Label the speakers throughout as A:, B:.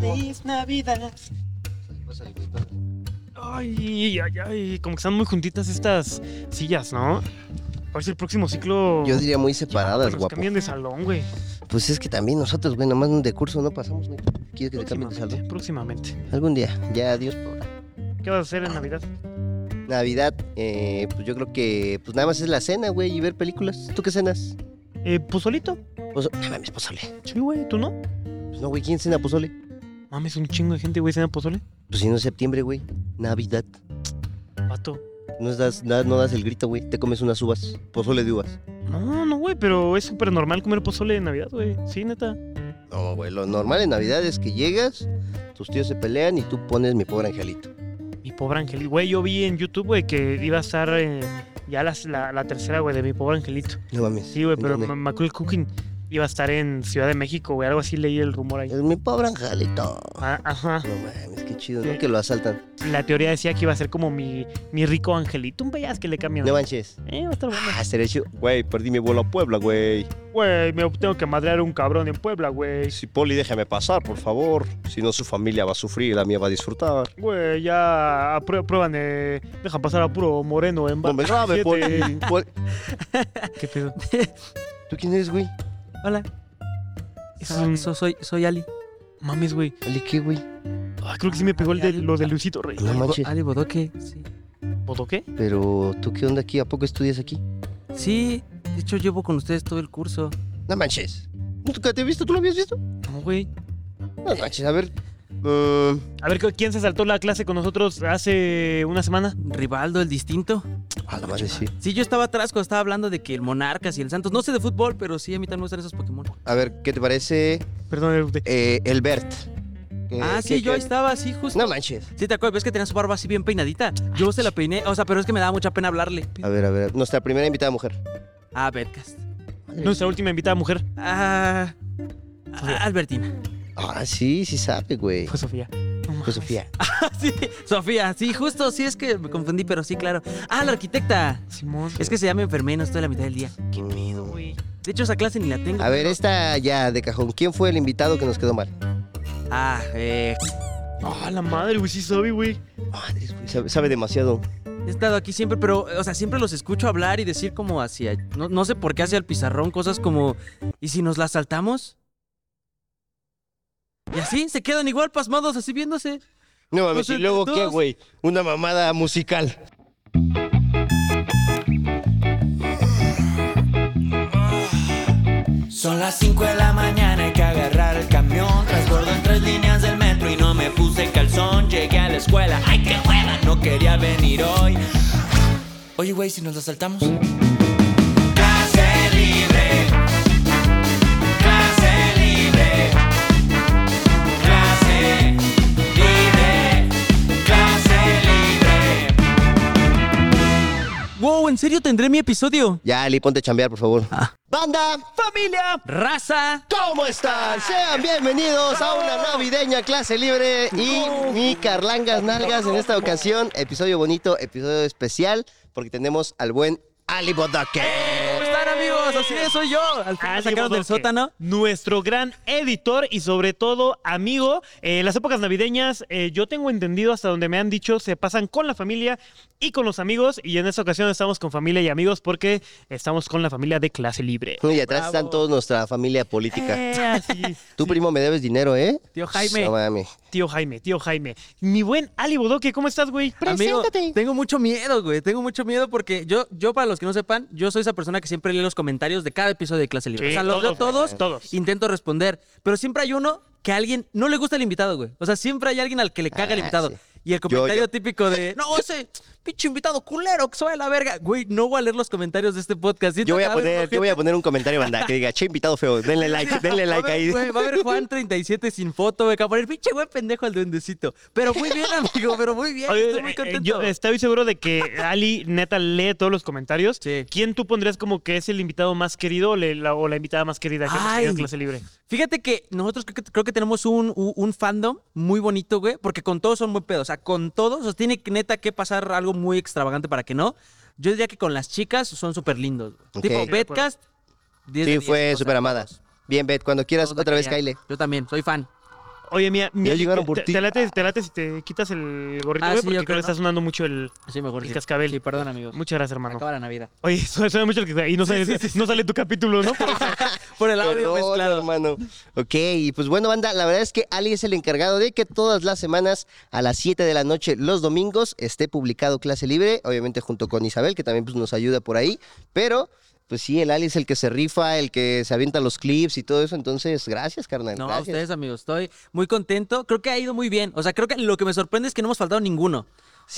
A: Feliz Navidad.
B: Ay, ay, ay. Como que están muy juntitas estas sillas, ¿no? A ver si el próximo ciclo.
C: Yo diría muy
B: que
C: separadas,
B: nos
C: guapo.
B: cambian de salón, güey.
C: Pues es que también nosotros, güey, nomás de curso no pasamos, güey. ¿Quieres que te cambien de
B: Próximamente,
C: salón?
B: próximamente.
C: Algún día. Ya, adiós por
B: ¿Qué vas a hacer en Navidad?
C: Navidad, eh, pues yo creo que pues nada más es la cena, güey, y ver películas. ¿Tú qué cenas?
B: Eh, ¿Pozolito?
C: Pues, no mames, pozole.
B: Sí, güey. ¿Tú no?
C: Pues no, güey, ¿quién cena pozole?
B: Mames, un chingo de gente, güey, cena pozole.
C: Pues si no es septiembre, güey. Navidad.
B: Pato.
C: No das, na- no das el grito, güey. Te comes unas uvas. Pozole de uvas.
B: No, no, güey, pero es súper normal comer pozole de Navidad, güey. Sí, neta.
C: No, güey, lo normal en Navidad es que llegas, tus tíos se pelean y tú pones mi pobre angelito.
B: Mi pobre angelito. Güey, yo vi en YouTube, güey, que iba a estar eh, ya las- la, la tercera, güey, de mi pobre angelito.
C: No mames.
B: Sí, güey,
C: ¿en
B: pero
C: dónde?
B: Ma- Macaulay Cooking iba a estar en Ciudad de México, güey. Algo así leí el rumor ahí.
C: Es mi pobre angelito.
B: Ah, ajá.
C: No mames, qué chido,
B: Sí.
C: ¿no? Que lo asaltan.
B: La teoría decía que iba a ser como mi, mi rico angelito. Un payas que le cambian.
C: No manches.
B: Eh, va a estar bueno.
C: Ah, estaría chido. Güey, perdí mi vuelo a Puebla, güey.
B: Güey, me tengo que madrear un cabrón en Puebla, güey.
C: Si Poli, déjame pasar, por favor. Si no, su familia va a sufrir, la mía va a disfrutar.
B: Güey, ya aprueban, prueban, eh, dejan pasar a puro moreno en
C: No me grabe,
B: Siete.
C: Poli. Poli.
B: ¿Qué pedo?
C: ¿Tú quién eres, güey?
A: Hola,
B: Es
A: so-
C: Ah.
B: un-
A: so- soy, soy Ali.
B: Mames, güey.
C: ¿Ali qué, güey?
B: Ah, creo que sí me pegó el de, lo de Luisito Rey.
C: No
A: Ali Bo-
C: manches.
A: Ali Bodoque, sí.
B: ¿Voto qué?
C: Pero, ¿tú qué onda aquí? ¿A poco estudias aquí?
A: Sí, de hecho llevo con ustedes todo el curso.
C: No manches. ¿Nunca te he visto? ¿Tú lo habías visto?
A: No, güey.
C: No manches, a ver. mm,
B: A ver, ¿quién se saltó la clase con nosotros hace una semana?
A: Rivaldo, el distinto.
C: a la madre, sí.
A: Sí, yo estaba atrás cuando estaba hablando de que el Monarcas y el Santos. No sé de fútbol, pero sí, a mí también me gustan esos Pokémon.
C: A ver, ¿qué te parece
B: Perdón, el de-
C: eh, el Bert? Eh,
A: ah, sí,
C: ¿qué-
A: yo ahí
C: qué?
A: estaba, sí, justo.
C: No manches.
A: Sí, te acuerdas, ves que tenía su barba así bien peinadita. Yo se la peiné, o sea, pero es que me daba mucha pena hablarle.
C: A ver, a ver. Nuestra primera invitada mujer.
A: Ah, Betcast.
B: nuestra última invitada mujer
A: Ah, ah, Albertina.
C: Ah, sí, sí sabe, güey.
B: eh, fue Sofía. No mames.
C: Pues Sofía.
A: Ah, Sí, Sofía, sí, justo, sí, es que me confundí, pero sí, claro. Ah, la arquitecta.
B: Simón.
A: Es que se llama enfermé, no estoy a la mitad del día.
C: Qué miedo,
B: güey.
A: De hecho, esa clase ni la tengo.
C: A ver, esta ya de cajón. ¿Quién fue el invitado que nos quedó mal?
A: Ah, eh,
B: Ah, la madre, güey, sí sabe, güey.
C: Madres, güey. Sabe, sabe demasiado.
A: he estado aquí siempre, pero, o sea, siempre los escucho hablar y decir como hacia. No, no sé por qué hacia el pizarrón cosas como. ¿Y si nos la saltamos? Y así se quedan igual pasmados, así viéndose.
C: No
A: Pues,
C: mames, ¿y luego qué,
A: todos-
C: güey? Una mamada musical.
D: Son las 5 de la mañana, hay que agarrar el camión. Transbordo en tres líneas del metro y no me puse calzón. Llegué a la escuela, ¡ay qué hueva! No quería venir hoy. Oye, güey, si nos la saltamos. Clase libre. Clase libre. Clase libre. Clase libre.
A: ¡Wow! ¿En serio tendré mi episodio?
C: Ya, Ali, ponte a chambear, por favor. Banda,
A: ¡Familia! ¡Raza!
C: ¿cómo están? Sean bienvenidos a una navideña clase libre y mi Carlangas Nalgas en esta ocasión. Episodio bonito, episodio especial, porque tenemos al buen Ali Bodaque.
A: ¿Cómo están, amigos? Así es, soy yo. Al fin me
B: Ali
A: Ah, sacaron del
B: Bodoque,
A: sótano.
B: eh. Nuestro gran editor y sobre todo amigo. Eh, las épocas navideñas, eh, yo tengo entendido hasta donde me han dicho, se pasan con la familia y con los amigos. Y en esta ocasión estamos con familia y amigos porque estamos con la familia de clase libre.
C: Y atrás
A: Bravo.
C: están toda nuestra familia política.
B: Eh, así es.
C: Tú, primo, me debes dinero, ¿eh?
A: Tío Jaime.
C: No mames.
B: Tío Jaime, tío Jaime. Mi buen Ali Bodoque, ¿cómo estás, güey?
A: Amigo,
C: Preséntate.
A: tengo mucho miedo, güey. Tengo mucho miedo porque yo, yo, para los que no sepan, yo soy esa persona que siempre lee los comentarios de cada episodio de Clase Libre.
B: Sí,
A: o sea, los leo
B: todos,
A: todos,
B: todos.
A: intento responder. Pero siempre hay uno que a alguien no le gusta el invitado, güey. O sea, siempre hay alguien al que le caga
C: Ah,
A: el invitado.
C: sí.
A: Y el
C: Yo,
A: comentario
C: yo.
A: típico de, no, ese pinche invitado culero, que soy la verga. Güey, no voy a leer los comentarios de este podcast. Siento
C: Yo voy
A: que
C: a
A: va haber
C: poner, yo voy a poner un comentario, banda, que diga, che, invitado feo, denle like, denle like
A: Va a haber,
C: ahí.
A: güey, va a haber Juan 37 sin foto, güey. que Va a poner pinche güey pendejo al duendecito. Pero muy bien, amigo, pero muy bien.
B: Oye,
A: Estoy muy
B: eh, eh, Yo
A: contento.
B: estoy seguro de que Ali neta lee todos los comentarios.
A: Sí.
B: ¿Quién tú pondrías como que es el invitado más querido o le- la, o la invitada más querida que hemos tenido en
A: Ay.
B: clase libre?
A: Fíjate que nosotros creo que, creo que tenemos un, un- un fandom muy bonito, güey, porque con todos son muy pedos. O sea, con todos, o sea, tiene que- neta que pasar algo muy extravagante para que no. Yo diría que con las chicas son súper lindos. güey.
C: Ok. Sí,
A: Tipo,
C: de
A: Betcast, 10 de
C: Sí,
A: 10, o
C: fue
A: sea,
C: súper amada. Bien, Bet, cuando quieras,
A: todos la
C: otra vez,
A: querían.
C: Kyle.
A: Yo también, soy fan.
B: Oye, mía, mía,
C: llegaron
B: te-
C: por
B: te,
C: ti.
B: te late, te late si te quitas el gorrito,
A: Ah,
B: güey,
A: sí,
B: porque
A: yo creo,
B: creo que está
A: ¿no?
B: sonando mucho el.
A: Sí, mejor
B: El
A: sí.
B: cascabel.
A: Sí, perdón, amigos.
B: Muchas gracias, hermano.
A: Acaba la Navidad.
B: Oye, su- suena mucho el que. Y no sale, no sale tu capítulo, ¿no? Por eso.
A: Por el audio
C: Perdón,
A: mezclado.
C: hermano. Ok, y pues bueno, banda, la verdad es que Ali es el encargado de que todas las semanas a las 7 de la noche los domingos esté publicado Clase Libre, obviamente junto con Isabel, que también pues, nos ayuda por ahí, pero... Pues sí, el Ali es el que se rifa, el que se avienta los clips y todo eso. Entonces, gracias, carnal.
A: No, a
C: gracias.
A: ustedes, amigos. Estoy muy contento. Creo que ha ido muy bien. O sea, creo que lo que me sorprende es que no hemos faltado ninguno.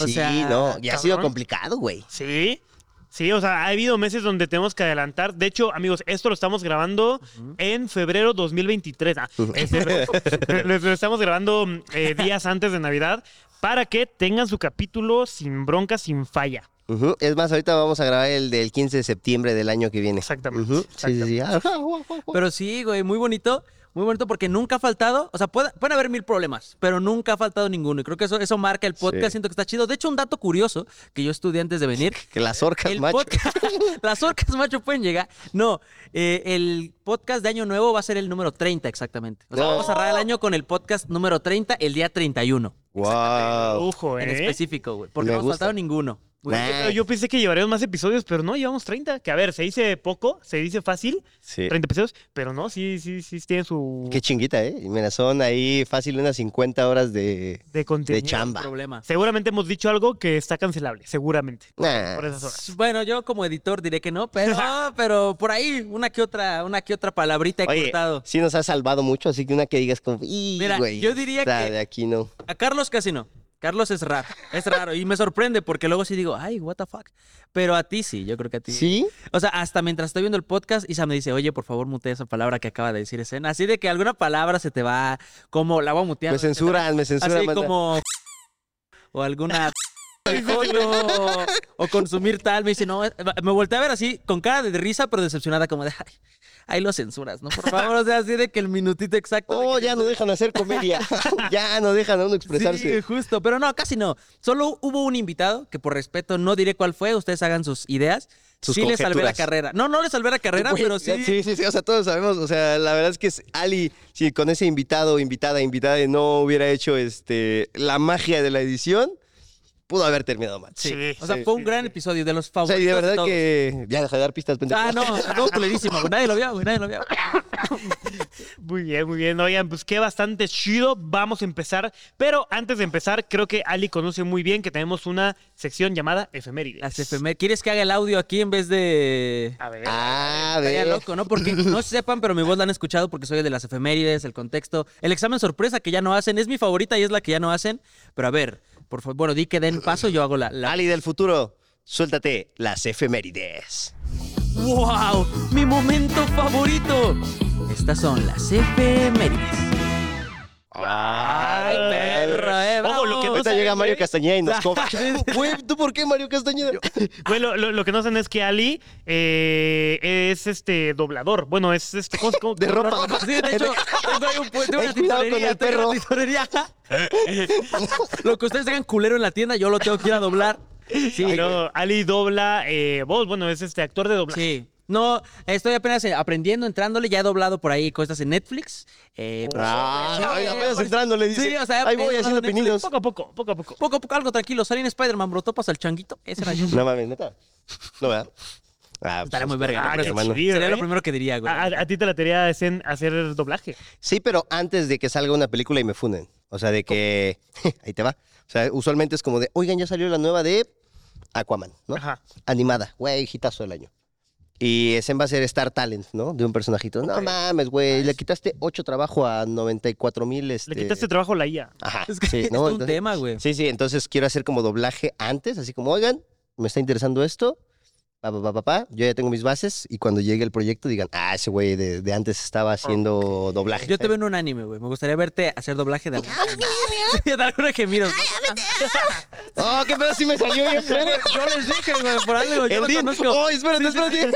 A: O
C: sí,
A: sea,
C: no, y ha sido
B: cabrón.
C: complicado, güey.
B: Sí. Sí, o sea, ha habido meses donde tenemos que adelantar. De hecho, amigos, esto lo estamos grabando en febrero 2023. Ah, este, lo- lo, lo estamos grabando mm, eh, días antes de Navidad para que tengan su capítulo sin bronca, sin falla.
C: Ujú. Es más, ahorita vamos a grabar el del 15 de septiembre del año que viene.
B: Exactamente,
C: Ujú. Sí, sí, sí. Ajá, guau, guau, guau.
A: Pero sí, güey, muy bonito. Muy bonito porque nunca ha faltado. O sea, puede- pueden haber mil problemas, pero nunca ha faltado ninguno. Y creo que eso, eso marca el podcast.
C: Sí.
A: Siento que está chido. De hecho, un dato curioso que yo estudié antes de venir.
C: Que las orcas,
A: El
C: macho.
A: podcast- las orcas macho pueden llegar. No, eh, el podcast de Año Nuevo va a ser el número 30 exactamente. O sea,
C: No.
A: vamos a cerrar el año con el podcast número 30 el día 31.
C: Guau.
B: Ojo,
A: Oh, En
B: ¿eh?
A: específico, güey. Porque
C: Me
A: no hemos
C: gusta.
A: faltado ninguno. Muy bien.
B: Pero Yo pensé que llevaríamos más episodios, pero no, llevamos 30. Que a ver, se dice poco, se dice fácil,
C: Sí.
B: 30 episodios, pero no, sí, sí, sí, tiene su...
C: Qué chinguita, ¿eh? Mira, son ahí fácil unas 50 horas de,
B: de contenido.
C: de chamba.
A: problema.
B: Seguramente hemos dicho algo que está cancelable, seguramente.
C: Nah.
B: Por esas horas.
A: Bueno, yo como editor diré que no, pero, ah, pero por ahí una que otra, una que otra palabrita he
C: Oye,
A: cortado.
C: sí nos ha salvado mucho, así que una que digas como, "Y,
A: Mira,
C: güey,
A: yo diría
C: esta
A: que-
C: de aquí no.
A: A Carlos casi no. Carlos es raro, es raro y me sorprende porque luego sí digo, ay, what the fuck. Pero a ti sí, yo creo que a ti.
C: ¿Sí?
A: O sea, hasta mientras estoy viendo el podcast, Isa me dice, oye, por favor, mutea esa palabra que acaba de decir escena. Así de que alguna palabra se te va, como la voy a mutear.
C: Me censuran, me
A: etcétera.
C: censuran.
A: Así
C: banda.
A: como... O alguna... o, o consumir tal. Me dice, no, eh, me volteé a ver así, con cara de risa, pero decepcionada, como de, ay, ahí lo censuras, ¿no? Por favor, o sea, así de que el minutito exacto. de
C: Oh,
A: que-
C: ya no dejan hacer comedia. ya no dejan a uno
A: Sí,
C: expresarse.
A: justo, pero no, casi no. Solo hubo un invitado que por respeto no diré cuál fue, ustedes hagan sus ideas.
C: Sus
A: sí le salvé la
C: conjeturas.
A: carrera. No, no le salvé la carrera,
C: Güey,
A: pero
C: ya- Sí, sí, sí, o sea, todos sabemos, o sea, la verdad es que es- Ali, si con ese invitado, invitada, invitada no hubiera hecho este la magia de la edición, pudo haber terminado mal.
A: Sí.
B: Sí,
A: o sea,
C: sí,
A: fue un gran episodio de los
C: O sea,
A: favoritos.
C: y de verdad
A: todos.
C: que ya deja de dar pistas, pendejo.
A: Ah, no, no, culerísimo. güey. Nadie lo vio, güey, nadie lo vio.
B: Muy bien, muy bien. Oigan, pues qué bastante chido. Vamos a empezar. Pero antes de empezar, creo que Ali conoce muy bien que tenemos una sección llamada efemérides.
A: Las efemérides. ¿Quieres que haga el audio aquí en vez de.?
B: A ver.
C: Ah, a
A: Estaría
C: ver.
A: loco, ¿no? Porque no sepan, pero mi voz la han escuchado porque soy el de las efemérides, el contexto. El examen sorpresa que ya no hacen es mi favorita y es la que ya no hacen. Pero a ver, por favor, bueno, di que den paso, yo hago la. la...
C: Ali del futuro, suéltate las efemérides.
A: ¡Wow! ¡Mi momento favorito! Estas son las efemérides. ¡Ay, perro, eh!
B: Ojo, lo que
A: bravo.
B: no
C: Ahorita
B: saben,
C: llega Mario
B: güey.
C: Castañeda y nos cobra. Güey, ¿tú por qué Mario Castañeda?
B: Güey, lo, lo- lo que no saben es que Ali eh, es este doblador. Bueno, es este. ¿cómo- cómo-
C: De ropa.
A: Sí, de hecho, tengo ahí un pu- tengo una
C: Ten cuidado con
A: tintorería,
C: el perro.
A: tengo una tintorería. Lo que ustedes hagan culero en la tienda, yo lo tengo que ir a doblar.
B: Sí,
A: Ay,
B: no, Ali dobla eh, voz. Bueno, es este actor de doblaje.
A: Sí. No, estoy apenas eh, aprendiendo, entrándole, ya he doblado por ahí cosas en Netflix. eh, pero- Sí,
C: Ah,
A: eh,
C: apenas
A: por-
C: entrando le dice.
A: Sí, o sea,
C: ahí voy
A: eh,
C: haciendo
A: Netflix,
C: pininos.
B: Poco a poco, poco a poco.
A: Poco a poco, algo tranquilo. Salí en Spider-Man, bro, topas al changuito. Ese era yo.
C: No mames, neta. No, ¿verdad? Ah,
A: Estaría
C: pues,
A: muy verga.
B: Ah,
A: ¿no?
B: qué
A: Hermano.
B: chido,
A: Sería
B: ¿eh?
A: lo primero que diría, güey.
B: A, a- a ti te la tarea es en hacer doblaje.
C: Sí, pero antes de que salga una película y me funen. O sea, de que. Ahí te va. O sea, usualmente es como de, oigan, ya salió la nueva de Aquaman, ¿no?
B: Ajá.
C: Animada, güey, hitazo del año. Y ese va a ser Star Talent, ¿no? De un personajito. No mames, güey, le quitaste ocho trabajo a 94 mil. Este...
B: Le quitaste trabajo a la IA.
C: Ajá.
A: Es que
C: sí,
A: es
C: ¿no?
A: todo un
C: Entonces-
A: tema, güey.
C: Sí, sí, entonces quiero hacer como doblaje antes, así como, oigan, me está interesando esto. Pa, pa, pa, pa, pa, Yo ya tengo mis bases y cuando llegue el proyecto digan, ah, ese güey de, de antes estaba haciendo doblaje.
A: Yo te veo en un anime, güey. Me gustaría verte hacer doblaje de algún Sí, de algunos gemidos.
C: ¡Oh, qué pedo! Sí me salió bien, perro.
A: Yo les dije, güey, por algo. Yo
C: El
A: lo
C: Din.
A: conozco.
C: ¡Oh, espérate, espérate!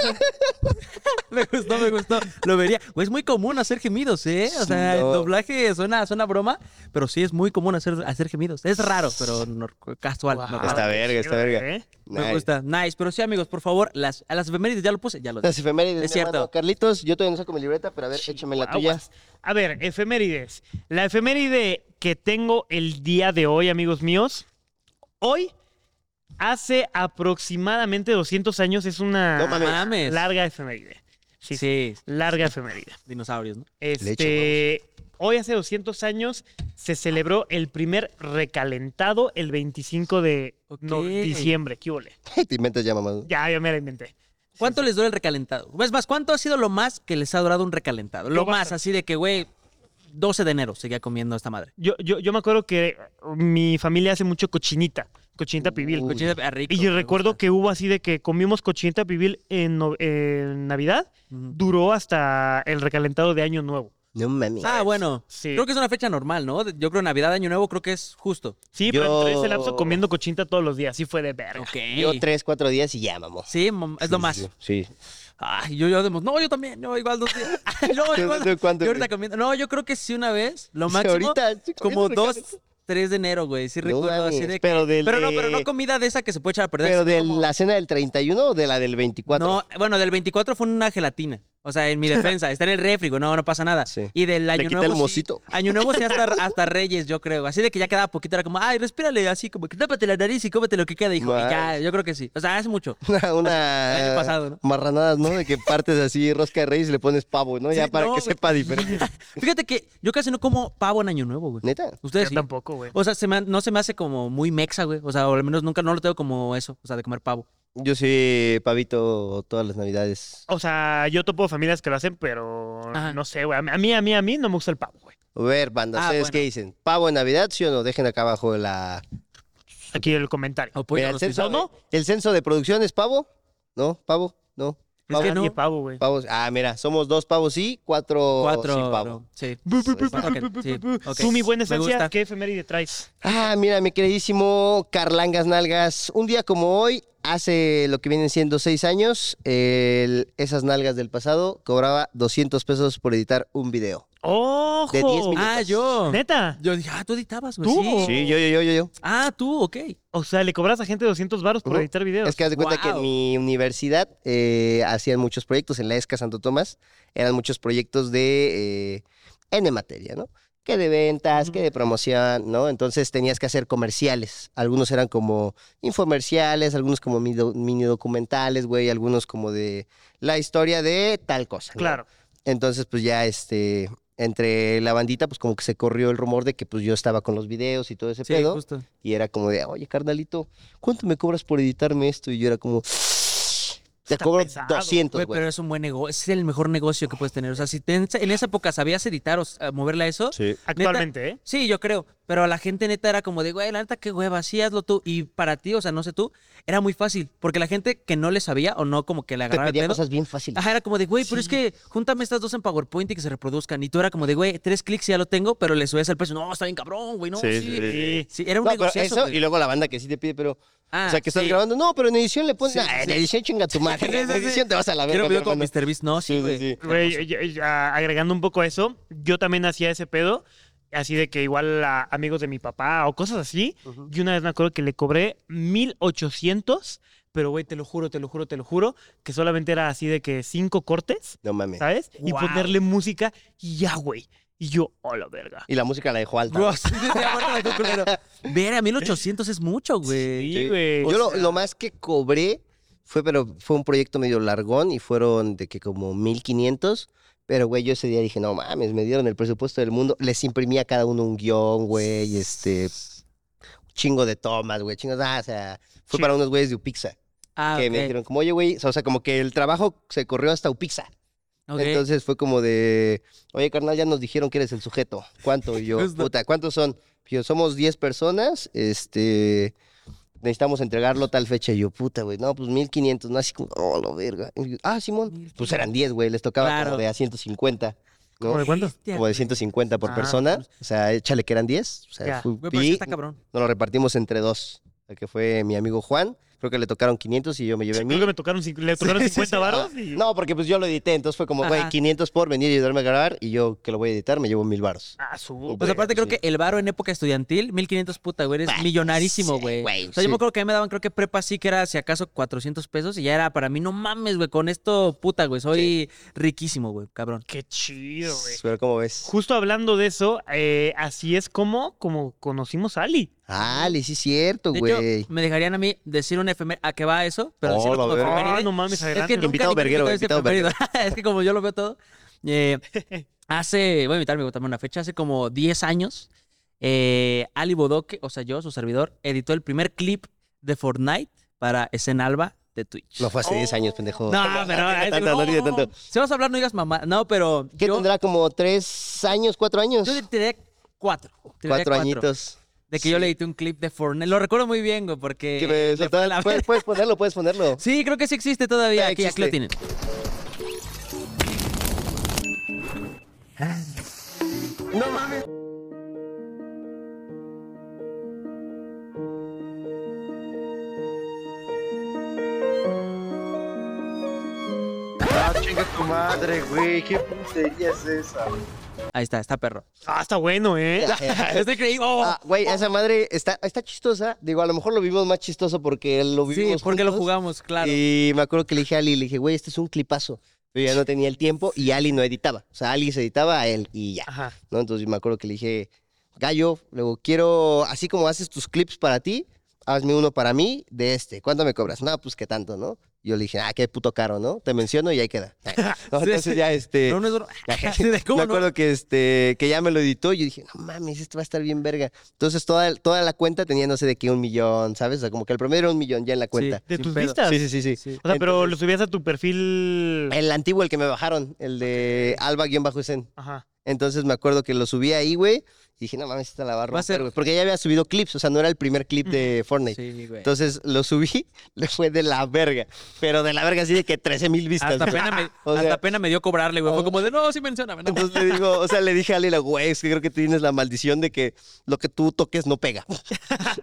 A: Me gustó, me gustó. Lo vería. Güey, es muy común hacer gemidos, ¿eh? O sea, el
C: no.
A: doblaje suena, suena broma, pero sí es muy común hacer, hacer gemidos. Es raro, pero no- casual. normal.
C: Ah, Está verga, está verga.
B: ¿Eh?
A: Me
C: Nice.
A: gusta. Nice. Pero sí, amigos, por favor, las, a las efemérides ya lo puse, ya lo
C: Las
A: dije.
C: efemérides.
A: Es
C: mi hermano.
A: cierto.
C: Carlitos, yo todavía no saco mi libreta, pero a ver, échame la tuya.
B: Aguas. A ver, efemérides. La efeméride que tengo el día de hoy, amigos míos. Hoy, hace aproximadamente 200 años, es una
C: No mames.
A: Mames.
B: larga efeméride. Sí,
A: Sí,
B: sí. Larga efeméride.
A: dinosaurios, ¿no?
B: Este, hoy hace 200 años se celebró el primer recalentado el 25 de no-
A: Ok.
B: diciembre. ¿Qué hubo le?
C: Te inventas ya, mamá.
B: Ya, ya me la inventé.
A: ¿Cuánto les dura el recalentado? Es más, ¿cuánto ha sido lo más que les ha durado un recalentado? Lo
B: Yo
A: más,
B: bastante.
A: así de que, güey, 12 de enero seguía comiendo esta madre.
B: Yo, yo, yo me acuerdo que mi familia hace mucho cochinita, cochinita pibil.
C: Uy.
A: Cochina- ah, rico,
B: Y
A: me
B: yo recuerdo
A: gusta.
B: que hubo así de que comimos cochinita pibil en, no- en Navidad,
A: Ujú.
B: duró hasta el recalentado de Año Nuevo.
C: No mames.
A: Ah, bueno.
B: Sí.
A: Creo que es una fecha normal, ¿no? De- Yo creo Navidad, Año Nuevo, creo que es justo.
B: Sí, pero
C: Yo-
B: entré ese lapso comiendo cochinita todos los días, sí fue de verga.
A: Ok.
C: Yo tres, cuatro días y ya, mamá.
A: Sí, mam- es lo más.
C: Sí.
A: Ay, yo, yo, demos- no, yo también, no, igual dos días. no,
C: ¿Tú-
A: igual-
C: tú cuánto,
A: yo ahorita
C: güey?
A: comiendo. No, yo creo que sí una vez, lo
C: Sí,
A: máximo.
C: ahorita estoy
A: como
C: comiendo
A: dos,
C: recalentado.
A: tres de enero, güey. Sí
C: No
A: recuerdo así
C: mames,
A: de que-
C: pero del
A: no, pero no
C: de-
A: comida de esa que se puede echar a perder.
C: ¿Pero
A: sino
C: de
A: como-
C: la cena del 31 o de la del 24?
A: No, bueno, del 24 fue una gelatina. O sea, en mi defensa, está en el refri, güey, no, no pasa nada.
C: Sí.
A: Y del año
C: quita el
A: nuevo. sí-
C: mocito.
A: año nuevo sí hasta, hasta Reyes, yo creo. Así de que ya quedaba poquito, era como, ay, respírale, así como que tápate la nariz y cómete lo que queda, hijo. Y ya,
C: Madre.
A: yo creo que sí. O sea, es mucho.
C: Una,
A: El
C: una
A: año pasado, ¿no?
C: marranadas, ¿no? De que partes así rosca de reyes y le pones pavo, ¿no? Ya
A: Sí,
C: para
A: no,
C: que
A: güey.
C: sepa diferente.
A: Fíjate que yo casi no como pavo en año nuevo, güey.
C: ¿Neta?
B: Yo
A: Ustedes sí.
B: tampoco, güey.
A: O sea, se me ha- no se me hace como muy mexa, güey. O sea, o al menos nunca no lo tengo como eso, o sea, de comer pavo.
C: Yo soy pavito todas las navidades.
B: O sea, yo topo familias que lo hacen, pero
A: Ajá.
B: no sé, güey. A mí, a mí, a mí no me gusta el pavo, güey.
C: A ver, banda,
A: Ah,
C: ¿ustedes
A: bueno.
C: qué dicen? ¿Pavo en Navidad, sí o no? Dejen acá abajo la...
B: Aquí el comentario.
A: O pollo
C: Mira, el,
A: rostizado.
C: censo,
B: ¿no?
C: ¿El censo de producción es pavo? ¿No? ¿Pavo? ¿No?
B: Es
C: ¿Pavo?
B: que
A: no.
B: ni pavo, güey.
C: Pavos. Ah, mira, somos dos pavos sí, cuatro,
A: Cuatro.
C: sin pavo.
A: no, sí.
B: Bu, bu, bu, bu,
A: Ok,
B: bu, bu,
A: sí,
B: bu, bu.
A: ok.
B: Uh, Tú, mi buena
A: Me
B: esencia,
A: gusta.
B: ¿qué efeméride traes?
C: Ah, mira, mi queridísimo Carlangas Nalgas. Un día como hoy, hace lo que vienen siendo seis años, el- esas nalgas del pasado cobraba 200 pesos por editar un video.
B: ¡Ojo!
C: De 10 minutos.
A: Ah, yo.
B: ¿Neta?
A: Yo dije, ah, tú editabas, güey.
B: ¿Tú?
A: Sí.
C: Sí, yo, yo, yo, yo. yo.
A: Ah, tú, ok.
B: O sea, le cobras a gente 200 varos por
C: Ujú.
B: editar videos.
C: Es que haz de cuenta que en
A: Wow.
C: mi universidad eh, hacían muchos proyectos, en la ESCA Santo Tomás, eran muchos proyectos de eh, N materia, ¿no? Que de ventas, que de promoción, ¿no? Entonces tenías que hacer comerciales. Algunos eran como infomerciales, algunos como mi- do- mini documentales, güey, algunos como de la historia de tal cosa. ¿no?
B: Claro.
C: Entonces, pues ya este, entre la bandita, pues como que se corrió el rumor de que pues yo estaba con los videos y todo ese
A: Sí,
C: pedo.
A: justo.
C: Y era como de, oye, carnalito, ¿cuánto me cobras por editarme esto? Y yo era como, te
B: Está
C: cobro
B: pesado,
C: 200,
A: Güey,
C: güey.
A: pero es un buen negocio, es el mejor negocio que puedes tener. O sea, si te- en esa época sabías editar o s- a moverla a eso,
C: Sí.
B: Actualmente, ¿eh?
A: Sí, yo creo. Pero la gente neta era como de, güey, la neta, qué hueva, sí, hazlo tú. Y para ti, o sea, no sé tú, era muy fácil. Porque la gente que no le sabía o no como que le
C: Te
A: agarraba el
C: pedía
A: pedo.
C: cosas bien fáciles.
A: Ajá, era como de, güey, pero es que júntame estas dos en PowerPoint y que se reproduzcan. Y tú era como de, güey, tres clics y ya lo tengo, pero le subes el precio. No, está bien cabrón, güey, no, sí. Sí,
B: Sí.
A: era un
C: No, pero
A: negociazo,
C: eso,
A: güey.
C: y luego la banda que sí te pide, pero,
A: Ah,
C: o sea, que estás
A: sí.
C: grabando, no, pero en edición le pones,
A: Sí,
C: "Ah, en
A: sí.
C: edición chinga tu madre,
A: Sí, sí,
C: en
A: sí.
C: edición te vas a la
A: Quiero
C: verga,
A: un video con
C: hermano".
A: MrBeast. No, sí,
C: Sí, sí,
A: güey.
C: sí.
B: Güey, yo- yo- a- agregando un poco a eso, yo también hacía ese pedo, así de que igual a amigos de mi papá o cosas así. Y una vez me acuerdo que le cobré 1800, pero güey, te lo juro, te lo juro, te lo juro, que solamente era así de que cinco cortes,
C: No mames.
B: ¿sabes? Y
A: Guau.
B: ponerle música y ya, güey. Y yo, oh la verga.
C: Y la música la dejó alta.
A: Bro, sí, sí, sí, aguántame tú, culero. Ver, a 1800 es mucho, güey.
B: Sí,
C: Sí.
B: güey.
C: Yo lo, lo más que cobré fue, pero fue un proyecto medio largón y fueron de que como 1500. Pero, güey, yo ese día dije, no mames, me dieron el presupuesto del mundo. Les imprimía a cada uno un guión, güey, este. Chingo de tomas, güey, chingos. Ah, o sea, fue
B: Sí.
C: para unos güeyes de Upixa
A: Ah,
C: que me
A: ok,
C: dijeron, como, oye, güey, o sea, como que el trabajo se corrió hasta Upixa.
A: ok.
C: Entonces fue como de, oye, carnal, ya nos dijeron que eres el sujeto. ¿Cuánto? Y yo,
A: Justo.
C: puta, ¿cuántos son? Y Yo, somos 10 personas, este, necesitamos entregarlo tal fecha. Y yo, puta, güey, no, pues 1500, no, así como, oh, la verga. Y yo, ah, Simón, pues eran 10, güey, les tocaba
A: Claro.
C: como de a 150. ¿no?
B: ¿Cómo de cuánto?
A: Hostia,
C: Como de
A: güey.
C: 150 por
A: Ah,
C: persona, o sea, échale que eran 10, o sea,
B: Ya.
C: fue-
A: Güey, pero es
C: y
A: que está cabrón.
C: nos lo repartimos entre dos, el que fue mi amigo Juan, Creo que le tocaron 500 y yo me llevé
B: Creo que
C: 1000.
B: me tocaron, cinc- le tocaron 50 varos.
A: Ah,
B: y-
C: No, porque pues yo lo edité, entonces fue como, güey,
A: Ajá.
C: 500 por venir y ayudarme a grabar y yo que lo voy a editar me llevo 1000 baros.
B: Ah, su-
A: Pues
C: Güey,
A: aparte creo
C: sí.
A: que el varo en época estudiantil, 1500 puta, güey, eres
C: Bah,
A: millonarísimo,
C: sí,
A: güey.
C: güey,
A: o sea, yo
C: sí.
A: me acuerdo que a mí me daban, creo que prepa sí que era si acaso 400 pesos y ya era para mí, no mames, güey, con esto puta, güey, soy riquísimo, güey, cabrón.
B: Qué chido, güey.
C: Pero ¿cómo ves?
B: Justo hablando de eso, eh, así es como, como conocimos a Ali.
C: Ah, le sí es cierto,
A: De
C: güey.
A: hecho, me dejarían a mí decir un efeméride, ¿a qué va eso? Pero
C: Oh,
A: decirlo
C: la
A: como
C: verga.
A: efeméride.
B: Ay, Ah, no mames,
A: Es
B: adelante.
A: que nunca
C: Invitado
A: ni
C: verguero,
A: creo que
C: invitado
A: haya sido preferido. es que como yo lo veo todo. eh, hace, voy a invitarme también una fecha, hace como 10 años, eh, Ali Bodoque, o sea, yo, su servidor, editó el primer clip de Fortnite para Escena Alba de Twitch.
C: No fue hace 10 años, pendejo.
A: No, pero ay,
C: tanto,
A: güey,
C: no digas tanto.
A: Si vas a hablar, no digas mamá. No, pero
C: ¿Qué
A: yo,
C: tendrá como 3 años, 4 años?
A: yo tendría cuatro. tendría
C: Cuatro añitos.
A: De que yo le edité un clip de Fortnite. Lo recuerdo muy bien, güey, porque.
C: Que me
A: le fue
C: soltaba-
A: la
C: puedes,
A: verga.
C: puedes ponerlo, puedes ponerlo.
A: Sí, creo que sí existe todavía.
C: Sí,
A: aquí, aquí
C: existe.
A: lo tienen.
E: Ah, chinga tu madre, güey. ¿Qué puntería es esa?
A: Ahí está, está perro.
B: Ah, está bueno, ¿eh?
A: Está increíble. Oh.
C: Ah, güey, esa madre está, está chistosa. Digo, a lo mejor lo vimos más chistoso porque lo
A: Sí,
C: vivimos
A: porque lo
C: juntos.
A: jugamos, claro.
C: Y me acuerdo que le dije a Ali, le dije, güey, este es un clipazo. Yo ya no tenía el tiempo y Ali no editaba. O sea, Ali se editaba a él y ya.
B: Ajá.
C: ¿no? Entonces me acuerdo que le dije, Gallo, luego quiero, así como haces tus clips para ti, hazme uno para mí de este. ¿Cuánto me cobras? No, pues qué tanto, ¿no? Yo le dije, ah, qué puto caro, ¿no? Te menciono y ahí queda. No,
A: Sí,
C: entonces
A: sí.
C: ya este.
A: Pero no es duro. Sí, de cómo
C: me
A: no.
C: acuerdo que este que ya me lo editó y yo dije, no mames, esto va a estar bien verga. Entonces toda, toda la cuenta tenía, no sé, de qué un millón, ¿sabes? O sea, como que el promedio era un millón ya en la cuenta.
A: Sí,
B: De
A: sin
B: tus
A: pedo.
B: vistas.
C: Sí, sí, sí, sí.
A: Sí.
B: O sea, pero lo subías a tu perfil.
A: Eh.
C: El antiguo, el que me bajaron, el de Alba-Esen.
B: Ajá.
C: Entonces me acuerdo que lo subí ahí, güey. Y dije, no mames, esta la va a
A: Va a
C: romper,
A: ser-
C: güey. Porque ya había subido clips, o sea, no era el primer clip de Fortnite.
A: Sí, güey.
C: Entonces lo subí, le fue de la verga. Pero de la verga así de que 13 mil vistas.
A: hasta,
C: güey.
A: pena me,
C: O sea-
A: hasta pena me dio cobrarle, güey. Fue como de, no, sí mencioname. No.
C: Entonces le digo, o sea, le dije a Lila, güey, es que creo que tienes la maldición de que lo que tú toques no pega.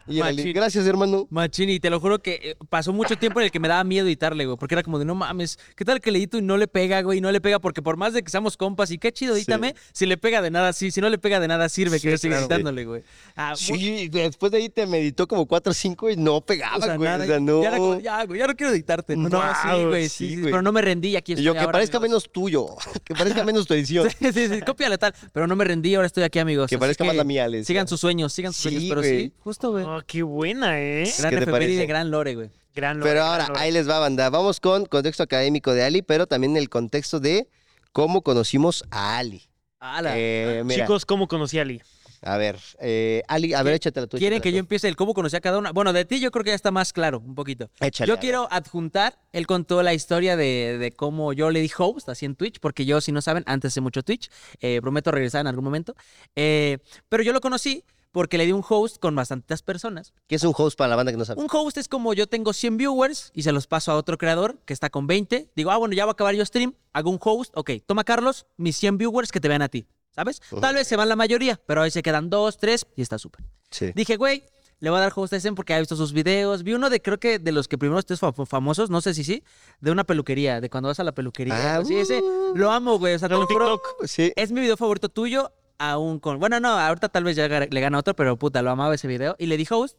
C: Y él,
A: Machín.
C: gracias, hermano.
A: Machini, te lo juro que eh, pasó mucho tiempo en el que me daba miedo editarle, güey. Porque era como de, no mames, ¿qué tal que le edito y no le pega, güey? Y no le pega porque por más de que seamos compas y qué chido, edítame, si le pega de nada, sí. Si no le pega de nada, sirve
C: Sí,
A: que yo siga
C: claro, güey.
A: editándole, güey. Ah, mu-
C: Sí, después de ahí te meditó como 4 o 5 y no pegaba,
A: o sea,
C: güey.
A: nada,
C: o sea, no.
A: ya, era como, ya, güey, ya no quiero editarte. No,
B: Wow,
A: sí, güey, sí,
C: sí,
A: sí,
C: güey.
A: Pero no me rendí y aquí
C: Y
A: estoy
C: yo, que
A: ahora,
C: parezca
A: amigos.
C: menos tuyo, que parezca menos tu edición.
A: Sí, sí, sí, cópiale tal. Pero no me rendí, ahora estoy aquí, amigos.
C: Que
A: Así
C: parezca más la mía, les
A: Sigan
C: decía.
A: sus sueños, sigan sus
C: Sí,
A: sueños. Pero
C: güey.
A: sí, justo, güey.
B: Oh, qué buena, ¿eh?
A: Gran
C: ¿Qué te
A: efeméride,
C: parece?
A: gran lore, güey.
B: Gran logro,
C: Pero
B: gran
C: ahora,
B: logro.
C: ahí les va, banda. Vamos con contexto académico de Ali, pero también el contexto de cómo conocimos a Ali.
A: Ala.
C: Eh, mira,
B: Chicos, ¿cómo conocí a Ali?
C: a ver, eh, Ali, a ver, échatela tú.
A: ¿Quieren
C: échatela
A: que yo
C: tú.
A: empiece el cómo conocí a cada una? Bueno, de ti yo creo que ya está más claro, un poquito.
C: Échale, a
A: Yo
C: ver.
A: quiero adjuntar, él contó la historia de, de cómo yo le di host así en Twitch, porque yo, si no saben, antes de mucho Twitch, eh, prometo regresar en algún momento. Eh, pero yo lo conocí porque le di un host con bastantes personas.
C: ¿Qué es un host para la banda que no sabe?
A: Un host es como yo tengo 100 viewers y se los paso a otro creador que está con 20. Digo, ah, bueno, ya va a acabar yo stream, hago un host, ok, toma Carlos, mis 100 viewers que te vean a ti, ¿sabes? Tal vez se van la mayoría, pero ahí se quedan dos, tres y está súper.
C: Sí.
A: Dije, güey, le voy a dar host a Essen porque he visto sus videos. Vi uno de, creo que de los que primeros tres fam- famosos, no sé si sí, de una peluquería, de cuando vas a la peluquería.
C: Ah,
A: sí, ese,
C: uh.
A: lo amo, güey. O sea, te lo juro,
B: TikTok.
C: Sí.
A: es mi video favorito tuyo, aún con. Bueno, no, ahorita tal vez ya gar- le gana otro, pero puta, lo amaba ese video. Y le di host.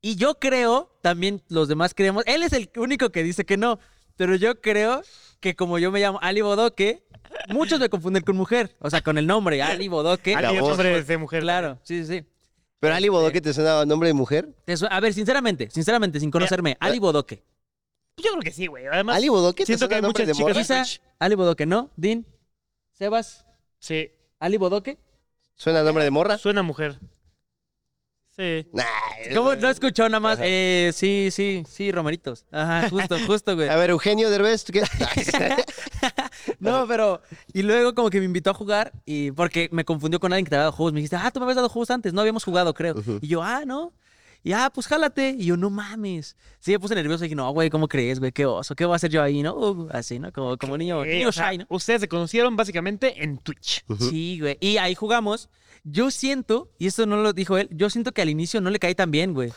A: Y yo creo, también los demás creemos. Él es el único que dice que no. Pero yo creo que como yo me llamo Ali Bodoque, muchos me confunden con mujer. O sea, con el nombre, Ali Bodoque.
B: Ali
C: La
B: es
C: voz,
B: hombre de mujer.
A: Claro, sí, sí, sí.
C: Pero Ali Bodoque te suena nombre de mujer.
A: Te su- A ver, sinceramente, sinceramente, sin conocerme, Ali Bodoque.
B: Yo creo que sí, güey. Además,
C: Ali Bodoque te
B: siento que
C: suena
B: hay
C: nombre
B: muchas
C: de
B: chicas.
C: morra.
B: en
A: Isa,
B: Twitch.
A: Ali Bodoque, ¿no? Din, Sebas,
B: Sí,
A: Ali Bodoque.
C: ¿Suena nombre de morra?
B: suena mujer. Sí.
C: Nah,
A: ¿Cómo
C: eh,
A: no escuchó nada más?
C: Ajá.
A: Eh, sí, sí, sí, Romeritos. Ajá, justo, justo, güey.
C: A ver, Eugenio Derbez, ¿tú qué?
A: No, pero. Y luego, como que me invitó a jugar, y porque me confundió con alguien que te había dado juegos. Me dijiste, ah, tú me habías dado juegos antes, no habíamos jugado, creo. Y yo, ah, no. Y ah, pues jálate. Y yo, no mames. Sí, me puse nervioso y dije, no, güey, ¿cómo crees, güey? ¿Qué oso? ¿Qué voy a hacer yo ahí, no? Uh, así, ¿no? Como, como niño,
B: Eh,
A: niño
B: o sea,
A: shy, ¿no?
B: Ustedes se conocieron básicamente en Twitch.
A: Sí, güey. Y ahí jugamos. Yo siento, y esto no lo dijo él, yo siento que al inicio no le caí tan bien, güey.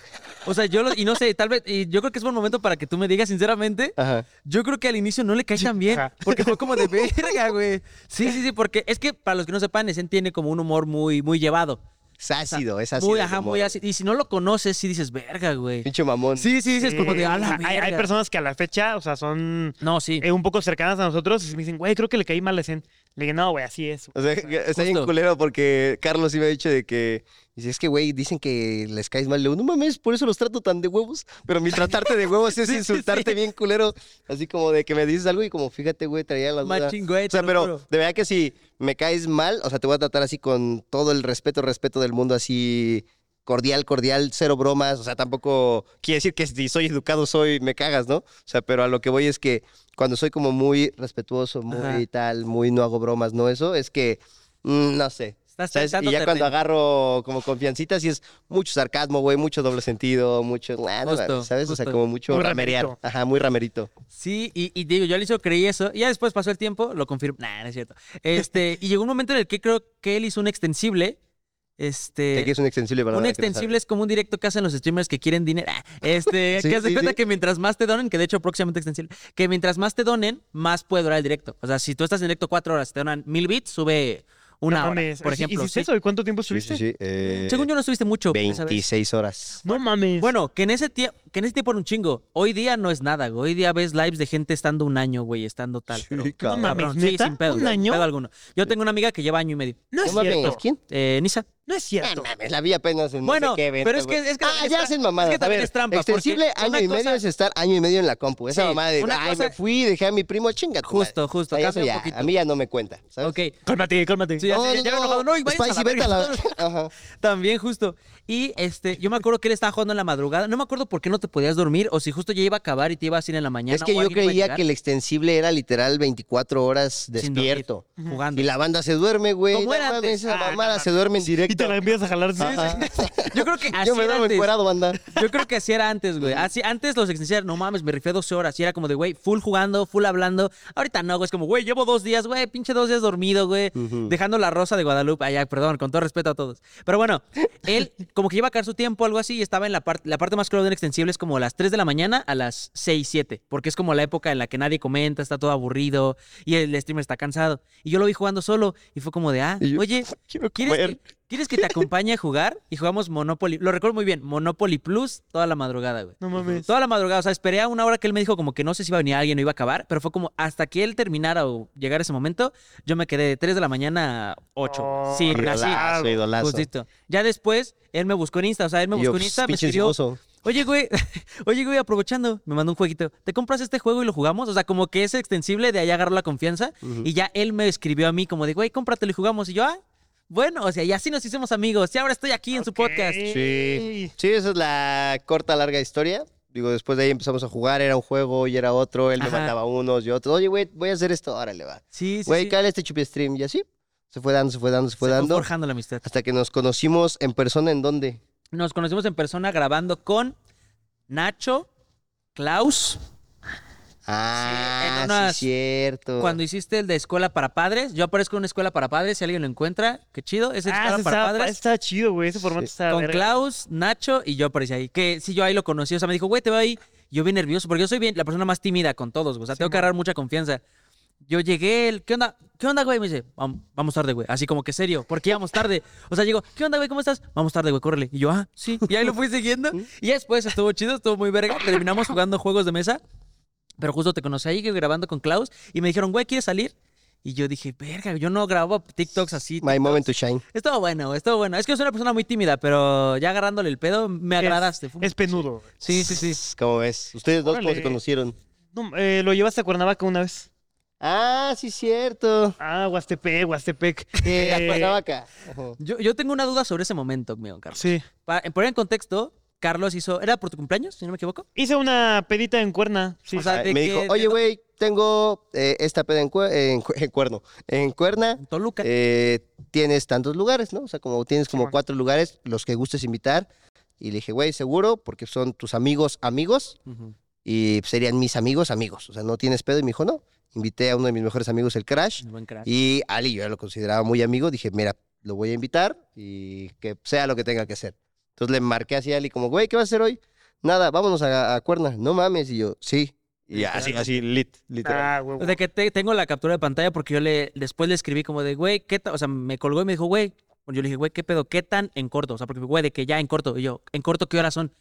A: O sea, yo lo, y no sé, tal vez, y yo creo que es buen momento para que tú me digas sinceramente.
C: Ajá.
A: Yo creo que al inicio no le caí tan bien.
B: Ajá.
A: Porque fue como de verga, güey. Sí, sí, sí, porque es que para los que no sepan, Esen tiene como un humor muy, muy llevado.
C: Es ácido, es ácido.
A: Muy,
C: el
A: ajá,
C: humor.
A: muy así. Y si no lo conoces, sí dices, verga, güey.
C: Pinche mamón.
A: Sí, sí, dices, como de,
B: Eh,
A: a la
B: o sea, hay, hay
A: verga".
B: personas que a la fecha, o sea, son
A: No, sí.
B: eh, un poco cercanas a nosotros y me dicen, güey, creo que le caí mal a Zen. Le dije, no, güey, así es.
C: O sea, está bien
A: Justo.
C: culero porque Carlos sí me ha dicho de que. Dice, es que, güey, dicen que les caes mal. Le digo, no mames, por eso los trato tan de huevos. Pero mi tratarte de huevos es insultarte bien culero. Así como de que me dices algo y como, fíjate, güey, traía la duda.
A: Machín, güey,
C: O sea,
A: te lo
C: pero
A: juro.
C: de verdad que si me caes mal, o sea, te voy a tratar así con todo el respeto, respeto del mundo, así cordial, cordial, cero bromas. O sea, tampoco quiere decir que si soy educado soy, me cagas, ¿no? O sea, pero a lo que voy es que cuando soy como muy respetuoso, muy
A: Ajá.
C: tal, muy no hago bromas, no eso, es que mm, no sé.
A: Estás
C: ¿Sabes? Y
A: tentando
C: ya cuando
A: terreno.
C: agarro como confiancitas y es mucho sarcasmo, güey, mucho doble sentido, mucho, ah, no
A: Justo,
C: mames, ¿sabes? O sea,
A: justo.
C: como mucho
B: Muy
C: ramerear.
B: ramerito.
C: Ajá, muy ramerito.
A: Sí, y, y digo, yo al inicio creí eso. Y ya después pasó el tiempo, lo confirmo. Nah, no es cierto. Este, y llegó un momento en el que creo que él hizo un extensible. Este.
C: Aquí es un extensible, ¿verdad?
A: Un
C: Que no sabe.
A: extensible es como un directo que hacen los streamers que quieren dinero. Ah, Este,
C: Sí,
A: que haz de
C: sí,
A: cuenta
C: sí.
A: que mientras más te donen, que de hecho próximamente extensible, que mientras más te donen, más puede durar el directo. O sea, si tú estás en directo cuatro horas, te donan mil bits, sube una
B: No
A: hora,
B: mames.
A: por
B: ¿Sí-
A: ejemplo.
B: ¿Hiciste
A: sí.
B: eso? ¿Y cuánto tiempo
C: Sí,
B: estuviste?
C: sí, sí. eh,
A: Según yo no subiste mucho. esa vez.
C: 26 horas.
B: No mames.
A: Bueno, que en ese tiempo, que en ese tiempo era un chingo. Hoy día no es nada, güey. Hoy día ves lives de gente estando un año, güey, estando tal.
C: Sí,
A: pero-
C: cabrón.
B: No mames,
A: Cabrón, sí,
B: ¿neta?
A: sin pedo.
B: ¿Un
A: sin
B: año?
A: pedo alguno. Yo tengo una amiga que lleva año y medio.
B: no es
C: No mames,
B: cierto.
C: ¿Quién?
A: Eh, Nisa.
B: No es
C: Ah,
B: cierto.
C: mames, la vi apenas en no sé
A: Bueno,
C: qué evento,
A: pero es que-
C: güey.
A: es que-
C: ah,
A: es
C: ya
A: que-
C: hacen mamadas.
A: es que
C: A
A: también
C: ver,
A: es trampa, porque
C: Extensible año
A: una
C: y medio
A: cosa-
C: es estar año y medio en la compu. Esa
A: Sí,
C: mamada de,
A: una
C: ay,
A: cosa-
C: me fui, dejé a mi primo, chinga. tu madre".
A: Justo, justo,
C: O sea, ya eso
A: cambia un
C: ya,
A: poquito.
C: A mí ya no me cuenta, ¿sabes?
A: Ok.
B: Cálmate, cálmate.
A: Sí, ya,
C: No,
A: sé,
C: no,
A: ya me
C: no,
A: enojado. No, y váyanse a
C: Spicy,
A: la
C: vete a
A: verga.
C: la- Ajá.
A: También, justo. Y este, yo me acuerdo que él estaba jugando en la madrugada. No me acuerdo por qué no te podías dormir o si justo ya iba a acabar y te ibas a ir en la mañana.
C: Es que
A: o
C: yo
A: alguien iba a
C: creía
A: llegar
C: que el extensible era literal 24 horas
A: sin dormir,
C: despierto.
A: Jugando.
C: Y la banda se duerme, güey.
A: Como
C: No
A: era
C: mames,
A: antes.
C: Esa
B: Ah, no
C: mamada
B: mames.
C: se duerme en
B: Y te
C: directo.
B: la empiezas a jalar. sí,
C: Ajá.
B: sí.
A: Yo creo que así
C: Yo me
A: era
C: duermo
A: antes.
C: encuerado, banda.
A: Yo creo que así era antes, güey. Así, antes los extensiones, no mames, me rifé 12 horas. Y era como de, güey, full jugando, full hablando. Ahorita no, güey. Es como, güey, llevo dos días, güey, pinche dos días dormido, güey. Dejando la rosa de Guadalupe. Allá, perdón, con todo respeto a todos. Pero bueno, él como que iba a caer su tiempo, algo así, y estaba en la parte, la parte más cruda de un extensible es como las 3 de la mañana a las 6, 7. Porque es como la época en la que nadie comenta, está todo aburrido y el streamer está cansado. Y yo lo vi jugando solo y fue como de, ah,
C: Y yo,
A: oye,
C: Quiero
A: ¿Quieres que, quieres que te acompañe a jugar? Y jugamos Monopoly. Lo recuerdo muy bien. Monopoly Plus toda la madrugada, güey.
B: No mames.
A: Toda la madrugada. O sea, esperé a una hora que él me dijo como que no sé si iba a venir alguien o iba a acabar. Pero fue como hasta que él terminara o llegara ese momento, yo me quedé de 3 de la mañana a 8.
B: Oh,
A: sí, así.
C: Idolazo, idolazo.
A: Justito. Ya después, él me buscó en Insta. O sea, él me
C: Y yo, pues,
A: buscó
C: "Pss,
A: en pues, Insta, me
C: pinche
A: escribió...
C: chismoso.
A: Oye, güey, oye, güey, aprovechando, me mandó un jueguito. ¿Te compras este juego y lo jugamos? O sea, como que es extensible, de ahí agarró la confianza. Y ya él me escribió a mí, como de, güey, cómpratelo y jugamos. Y yo, ah, bueno, o sea, y así nos hicimos amigos. Y ahora estoy aquí en su podcast.
C: Sí. Sí, esa es la corta, larga historia. Digo, después de ahí empezamos a jugar, era un juego y era otro, él me
A: Ajá.
C: mandaba unos y otros. Oye, güey, voy a hacer esto, órale, va.
A: Sí, sí.
C: Güey,
A: sí.
C: cale este chupi stream y así. Se fue dando, se fue dando, se fue
A: Se
C: dando.
A: forjando la amistad.
C: Hasta que nos conocimos en persona, ¿en dónde?
A: Nos conocimos en persona grabando con Nacho, Klaus. en
C: Ah,
A: unas-
C: sí, cierto.
A: Cuando hiciste el de Escuela para Padres, yo aparezco en una Escuela para Padres, si alguien lo encuentra, qué chido. Es
B: Ah,
A: Escuela
B: ese
A: para
B: estaba,
A: Padres.
B: estaba chido, güey. Ese formato
C: Sí.
B: estaba
A: con
B: verga.
A: Klaus, Nacho y yo aparecí ahí. Que si yo ahí lo conocí, o sea, me dijo, güey, te voy ahí. Yo bien nervioso, porque yo soy bien, la persona más tímida con todos, o sea, tengo que agarrar mucha confianza. Yo llegué, el, ¿qué onda? ¿Qué onda, güey? Me dice, "Vam- vamos tarde, güey. Así como que serio, porque íbamos tarde. O sea, llego, ¿qué onda, güey? ¿Cómo estás? Vamos tarde, güey, córrele. Y yo, ah, sí. Y ahí lo fui siguiendo. Y después estuvo chido, estuvo muy verga. Terminamos jugando juegos de mesa. Pero justo te conocí ahí grabando con Klaus y me dijeron, güey, ¿quieres salir? Y yo dije, verga, yo no grabo TikToks así.
C: My moment to shine.
A: Estuvo bueno, estuvo bueno. Es que soy una persona muy tímida, pero ya agarrándole el pedo, me
B: Es-
A: agradaste. Fue-
B: Es penudo. güey.
A: Sí, sí, sí.
C: ¿Cómo ves? ¿Ustedes dos cómo
B: Órale.
C: se conocieron?
B: No, eh, lo llevaste a Cuernavaca una vez.
C: Ah, sí, cierto.
B: Ah, Huastepec, Huastepec.
C: Eh, a
B: Eh,
C: Cuernavaca. Ajá.
A: Yo, yo tengo una duda sobre ese momento, mío, Carlos.
B: Sí.
A: Para poner en contexto, Carlos hizo. ¿Era por tu cumpleaños, si no me equivoco?
B: Hice una pedita en Cuerna. Sí.
A: O sea, de
C: me
A: que-
C: dijo,
A: de
C: oye,
A: to-
C: güey, tengo eh, esta peda en, cue- en cu- en cuerno. En cuerna
A: en Toluca.
C: eh, tienes tantos lugares, ¿no? O sea, como tienes como
B: Simón.
C: cuatro lugares, los que gustes invitar. Y le dije, güey, seguro, porque son tus amigos, amigos, y serían mis amigos, amigos. O sea, no tienes pedo. Y me dijo, no. Invité a uno de mis mejores amigos, el Crash.
A: El buen crack.
C: Y Ali, yo ya lo consideraba muy amigo, dije, mira, lo voy a invitar y que sea lo que tenga que hacer. Entonces le marqué así a Ali como, güey, ¿qué vas a hacer hoy? Nada, vámonos a, a Cuerna. No mames. Y yo, sí. Y ya, así, así, lit, literal.
B: Ah, huevo.
A: O sea, que te- tengo la captura de pantalla porque yo le después le escribí como de, güey, ¿qué tal? O sea, me colgó y me dijo, güey. Yo le dije, güey, ¿qué pedo? ¿Qué tan en corto? O sea, porque, güey, de que ya en corto. Y yo, ¿en corto qué horas son?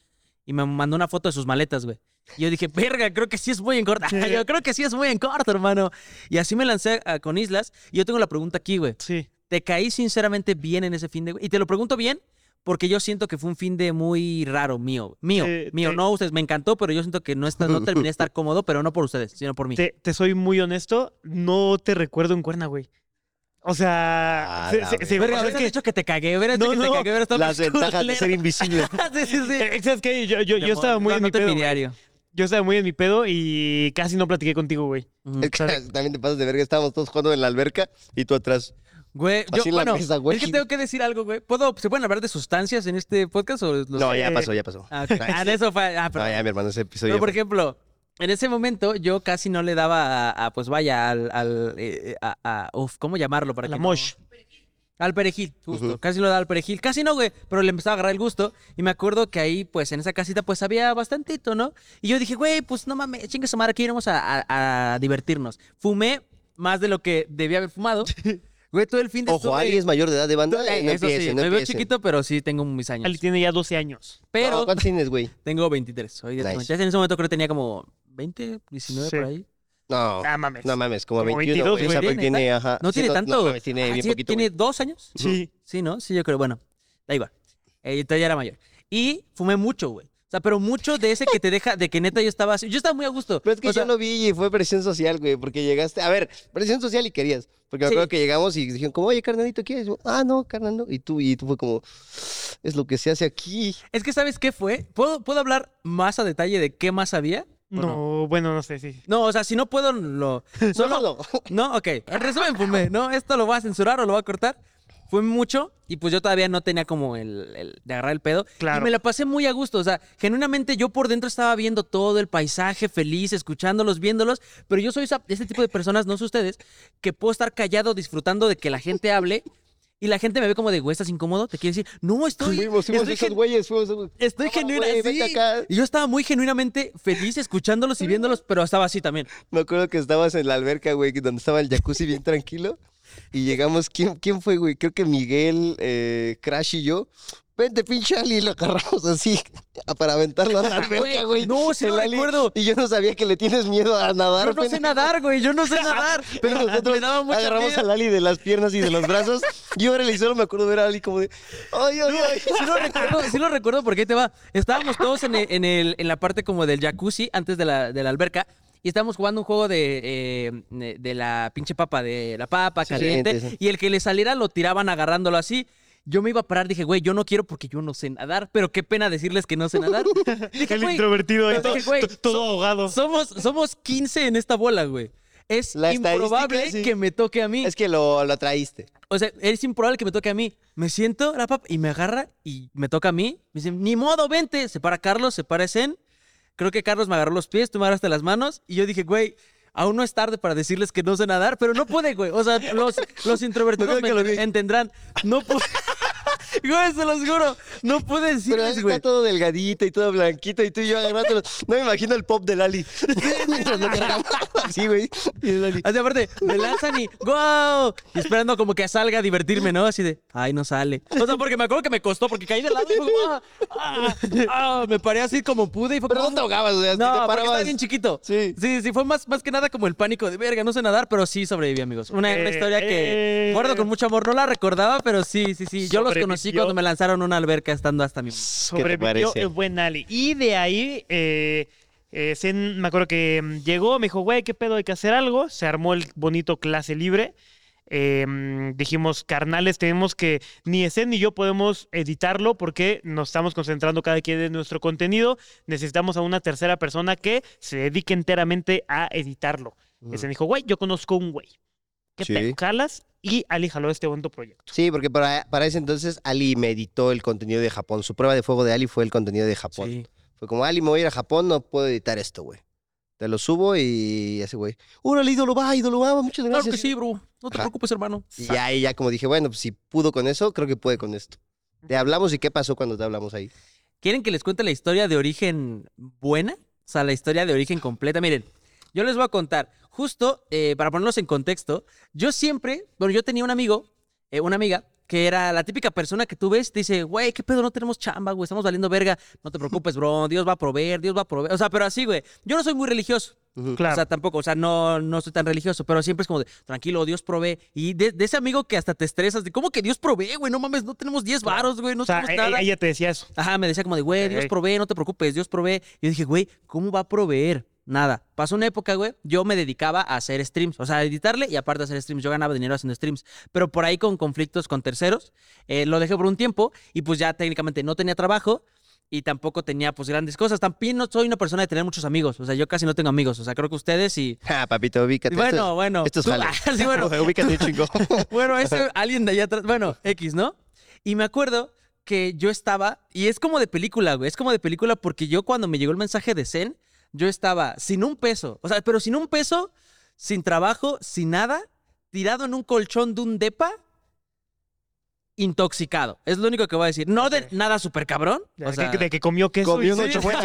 A: Y me mandó una foto de sus maletas, güey. Y yo dije, verga, creo que sí es muy en corto. yo creo que sí es muy en corto, hermano. Y así me lancé ah, con Islas. Y yo tengo la pregunta aquí, güey.
B: Sí.
A: Te caí sinceramente bien en ese fin de... güey? Y te lo pregunto bien porque yo siento que fue un fin de muy raro mío. Mío,
B: Te-
A: mío.
B: te-
A: No, ustedes me encantó, pero yo siento que no, está- no terminé de estar cómodo, pero no por ustedes, sino por mí.
B: Te, te soy muy honesto, no te recuerdo en cuerna, güey. O sea,
C: Ah,
B: se-
C: la
B: se- se-
A: Verga,
B: o sea, es
A: hubieras
B: que-
A: dicho que te cagué, hubieras dicho
B: No,
A: que te
B: no,
A: cagué, hubieras estado
C: Las
A: bien
C: ventajas de ser
A: culero.
C: invisible.
A: Sí, sí, sí.
B: eh, ¿sabes qué? Yo, yo- yo estaba muy
A: No,
B: en
A: no
B: mi
A: te
B: pedo.
A: mi diario.
B: Yo estaba muy en mi pedo y casi no platiqué contigo, güey.
A: Ujú.
C: Es que también te pasas de verga. Estábamos todos jugando en la alberca y tú atrás.
A: Güey, yo,
C: Así en la
A: bueno,
C: mesa, güey.
A: es que tengo que decir algo, güey. ¿Puedo, ¿Se pueden hablar de sustancias en este podcast? O los-
C: No, ya pasó, ya pasó.
A: Ah, ok. Ah, de eso fue... Ah,
C: No,
A: perdón.
C: ya, mi hermano, ese episodio.
A: Pero, por ejemplo, en ese momento yo casi no le daba a, a, pues vaya, al, al eh, eh, a, a- uf, ¿cómo llamarlo? Para
B: A la
A: que
B: mosh.
A: no- Al perejil, justo.
C: Ujú.
A: Casi no le daba al perejil. Casi no, güey, pero le empezaba a agarrar el gusto. Y me acuerdo que ahí, pues, en esa casita, pues, había bastantito, ¿no? Y yo dije, güey, pues, no mames, chingue su madre, aquí iremos a, a- a divertirnos. Fumé más de lo que debía haber fumado. Güey, todo el fin de
C: Ojo,
A: estuve-
C: Ali es mayor de edad de banda.
A: Eh,
C: no
A: eso sí,
C: empiecen, no
A: me veo
C: empiecen.
A: chiquito, pero sí tengo mis años.
B: Ali tiene ya 12 años.
A: Pero...
C: No, ¿Cuántos tienes, güey?
A: Tengo 23. Hoy ya tengo
C: Nice.
A: 23. En ese momento creo que tenía como 20, 19
B: Sí.
A: por ahí.
C: No.
B: Ah, mames.
C: Oh. No mames, como,
B: Como
C: 21.
B: 22,
C: güey. O sea, pero
A: Pues, güey.
C: pues, tiene, ajá.
A: No
C: sí,
A: tiene tanto.
C: No, mames, tiene
A: Ah,
C: bien
A: sí,
C: poquito.
A: Tiene
C: güey.
A: dos años.
B: Sí.
A: Sí, ¿no? Sí, yo creo. Bueno, da igual. Eh, entonces ya era mayor. Y fumé mucho, güey. O sea, pero mucho de ese que te deja, de que neta yo estaba así. Yo estaba muy a gusto.
C: Pero es que
A: O sea,
C: yo lo vi y fue presión social, güey, porque llegaste. A ver, presión social y querías. Porque me
A: Sí.
C: acuerdo que llegamos y dijeron, como, oye, carnalito, ¿quieres? Yo, ah, no, carnal, no. Y tú, y tú fue como, es lo que se hace aquí.
A: Es que ¿sabes qué fue? ¿Puedo, ¿Puedo hablar más a detalle de qué más había? ¿O
B: No, bueno, no sé, sí.
A: No, o sea, si no puedo, lo... Solo,
C: Solo.
A: No, ok. En resumen, fumé, ¿no? Esto lo voy a censurar o lo voy a cortar. Fue mucho y pues yo todavía no tenía como el, el de agarrar el pedo.
B: Claro.
A: Y me la pasé muy a gusto. O sea, genuinamente yo por dentro estaba viendo todo el paisaje feliz, escuchándolos, viéndolos. Pero yo soy esa- ese tipo de personas, no sé ustedes, que puedo estar callado disfrutando de que la gente hable y la gente me ve como de, güey, estás incómodo. Te quiere decir, no, estoy.
C: fuimos, fuimos
A: estoy
C: esos
A: gen-
C: güeyes, fuimos. esos-
A: Estoy
C: No,
A: genuina,
C: güey,
A: sí.
C: vete acá.
A: Y yo estaba muy genuinamente feliz escuchándolos y viéndolos, pero estaba así también.
C: Me acuerdo que estabas en la alberca, güey, que donde estaba el jacuzzi bien tranquilo. Y llegamos, ¿quién, quién fue, güey? Creo que Miguel, eh, Crash y yo. Vente, pinche Ali, y lo agarramos así para aventarlo a la alberca, güey.
A: No, sí
C: El
A: lo
C: Ali,
A: recuerdo.
C: Y yo no sabía que le tienes miedo a nadar,
A: Yo no sé
C: pendejo.
A: nadar, güey. Yo no sé nadar. Pero
C: Y nosotros
A: me daba mucho
C: agarramos
A: miedo.
C: a Lali de las piernas y de los brazos. Y ahora le solo me acuerdo ver a Lali como de, ay, ay, ay.
A: Sí lo recuerdo, sí lo recuerdo porque ahí te va. Estábamos todos en, el- en, el- en la parte como del jacuzzi antes de la, de la alberca. Y estábamos jugando un juego de, eh, de la pinche papa, de la papa caliente.
C: sí, sí.
A: Y el que le saliera lo tiraban agarrándolo así. Yo me iba a parar, dije, güey, yo no quiero porque yo no sé nadar. Pero qué pena decirles que no sé nadar. Dije,
B: El
A: güey,
B: introvertido, ahí,
A: pero
B: todo,
A: dije, güey,
B: to- todo
A: so-
B: ahogado.
A: somos, somos 15 en esta bola, güey. Es
C: La estadística,
A: improbable
C: sí.
A: que me toque a mí.
C: Es que lo, lo traíste.
A: O sea, es improbable que me toque a mí. Me siento, la papa, y me agarra y me toca a mí. Me dice, ni modo, vente. Se para Carlos, se para Zen. Creo que Carlos me agarró los pies, tú me agarraste las manos. Y yo dije, güey, aún no es tarde para decirles que no sé nadar, pero no pude, güey. O sea, los, los introvertidos
C: Me
A: me
C: acuerdo que lo vi.
A: entenderán. No pude. güey, se los juro. No pude
C: Pero ahí
A: decirles,
C: está
A: güey.
C: todo delgadito y todo blanquito y tú y yo agarrándolo. No me imagino el pop de Lali. Mientras lo cargamos. Sí, güey. Y el Lali.
A: Así aparte, me lanzan y ¡Wow! Y esperando como que salga a divertirme, ¿no? Así de, ay, no sale. O sea, porque me acuerdo que me costó, porque caí de lado y fue como, "Ah, ah, ah", me paré así como pude y fue
C: Pero
A: como.
C: no te ahogabas, o sea, si
A: No,
C: te
A: porque estaba
C: parabas.
A: bien chiquito.
C: Sí.
A: Sí, sí, fue más, más que nada como el pánico de verga, no sé nadar, pero sí sobreviví, amigos. Una, una
B: Eh,
A: historia que
B: eh.
A: guardo con mucho amor. No la recordaba, pero sí, sí, sí. Yo los conocí
B: Sobrevivió.
A: cuando me lanzaron a una alberca estando hasta mi.
B: Sobrevivió
C: parece?
B: el buen Ali. Y de ahí, eh, eh, Zen, me acuerdo que mm, llegó, me dijo, güey, ¿qué pedo? Hay que hacer algo. Se armó el bonito clase libre. Eh, mm, dijimos, carnales, tenemos que, ni Zen ni yo podemos editarlo porque nos estamos concentrando cada quien en nuestro contenido. Necesitamos a una tercera persona que se dedique enteramente a editarlo. Zen dijo, güey, yo conozco un güey. ¿Qué
C: Mm. Sí.
B: te calas? y Ali jaló este bonito proyecto.
C: Sí, porque para, para ese entonces Ali meditó el contenido de Japón. Su prueba de fuego de Ali fue el contenido de Japón.
A: Sí.
C: Fue como, Ali, me voy a ir a Japón, no puedo editar esto, güey. Te lo subo y ese güey, órale, ídolo, va, ídolo, va, muchas
A: Claro
C: gracias.
A: que sí, bro. No te
C: Ajá.
A: preocupes, hermano.
C: Y ya, y ya como dije, bueno, pues si pudo con eso, creo que puede con esto. Te hablamos y qué pasó cuando te hablamos ahí.
A: ¿Quieren que les cuente la historia de origen buena? O sea, la historia de origen completa. Miren, yo les voy a contar. Justo, eh, para ponerlos en contexto, yo siempre, bueno, yo tenía un amigo, eh, una amiga, que era la típica persona que tú ves, te dice, güey, qué pedo, no tenemos chamba, güey, estamos valiendo verga. No te preocupes, bro, Dios va a proveer, Dios va a proveer. O sea, pero así, güey. Yo no soy muy religioso. O
B: Claro.
A: sea, tampoco, o sea, no, no soy tan religioso, pero siempre es como de, tranquilo, Dios provee. Y de, de ese amigo que hasta te estresas, de, ¿cómo que Dios provee, güey? No mames, no tenemos 10 varos, güey, no
B: O sea,
A: tenemos
B: e-
A: nada.
B: e- ella te decía eso.
A: Ajá, me decía como de, güey, Dios
B: Ok.
A: provee, no te preocupes, Dios provee. Yo dije, güey, ¿cómo va a proveer? Nada. Pasó una época, güey, yo me dedicaba a hacer streams, o sea, a editarle y aparte a hacer streams. Yo ganaba dinero haciendo streams, pero por ahí con conflictos con terceros, eh, lo dejé por un tiempo y pues ya técnicamente no tenía trabajo y tampoco tenía pues grandes cosas. También no soy una persona de tener muchos amigos, o sea, yo casi no tengo amigos, o sea, creo que ustedes y...
C: Ah, papito, ubícate.
A: y bueno,
C: Esto es-
A: bueno.
C: esto es
A: tú-
C: jale.
A: Sí, bueno,
C: ubícate un chingo.
A: bueno, ese alguien de allá atrás. Bueno, X, ¿no? Y me acuerdo que yo estaba. Y es como de película, güey. Es como de película porque yo cuando me llegó el mensaje de Zen, yo estaba sin un peso. O sea, pero sin un peso, sin trabajo, sin nada, tirado en un colchón de un depa, intoxicado. Es lo único que voy a decir. No de nada súper cabrón.
B: Ya,
A: O sea,
B: que- de que comió queso.
C: comió
B: y-
C: un
B: sí.
C: nochebuena.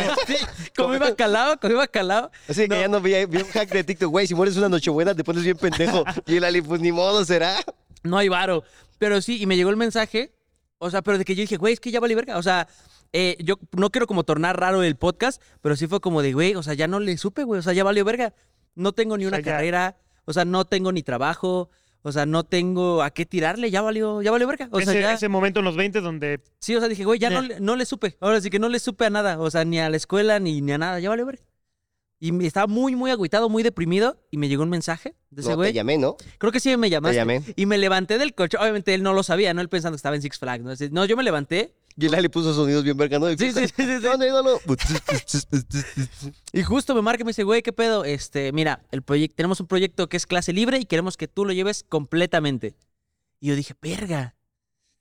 A: comí bacalao, comí bacalao.
C: Así que
A: No.
C: ya no vi, vi un hack de TikTok, güey, si mueres una nochebuena te pones bien pendejo. Y el Ali, pues ni modo será.
A: No hay varo. Pero sí, y me llegó el mensaje. O sea, pero de que yo dije, güey, es que ya vale verga. O sea, eh, yo no quiero como tornar raro el podcast, pero sí fue como de, güey, o sea, ya no le supe, güey. O sea, ya valió verga. No tengo ni
B: O
A: una
B: sea, ya-
A: carrera. O sea, no tengo ni trabajo. O sea, no tengo a qué tirarle. Ya valió, ya valió verga. O sea,
B: ese,
A: ya,
B: ese momento en los 20 donde
A: sí, o sea, dije, güey, ya no,
B: Ya.
A: le- no le supe. Ahora sí que no le supe a nada. O sea, ni a la escuela, ni, ni a nada. Ya valió verga. Y me- estaba muy, muy agüitado, muy deprimido. Y me llegó un mensaje de ese
C: No, te
A: güey.
C: llamé, ¿no?
A: Creo que sí me
C: Te
A: llamaste.
C: llamé.
A: Y me levanté del coche. Obviamente él no lo sabía, ¿no? Él pensando que estaba en Six Flags. No, Así, no yo me levanté.
C: Y el Ali puso sonidos bien verga, ¿no? Y-
A: Sí, sí, sí, sí, sí.
C: ¿Qué onda, ídolo?
A: Y justo me marca y me dice, güey, ¿qué pedo? Este, mira, el proyecto tenemos un proyecto que es clase libre y queremos que tú lo lleves completamente. Y yo dije, verga.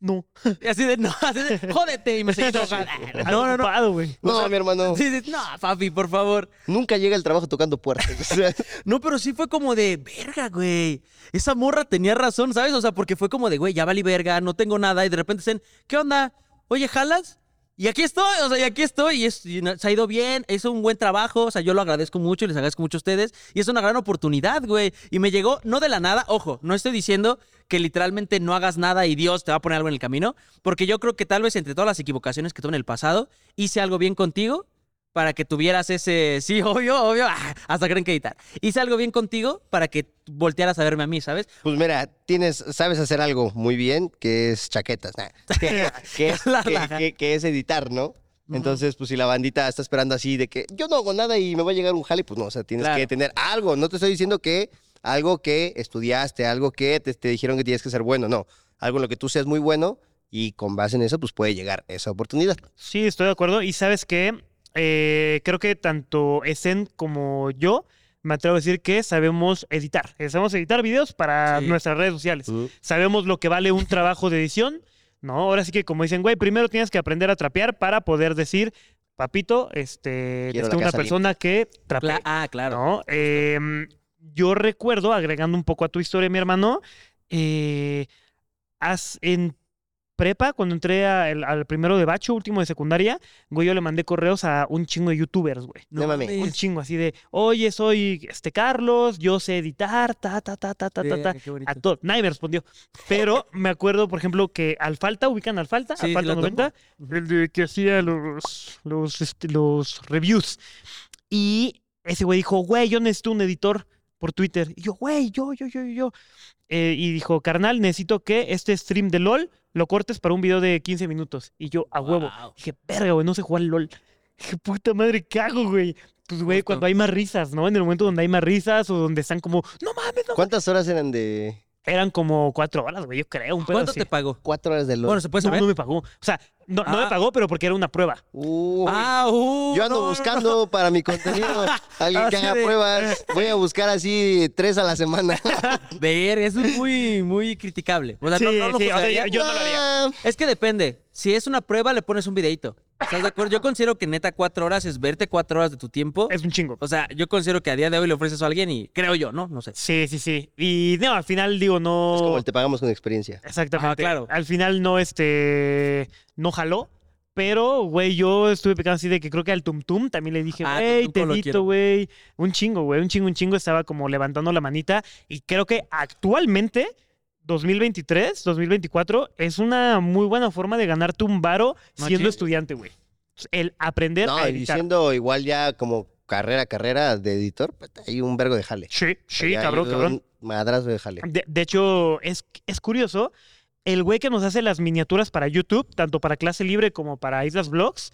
B: no.
A: Y así de, no, así de, jódete. Y me seguí drogando. No, no, no.
B: Ocupado, güey.
C: No, mi hermano.
A: Sí, sí, no, papi, por favor.
C: Nunca llega el trabajo tocando puertas. O sea,
A: No, pero sí fue como de, verga, güey. Esa morra tenía razón, ¿sabes? O sea, porque fue como de, güey, ya valí verga, no tengo nada. Y de repente dicen, ¿qué onda? Oye, ¿jalas? Y aquí estoy, o sea, y aquí estoy. Y, es- y no- se ha ido bien, hizo un buen trabajo. O sea, yo lo agradezco mucho y les agradezco mucho a ustedes. Y es una gran oportunidad, güey. Y me llegó, no de la nada, ojo, no estoy diciendo que literalmente no hagas nada y Dios te va a poner algo en el camino. Porque yo creo que tal vez entre todas las equivocaciones que tuve en el pasado, hice algo bien contigo para que tuvieras ese, sí, obvio, obvio, ah, hasta creen que editar. Hice algo bien contigo para que voltearas a verme a mí, ¿sabes?
C: pues mira, tienes, sabes hacer algo muy bien, que es chaquetas, nah. que, que es,
A: La
C: que-
A: laja.
C: que- que es editar, ¿no? Entonces, pues si la bandita está esperando así de que yo no hago nada y me va a llegar un jale, pues no, o sea, tienes
A: Claro.
C: que tener algo. No te estoy diciendo que algo que estudiaste, algo que te, te dijeron que tienes que ser bueno, no. Algo en lo que tú seas muy bueno y con base en eso, pues puede llegar esa oportunidad.
A: Pues,
B: Sí, estoy de acuerdo. Y sabes que creo que tanto Esen como yo me atrevo a decir que sabemos editar. Eh, Sabemos editar videos para
A: Sí.
B: nuestras redes sociales. Sabemos lo que vale un trabajo de edición. No, ahora sí que como dicen, güey, primero tienes que aprender a trapear para poder decir, papito, este,
C: Quiero la
B: necesito una
C: casa
B: persona que trapee.
A: Cla- ah, claro.
B: ¿no? Em, yo recuerdo, agregando un poco a tu historia, mi hermano, eh, as- en prepa, cuando entré a el- al primero de bacho, último de secundaria, güey, yo le mandé correos a un chingo de youtubers, güey.
C: No mames.
B: Un chingo así de, oye, soy este Carlos, yo sé editar, ta, ta, ta, ta, ta, ta, ta. A todo. Nadie me respondió. Pero me acuerdo, por ejemplo, que Alfalta, ubican a Alfalta,
A: Sí, sí,
B: Alfalta
A: lo topo.
B: 90, el de que hacía los, los, este, los reviews. Y ese güey dijo, güey, yo necesito un editor por Twitter. Y yo, güey, yo, yo, yo, yo, yo. Eh, y dijo, carnal, necesito que este stream de LOL lo cortes para un video de 15 minutos. Y yo, a huevo.
A: Wow.
B: Dije, verga, güey, no sé jugar LOL. Dije, puta madre, ¿qué hago, güey? Pues, güey,
A: Justo.
B: cuando hay más risas, ¿no? En el momento donde hay más risas o donde están como, no mames, no
C: ¿Cuántas horas eran de,
B: Eran como cuatro horas, güey, yo creo, un pedo
A: ¿Cuánto
B: así.
A: te pagó?
C: Cuatro horas de LOL.
A: Bueno, ¿se puede
B: No,
A: saber?
B: no me pagó. O sea, no, no me
A: Ah.
B: pagó, pero porque era una prueba.
C: Uh,
A: Ah, uh,
C: yo ando
A: no, no,
C: buscando para mi contenido alguien
A: Así
C: que
B: Ah,
C: haga
A: de-
C: pruebas. Voy a buscar así tres a la semana.
A: no. Ver, eso es muy, muy criticable. O sea,
B: Sí,
A: no- no lo
B: sí, o sea,
A: juzgaría.
B: yo- no lo haría.
C: Ah,
A: Es que depende. Si es una prueba, le pones un videito. ¿Estás de acuerdo? Yo considero que neta cuatro horas es verte cuatro horas de tu tiempo.
B: Es un chingo.
A: O sea, yo considero que a día de hoy le ofreces a alguien y creo yo, ¿no? No sé.
B: Sí, sí, sí. Y no, al final digo, no.
C: Es como el te pagamos con experiencia.
B: Exactamente.
A: Ah, claro.
B: Al final no, este, no jaló. Pero, güey, yo estuve picando así de que creo que al Tum Tum también le dije,
A: Ah,
B: güey,
A: Tum Tum lo
B: Tedito,
A: quiero".
B: güey. Un chingo, güey, un chingo, un chingo. Estaba como levantando la manita. Y creo que actualmente, 2023, 2024, es una muy buena forma de ganar un varo
A: No
B: siendo
A: chingues.
B: estudiante, güey. El aprender
C: No,
B: a
C: y
B: editar.
C: siendo igual ya como carrera, carrera de editor, pues, hay un vergo de jale.
B: Sí, sí,
C: Ya hay
B: cabrón,
C: un
B: cabrón.
C: Madrazo de jale.
B: De, de hecho, es, es curioso. El güey que nos hace las miniaturas para YouTube, tanto para Clase Libre como para Islas Vlogs.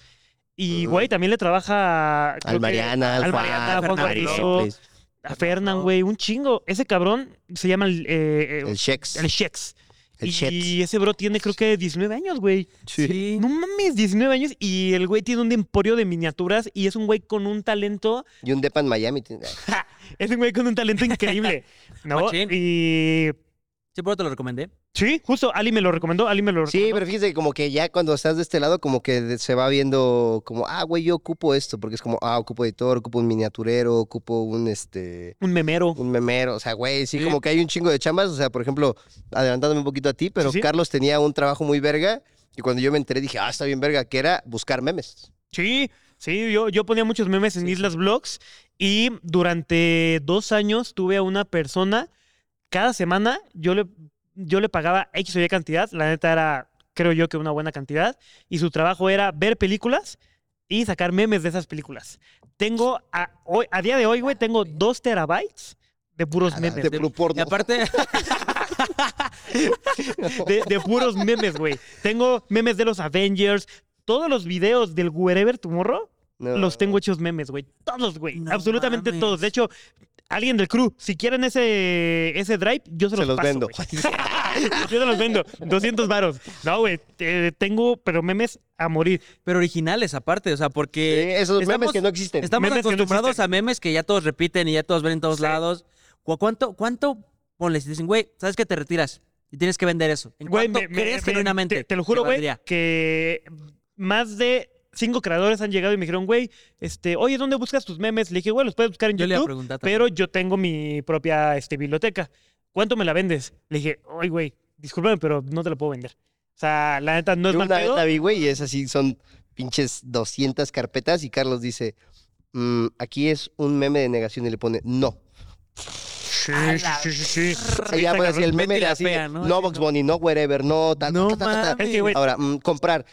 B: Y,
C: Ujú.
B: güey, también le trabaja... creo
C: Al
B: que
C: Mariana, al
B: al
C: Juan,
B: Mariana,
C: al
B: Juan Guarnizo,
C: Mauricio,
B: a Fernan, güey. Un chingo. Ese cabrón se llama el... eh, eh,
C: el Shex,
B: el Shex.
C: el Shex.
B: Y ese bro tiene creo que 19 años, güey.
A: Sí.
B: No mames, 19 años. Y el güey tiene un emporio de miniaturas y es un güey con un talento...
C: Y un depa en Miami. tiene-
B: Es un güey con un talento increíble. ¿No?
A: Machín.
B: Y...
A: Sí, por eso te lo recomendé.
B: Sí, justo, Ali me lo recomendó, Ali me lo recomendó.
C: Sí, pero fíjense que como que ya cuando estás de este lado, como que de- se va viendo como, ah, güey, yo ocupo esto, porque es como, ah, ocupo editor, ocupo un miniaturero, ocupo un, este,
B: Un memero.
C: un memero, o sea, güey, sí,
A: Sí.
C: como que hay un chingo de chambas, o sea, por ejemplo, adelantándome un poquito a ti, pero
B: Sí, sí.
C: Carlos tenía un trabajo muy verga, y cuando yo me enteré dije, ah, está bien verga, que era buscar memes.
B: Sí, sí, yo, yo ponía muchos memes en Islas Vlogs y durante dos años tuve a una persona, cada semana yo le, yo le pagaba X o Y cantidad, la neta era, creo yo que una buena cantidad, y su trabajo era ver películas y sacar memes de esas películas. Tengo, a, hoy, a día de hoy, güey, tengo dos terabytes de puros memes.
C: De puro porno.
A: Y aparte,
B: de, de puros memes, güey. Tengo memes de los Avengers. Todos los videos del Wherever Tomorrow
C: No.
B: los tengo hechos memes, güey. Todos, güey.
A: No
B: Absolutamente
A: mames.
B: todos. De hecho, alguien del crew, si quieren ese, ese drive, yo se
C: Se
B: los,
C: los
B: paso,
C: vendo.
B: güey. yo se los vendo. 200 varos. No, güey. eh, tengo, pero memes a morir.
A: pero originales aparte, o sea,
C: Sí,
A: porque
C: Eh, esos memes
A: estamos-
C: que no existen.
A: estamos
B: Memes que no
A: acostumbrados
B: existen.
A: a memes que ya todos repiten y ya todos ven en todos
B: Sí.
A: lados. ¿Cu- ¿Cuánto, cuánto, ponle, si te dicen, güey, sabes que te retiras y tienes que vender eso? ¿En
B: Güey,
A: cuánto
B: me- me-
A: crees
B: me-
A: genuinamente?
B: Te, te lo
A: que
B: juro, güey,
A: valdría?
B: que más de cinco creadores han llegado y me dijeron, güey, este, oye, ¿dónde buscas tus memes? Le dije, güey, los puedes buscar en
A: Yo le iba a
B: YouTube.
A: preguntar también.
B: pero yo tengo mi propia este, biblioteca. ¿Cuánto me la vendes? Le dije, oye, güey, discúlpame, pero no te la puedo vender. O sea, la neta no es
C: Yo
B: mal
C: una vez
B: pedo.
C: la vi, güey, y es así, son pinches 200 carpetas y Carlos dice, "Mm, aquí es un meme de negación y le pone, no.
B: Sí, sí, sí, sí, Pues, sí.
C: Y ya
B: Está
C: puede decir el
B: cabrón.
C: meme de
A: Betty la
C: así, de,
A: fea,
C: no,
A: ¿no?
C: Box Bunny, no wherever, no tal,
A: No
C: ta, ta, ta, ta".
A: mames.
B: Es que, güey,
C: Ahora, mm, comprar.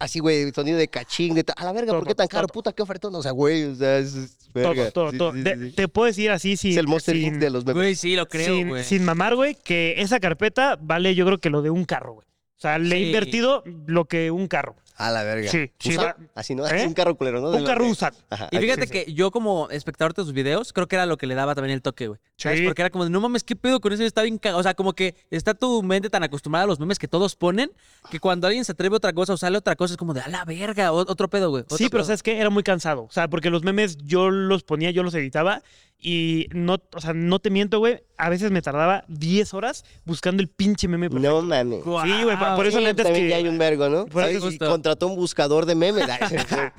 C: Así, güey, sonido de cachín, de ta- a la verga, ¿por
B: Todo,
C: qué tan caro?
B: todo.
C: Puta, qué ofertón. O sea, güey, o sea, es, es verga.
B: todo, todo,
C: Sí,
B: todo.
C: sí,
B: De-
C: sí, sí.
B: Te puedo decir así, sin,
C: Es el Monster
B: sin,
C: Inc. de los memes.
A: Güey, sí, lo creo,
B: sin-
A: güey.
B: sin mamar, güey, que esa carpeta vale, yo creo que lo de un carro, güey. O sea, le he
A: Sí.
B: invertido lo que un carro.
C: A la verga.
B: Sí, sí,
C: Usado,
B: va-
C: Así, ¿no?
B: ¿Eh?
C: Así un carro culero, ¿no? De
B: un
C: lo
B: carro
C: de-
B: usado.
C: Ajá,
A: Y
C: ahí.
A: fíjate
B: sí.
A: que yo como espectador de sus videos, creo que era lo que le daba también el toque, güey. ¿Sabes?
B: Sí.
A: Porque era como, de, no mames, qué pedo con eso, está bien cagado. O sea, como que está tu mente tan acostumbrada a los memes que todos ponen, que cuando alguien se atreve a otra cosa o sale otra cosa, es como de, a la verga, o- otro pedo, güey. otro
B: Sí, pero
A: pedo".
B: ¿sabes qué? Era muy cansado. O sea, porque los memes yo los ponía, yo los editaba y no, o sea, no te miento, güey. A veces me tardaba 10 horas buscando el pinche meme. perfecto.
C: No mames.
B: Sí, güey, pa- por eso
C: Sí,
B: la neta es
C: también
B: que...
C: ya hay un vergo, ¿no?
B: Por
C: Ahí
A: eso
C: sí,
A: justo.
C: contrató un buscador de memes.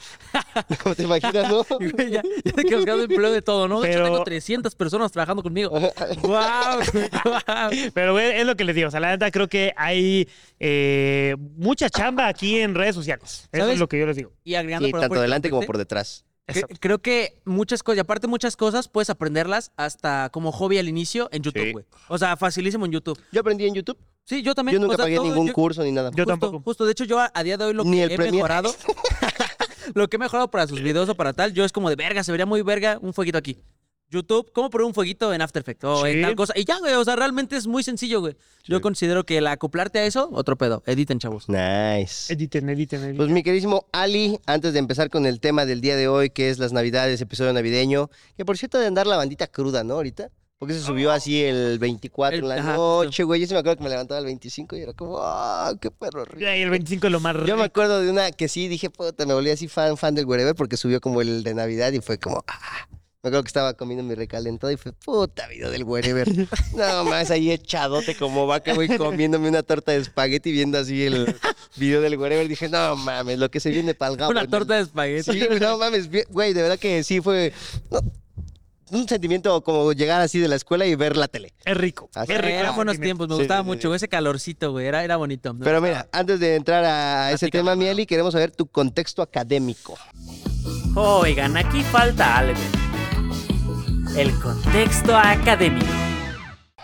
C: ¿Cómo te imaginas, no?
A: Y, güey, ya, ya te quedas buscando empleo de todo, ¿no? De hecho,
B: Pero-
A: tengo 300 personas trabajando conmigo. ¡Guau! güey, guau.
B: Pero güey, es lo que les digo. O sea, la neta creo que hay eh, mucha chamba aquí en redes sociales. Eso es
A: ¿Sabes?
B: lo que yo les digo.
A: Y agregando...
C: Sí,
A: perdón
C: tanto
A: por
C: delante como
A: interrumpirte,
C: por detrás.
A: Que- creo que muchas cosas, y aparte muchas cosas, puedes aprenderlas hasta como hobby al inicio en
C: Sí.
A: YouTube, güey. O sea, facilísimo en YouTube.
C: Yo aprendí en YouTube.
A: Sí, yo también.
C: Yo nunca
A: o sea,
C: pagué
A: todo-
C: ningún
A: yo-
C: curso ni nada.
B: Yo
A: justo,
B: tampoco.
A: Justo, de hecho, yo a, a día de hoy lo
C: Ni
A: que
C: el
A: he
C: Premiere.
A: mejorado. lo que he mejorado para sus videos o para tal, yo es como de verga, se vería muy verga un fueguito aquí. YouTube, ¿cómo poner un fueguito en After Effects? O
B: Sí.
A: en tal cosa. Y ya, güey, o sea, realmente es muy sencillo, güey. Yo considero que el acoplarte a eso, otro pedo. Editen, chavos.
C: Nice.
B: Editen, editen, editen.
C: Pues mi queridísimo Ali, antes de empezar con el tema del día de hoy, que es las navidades, episodio navideño, que por cierto ha de andar la bandita cruda, ¿no? Ahorita. Porque se subió así el 24 en la
A: El- ajá,
C: noche, güey. Yo sí me acuerdo que me levantaba el 25 y era como, ¡ah, qué perro rico!
B: Ay, el 25 es lo más rico.
C: Yo me acuerdo de una que sí dije, puta, me volví así fan, fan del Wherever porque subió como el de Navidad y fue como, ¡ah! Me acuerdo que estaba comiendo mi recalentado y fue, puta, video del Wherever. no más, ahí echadote como vaca, güey, comiéndome una torta de espagueti viendo así el video del Wherever. Dije, no mames, lo que se viene para el
A: Una torta de espagueti.
C: pues, Sí, no mames, bien- güey, de verdad que sí fue no, un sentimiento como llegar así de la escuela y ver la tele.
B: Es rico.
C: Así
B: es rico.
A: Eran buenos
B: Sí,
A: tiempos, me
C: sí,
A: gustaba
C: sí,
A: mucho, güey, ese calorcito, güey, era, era bonito. me
C: Pero
A: gustaba.
C: mira, antes de entrar a ese tema, Mieli, queremos saber tu contexto académico.
F: Oigan, aquí falta algo. El contexto académico.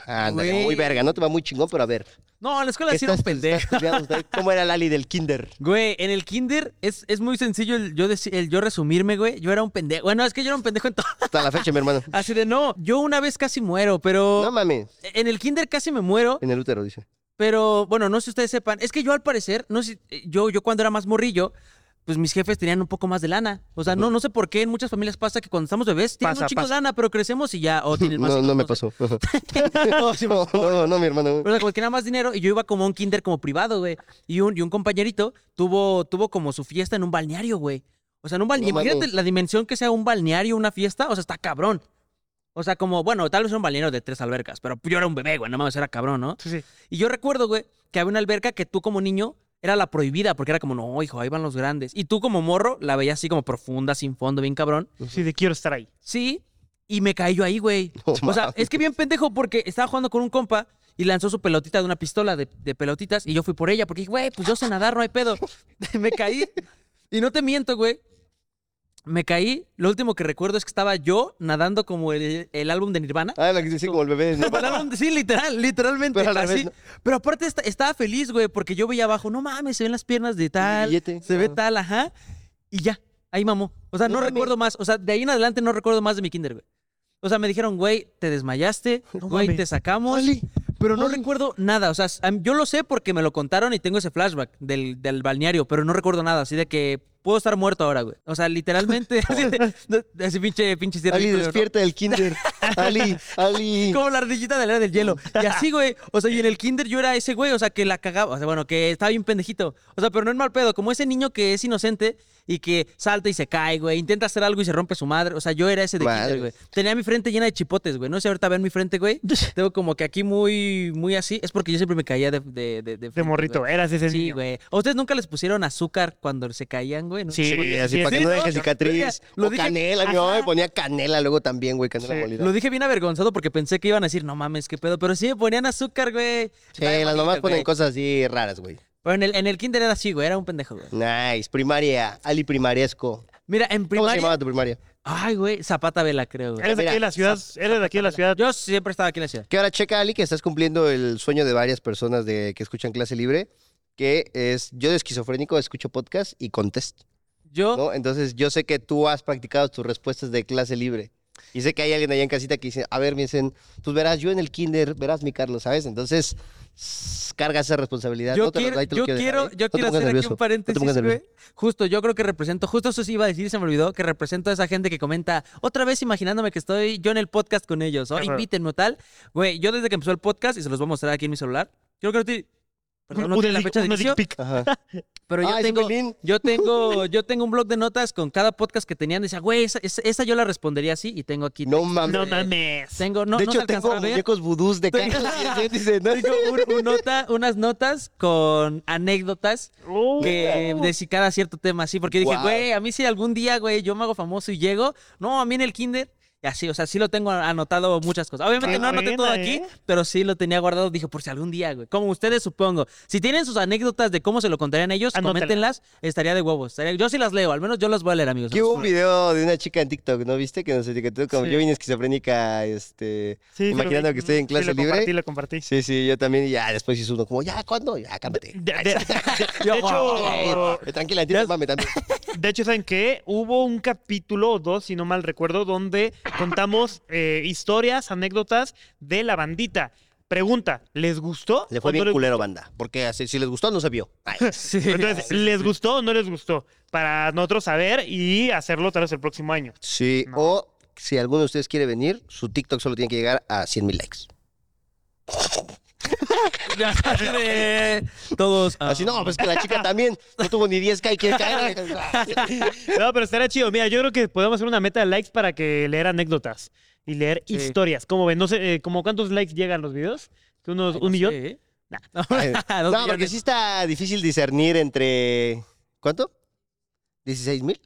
C: Ándale,
A: Güey.
C: muy verga, no te va muy chingón, pero a ver.
A: No, en la escuela sí era un
C: estás-
A: pendejo.
C: estás estudiando usted? ¿Cómo era Lali del kinder?
A: Güey, en el kinder es, es muy sencillo el yo, deci- el yo resumirme, güey. Yo era un pendejo. Bueno, es que yo era un pendejo en todo.
C: Hasta la fecha, mi hermano.
A: Así de, no, yo una vez casi muero, pero...
C: No mames,
A: En el kinder casi me muero,
C: en el útero, dice.
A: pero bueno, no sé si ustedes sepan. Es que yo al parecer, no sé, eh, yo, yo cuando era más morrillo, pues mis jefes tenían un poco más de lana. O sea, no, no sé por qué en muchas familias pasa que cuando estamos bebés tienen
B: Pasa,
A: un chico de
B: pasa.
A: lana, pero crecemos y ya, o tienen más.
C: No,
A: hijos,
C: no me
A: sé.
C: pasó. no, no, no, mi hermano.
A: O sea, como que tenía más dinero y yo iba como a un kinder como privado, güey. Y un, y un compañerito tuvo, tuvo como su fiesta en un balneario, güey. O sea, en un balneario.
C: No mames.
A: Imagínate la dimensión que sea un balneario, una fiesta. O sea, está cabrón. O sea, como, bueno, tal vez era un balneario de tres albercas, pero yo era un bebé, güey. No mames, era cabrón, ¿no?
B: Sí, sí.
A: Y yo recuerdo, güey, que había una alberca que tú como niño era la prohibida, porque era como, no, hijo, ahí van los grandes. Y tú como morro la veías así como profunda, sin fondo, bien cabrón.
B: Sí, de quiero estar ahí.
A: Sí, y me caí yo ahí, güey.
C: No
A: o sea,
C: mames.
A: es que bien pendejo porque estaba jugando con un compa y lanzó su pelotita de una pistola de, de pelotitas y yo fui por ella porque dije, güey, pues yo sé nadar, no hay pedo. me caí y no te miento, güey. Me caí. Lo último que recuerdo es que estaba yo nadando como el, el álbum de Nirvana.
C: Ah, la que se dice como el bebé. ¿no?
A: Como el álbum de- Sí, literal, literalmente.
C: Pero
A: Pero,
C: al revés,
A: así.
C: ¿no?
A: Pero aparte esta- estaba feliz, güey, porque yo veía abajo, no mames, se ven las piernas de tal,
C: billete,
A: se ve
C: ajá.
A: tal, ajá. Y ya, ahí mamó. O sea,
C: No
A: no,
C: mames.
A: recuerdo más. O sea, de ahí en adelante no recuerdo más de mi kinder, güey. O sea, me dijeron, güey, te desmayaste, güey,
B: mames.
A: te sacamos.
C: Oli,
A: pero no
C: Oli.
A: recuerdo nada. O sea, s- am- yo lo sé porque me lo contaron y tengo ese flashback del, del balneario, pero no recuerdo nada. Así de que puedo estar muerto ahora, güey. O sea, literalmente. así, de- así pinche, pinche cierre
C: Ali,
A: culero, ¿no?
C: despierta del kinder. Ali, Ali.
A: Como la ardillita de la era del hielo. Y así, güey. O sea, y en el kinder yo era ese güey, o sea, que la cagaba. O sea, bueno, que estaba bien pendejito. O sea, pero no es mal pedo. Como ese niño que es inocente y que salta y se cae, güey. Intenta hacer algo y se rompe su madre. O sea, yo era ese de
C: Madre.
A: kinder, güey. Tenía mi frente llena de chipotes, güey. No sé, ahorita ven mi frente, güey. Tengo como que aquí muy, muy así. Es porque yo siempre me caía de... De, de,
B: De
A: frente,
B: morrito.
A: güey.
B: Eras ese
A: Sí,
B: niño.
A: güey. ¿A ustedes nunca les pusieron azúcar cuando se caían, güey? ¿No?
B: Sí,
C: Sí, así
B: sí,
C: para que
B: sí,
C: no
B: ¿no?
C: deje cicatriz.
A: Lo
C: o
A: dije-
C: canela, mi mamá me ponía canela luego también, güey, canela
B: Sí.
C: molida.
A: Lo dije bien avergonzado porque pensé que iban a decir, no mames, qué pedo. Pero sí me ponían azúcar, güey.
C: Sí,
A: Está bien
C: las mamás
A: bonito,
C: ponen
A: güey.
C: cosas así raras, güey.
A: Pero en el, en el kinder era así, güey, era un pendejo, güey.
C: Nice, primaria, Ali primariesco.
A: Mira, en
C: ¿Cómo se
A: primaria...
C: llamaba Eh, tu primaria?
A: Ay, güey, Zapata Vela, creo, güey.
B: Eres de aquí de
C: Mira,
B: la ciudad. Eres de aquí de la ciudad.
A: Yo siempre estaba aquí en la ciudad.
C: Que ahora checa, Ali, que estás cumpliendo el sueño de varias personas de, que escuchan clase libre, que es yo de esquizofrénico escucho podcast y contesto,
A: Yo,
C: ¿no? Entonces yo sé que tú has practicado tus respuestas de clase libre. Y sé que hay alguien allá en casita que dice, a ver, me dicen, pues verás, yo en el kinder, verás mi Carlos, ¿sabes? Entonces, s- carga esa responsabilidad.
A: yo
C: No te-
A: quiero,
C: ahí te lo
A: yo
C: dejar,
A: quiero,
C: ¿eh? No
A: yo
C: te
A: quiero
C: pongas
A: hacer aquí
C: nervioso,
A: un
C: no te
A: paréntesis,
C: pongas nervioso.
A: güey. Justo, yo creo que represento, justo eso sí iba a decir, se me olvidó, que represento a esa gente que comenta, otra vez imaginándome que estoy yo en el podcast con ellos, o
B: Ajá.
A: invítenme o tal. Güey, yo desde que empezó el podcast, y se los voy a mostrar aquí en mi celular, yo creo que... Perdón, no
B: Un
A: tiene la
B: dick-
A: fecha de
B: una dick
A: inicio,
B: pic.
C: Ajá.
A: pero yo
C: Ah, es
A: tengo...
C: Berlín.
A: Yo tengo, yo tengo un blog de notas con cada podcast que tenían. Decía, güey, esa, esa- esa yo la respondería así y tengo aquí.
C: No mames.
B: No mames.
A: Tengo, no,
C: de
A: no
C: hecho,
A: se alcanzó
C: tengo
A: a ver.
C: muñecos vudús de Carlos. y dice, ¿no?
A: Tengo un- un nota- unas notas con anécdotas
B: Oh.
A: que de si cada cierto tema, así. Porque dije,
C: Wow.
A: güey, a mí si algún día, güey, yo me hago famoso y llego. No, a mí en el kinder. Y así, o sea, sí lo tengo anotado muchas cosas. Obviamente
B: Qué
A: no
B: buena,
A: anoté todo aquí,
B: ¿eh?
A: pero sí lo tenía guardado. Dije, por si algún día, güey. Como ustedes supongo. Si tienen sus anécdotas de cómo se lo contarían ellos,
B: Anótala.
A: coméntenlas. Estaría de huevos. Estaría- Yo sí las leo, al menos yo las voy a leer, amigos.
C: Que hubo un video de una chica en TikTok, ¿no viste? Que nos etiquetó como
B: Sí.
C: yo vine esquizofrénica, este,
B: Sí, sí lo
C: imaginando
B: vi.
C: que estoy en
B: Sí,
C: clase
B: lo compartí,
C: libre.
B: lo compartí.
C: Sí, sí, yo también. Y ya después hizo uno como, ya, ¿cuándo? Ya, cálmate.
B: De, de- de hecho,
C: Eh, Tranquila, entiendo, mami, también.
B: de hecho, ¿saben qué? Hubo un capítulo o dos, si no mal recuerdo, donde contamos eh, historias, anécdotas de la bandita. Pregunta, ¿les gustó?
C: Le fue
B: o no
C: bien
B: les-
C: culero, banda. Porque así, si les gustó, no se vio. Ay,
A: Sí.
B: Entonces, ¿les gustó o no les gustó? Para nosotros saber y hacerlo tal vez el próximo año.
C: Sí,
B: No.
C: o si alguno de ustedes quiere venir, su TikTok solo tiene que llegar a 100 mil likes.
A: Eh, Todos. ah,
C: Así, no, pues que la chica también no tuvo ni 10k y quiere caer.
B: No, pero estará chido. Mira, yo creo que podemos hacer una meta de likes para que leer anécdotas y leer
A: Sí.
B: historias. ¿Cómo ven? No sé, eh, ¿cómo cuántos likes llegan los videos? ¿Que ¿Unos, ¿Un millón?
A: sí. Ah,
B: Nah.
A: Dos
C: No, porque
A: millones.
C: sí está difícil discernir entre... ¿Cuánto? ¿16 mil?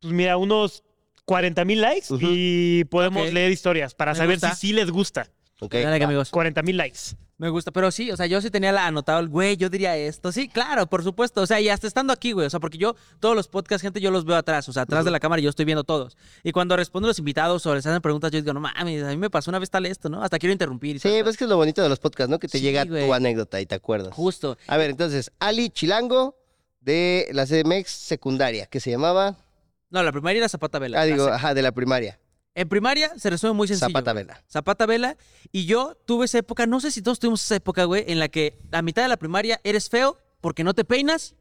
B: Pues mira, unos 40 mil likes
C: Ujú.
B: y podemos
A: Ok.
B: leer historias para
A: Me
B: saber
A: gusta.
B: si sí les gusta.
C: Ok.
A: Dale,
C: va.
A: amigos.
B: 40 mil likes.
A: Me gusta, pero sí, o sea, yo sí tenía la- anotado el güey, yo diría esto. Sí, claro, por supuesto. O sea, y hasta estando aquí, güey. O sea, porque yo, todos los podcasts, gente, yo los veo atrás, o sea, atrás de la cámara y yo estoy viendo todos. Y cuando respondo a los invitados o les hacen preguntas, yo digo, no mames, a mí me pasó una vez tal esto, ¿no? Hasta quiero interrumpir. y
C: Sí,
A: tal,
C: pues que es lo bonito de los podcasts, ¿no? Que te
A: Sí,
C: llega
A: güey.
C: tu anécdota y te acuerdas.
A: tal. Justo.
C: A ver, entonces, Ali Chilango de la CDMX secundaria, que se llamaba...
A: No, la primaria era Zapata Vela.
C: Ah,
A: La
C: digo,
A: sec-
C: ajá, de la primaria.
A: En primaria se resuelve muy sencillo.
C: Zapata
A: güey.
C: Vela.
A: Zapata Vela. Y yo tuve esa época, no sé si todos tuvimos esa época, güey, en la que la mitad de la primaria eres feo porque no te peinas.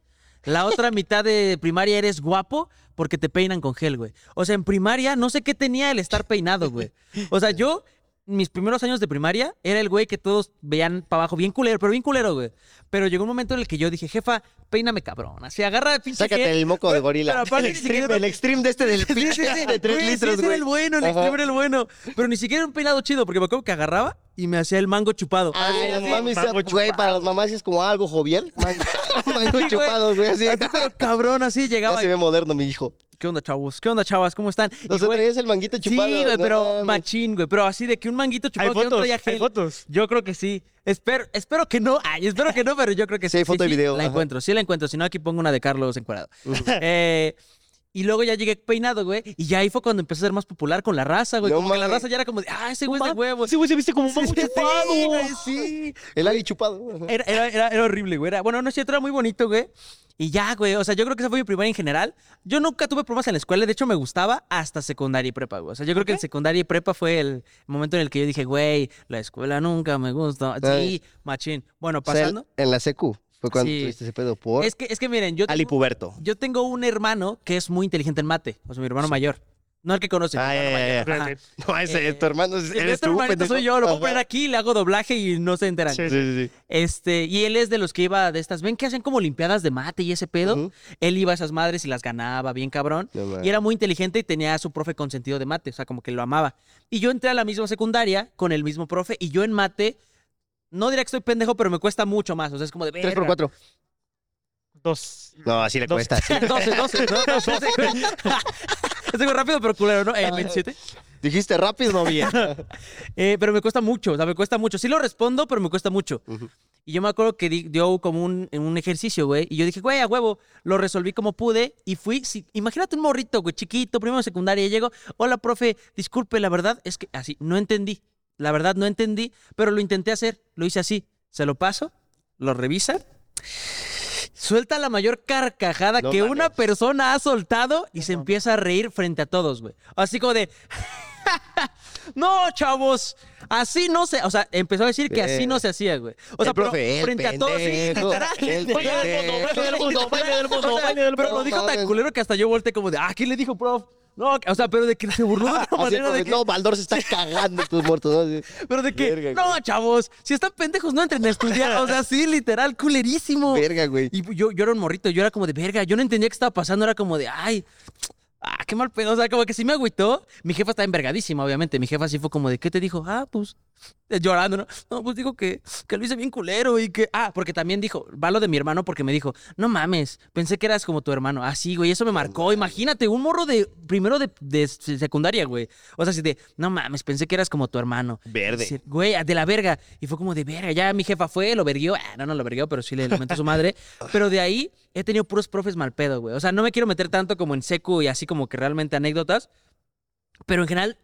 A: La otra mitad de primaria eres guapo porque te peinan con gel, güey. O sea, en primaria no sé qué tenía el estar peinado, güey. O sea, yo, mis primeros años de primaria, era el güey que todos veían para abajo, bien culero, pero bien culero, güey. Pero llegó un momento en el que yo dije, jefa, peíname cabrón. Así agarra pinche
C: Sácate
A: gel.
C: el moco de
A: Pero
C: gorila.
A: aparte ni siquiera-
C: el extreme de este del
A: Sí, sí,
C: pinche
A: sí.
C: de 3
A: Güey, sí,
C: litros,
A: ese
C: güey.
A: era el bueno, el
C: Ajá.
A: extremo era el bueno. Pero ni siquiera era un peinado chido, porque me acuerdo que agarraba y me hacía el mango chupado.
C: Ay, las mamis,
B: Mango
C: Ah, güey, para las mamás es como algo jovial. Man- Mango chupados, güey, así. ah,
A: Así, pero cabrón, así
C: Ya
A: llegaba.
C: se ve moderno, mi hijo.
A: ¿Qué onda, chavos? ¿Qué onda, chavas? ¿Cómo están? Y,
C: Nosotros
A: güey,
C: traías el manguito
A: sí,
C: chupado.
A: güey,
C: no
A: pero
C: mames.
A: machín, güey. Pero así de que un manguito
B: Hay
A: chupado que no
B: fotos,
A: traía
B: hay
A: gel.
B: fotos.
A: Yo creo que sí. Espero, espero que no. Ay, espero que no, pero yo creo que
C: Sí,
A: sí.
C: hay foto y video,
A: La
C: ajá. Uh.
A: encuentro, sí la encuentro. Si no, aquí pongo una de Carlos encuadrado. Eh, y luego ya llegué peinado, güey. Y ya ahí fue cuando empecé a ser más popular con la raza, güey.
C: No
A: como que la
C: mames.
A: raza ya era como de, ah, ese güey es de huevos.
B: Sí, güey, se viste como un
A: Sí,
B: mango
A: sí,
B: chupado.
A: sí, güey, sí.
C: El ali chupado.
A: Era, era- era- era horrible, güey. Era- bueno, no es cierto, era muy bonito, güey. Y ya, güey. O sea, yo creo que esa fue mi primaria en general. Yo nunca tuve problemas en la escuela. De hecho, me gustaba hasta secundaria y prepa, güey. O sea, yo creo que en secundaria y prepa fue el momento en el que yo dije, güey, la escuela nunca me gusta. Sí,
C: Ay.
A: machín. Bueno,
C: O sea,
A: pasando.
C: en la secu fue cuando
A: Sí.
C: tuviste ese pedo por
A: es, que, es que miren, yo
C: Ali
A: tengo,
C: Puberto.
A: yo tengo un hermano que es muy inteligente en mate. O sea, mi hermano mayor. No el que conoce.
C: Ah,
A: mi
C: ya,
A: hermano
C: ya,
A: mayor.
C: ya.
A: Ajá.
B: Espérate.
C: No, ese,
A: Eh,
C: tu hermano es-
A: El
C: eres tú,
A: otro hermanito
C: pendejo.
A: soy yo, lo puedo
C: Ajá.
A: poner aquí, le hago doblaje y no se enteran.
B: Sí.
C: Sí, sí, sí.
A: Este, y él es de los que iba de estas, ven que hacen como limpiadas de mate y ese pedo.
C: Ujú.
A: Él iba a esas madres y las ganaba, bien cabrón.
C: No mames.
A: y era muy inteligente y tenía a su profe con sentido de mate, o sea, como que lo amaba. Y yo entré a la misma secundaria con el mismo profe y yo en mate, no diré que estoy pendejo, pero me cuesta mucho más, o sea, es como de...
C: Tres por
A: "Verga".
C: cuatro.
B: Dos.
C: No, así le
B: Dos.
C: cuesta. sí.
A: 12, 12, no, no, 12. Es algo rápido, pero culero, ¿no? Eh, 27.
C: Dijiste rápido, no bien.
A: Eh, pero me cuesta mucho, o sea, me cuesta mucho. Sí lo respondo, pero me cuesta mucho.
C: Ujú.
A: Y yo me acuerdo que di- dio como un, un ejercicio, güey. Y yo dije, güey, a huevo. Lo resolví como pude y fui. si- imagínate un morrito, güey, chiquito, primero de secundaria. Y llego, hola, profe, disculpe, la verdad es que así, no entendí. La verdad no entendí, pero lo intenté hacer. Lo hice así. Se lo paso, lo revisa. Suelta la mayor carcajada
C: No
A: que
C: mames.
A: una persona ha soltado y se empieza a reír frente a todos, güey. Así como de, no, chavos, así no se, o sea, empezó a decir que así no se hacía, güey. O
C: Eh,
A: sea,
C: El profe,
A: pero
C: el
A: frente a todos, sí,
C: pendejo,
A: literal,
C: el
A: literal.
B: Baile del mundo, baile del mundo, baile del mundo,
A: O sea,
B: baile del
A: pero
B: mundo.
A: lo dijo tan
C: mames.
A: culero que hasta yo volteé como de, ah, ¿qué le dijo, prof? No, o sea, pero de que se burló de una
C: Así el
A: manera de
C: profe,
A: que,
C: No, Baldor se está cagando en tus muertos, ¿no? Así.
A: pero de que,
C: Verga,
A: no, chavos, si están pendejos no entren a estudiar, o sea, sí, literal, culerísimo.
C: Verga, güey.
A: Y yo, yo era un morrito, yo era como de verga, yo no entendía qué estaba pasando, era como de, ay, ah, qué mal pedo, o sea, como que sí me agüitó. Mi jefa estaba envergadísima, obviamente, mi jefa sí fue como de, ¿qué te dijo? Ah, pues, eh, llorando, ¿no? No, pues digo que, que lo hice bien culero y que, ah, porque también dijo, va lo de mi hermano porque me dijo, no mames, pensé que eras como tu hermano, así, güey, eso me marcó, imagínate, un morro de, primero de, de secundaria, güey, o sea, así de, no mames, pensé que eras como tu hermano.
C: Verde.
A: Sí, güey, de la verga. Y fue como de verga. Ya mi jefa fue, lo verguió. Ah, no, no lo verguió, pero sí le lamentó a su madre. Pero de ahí he tenido puros profes mal pedo, güey. O sea, no me quiero meter tanto como en secu y así como que realmente anécdotas. Pero en general,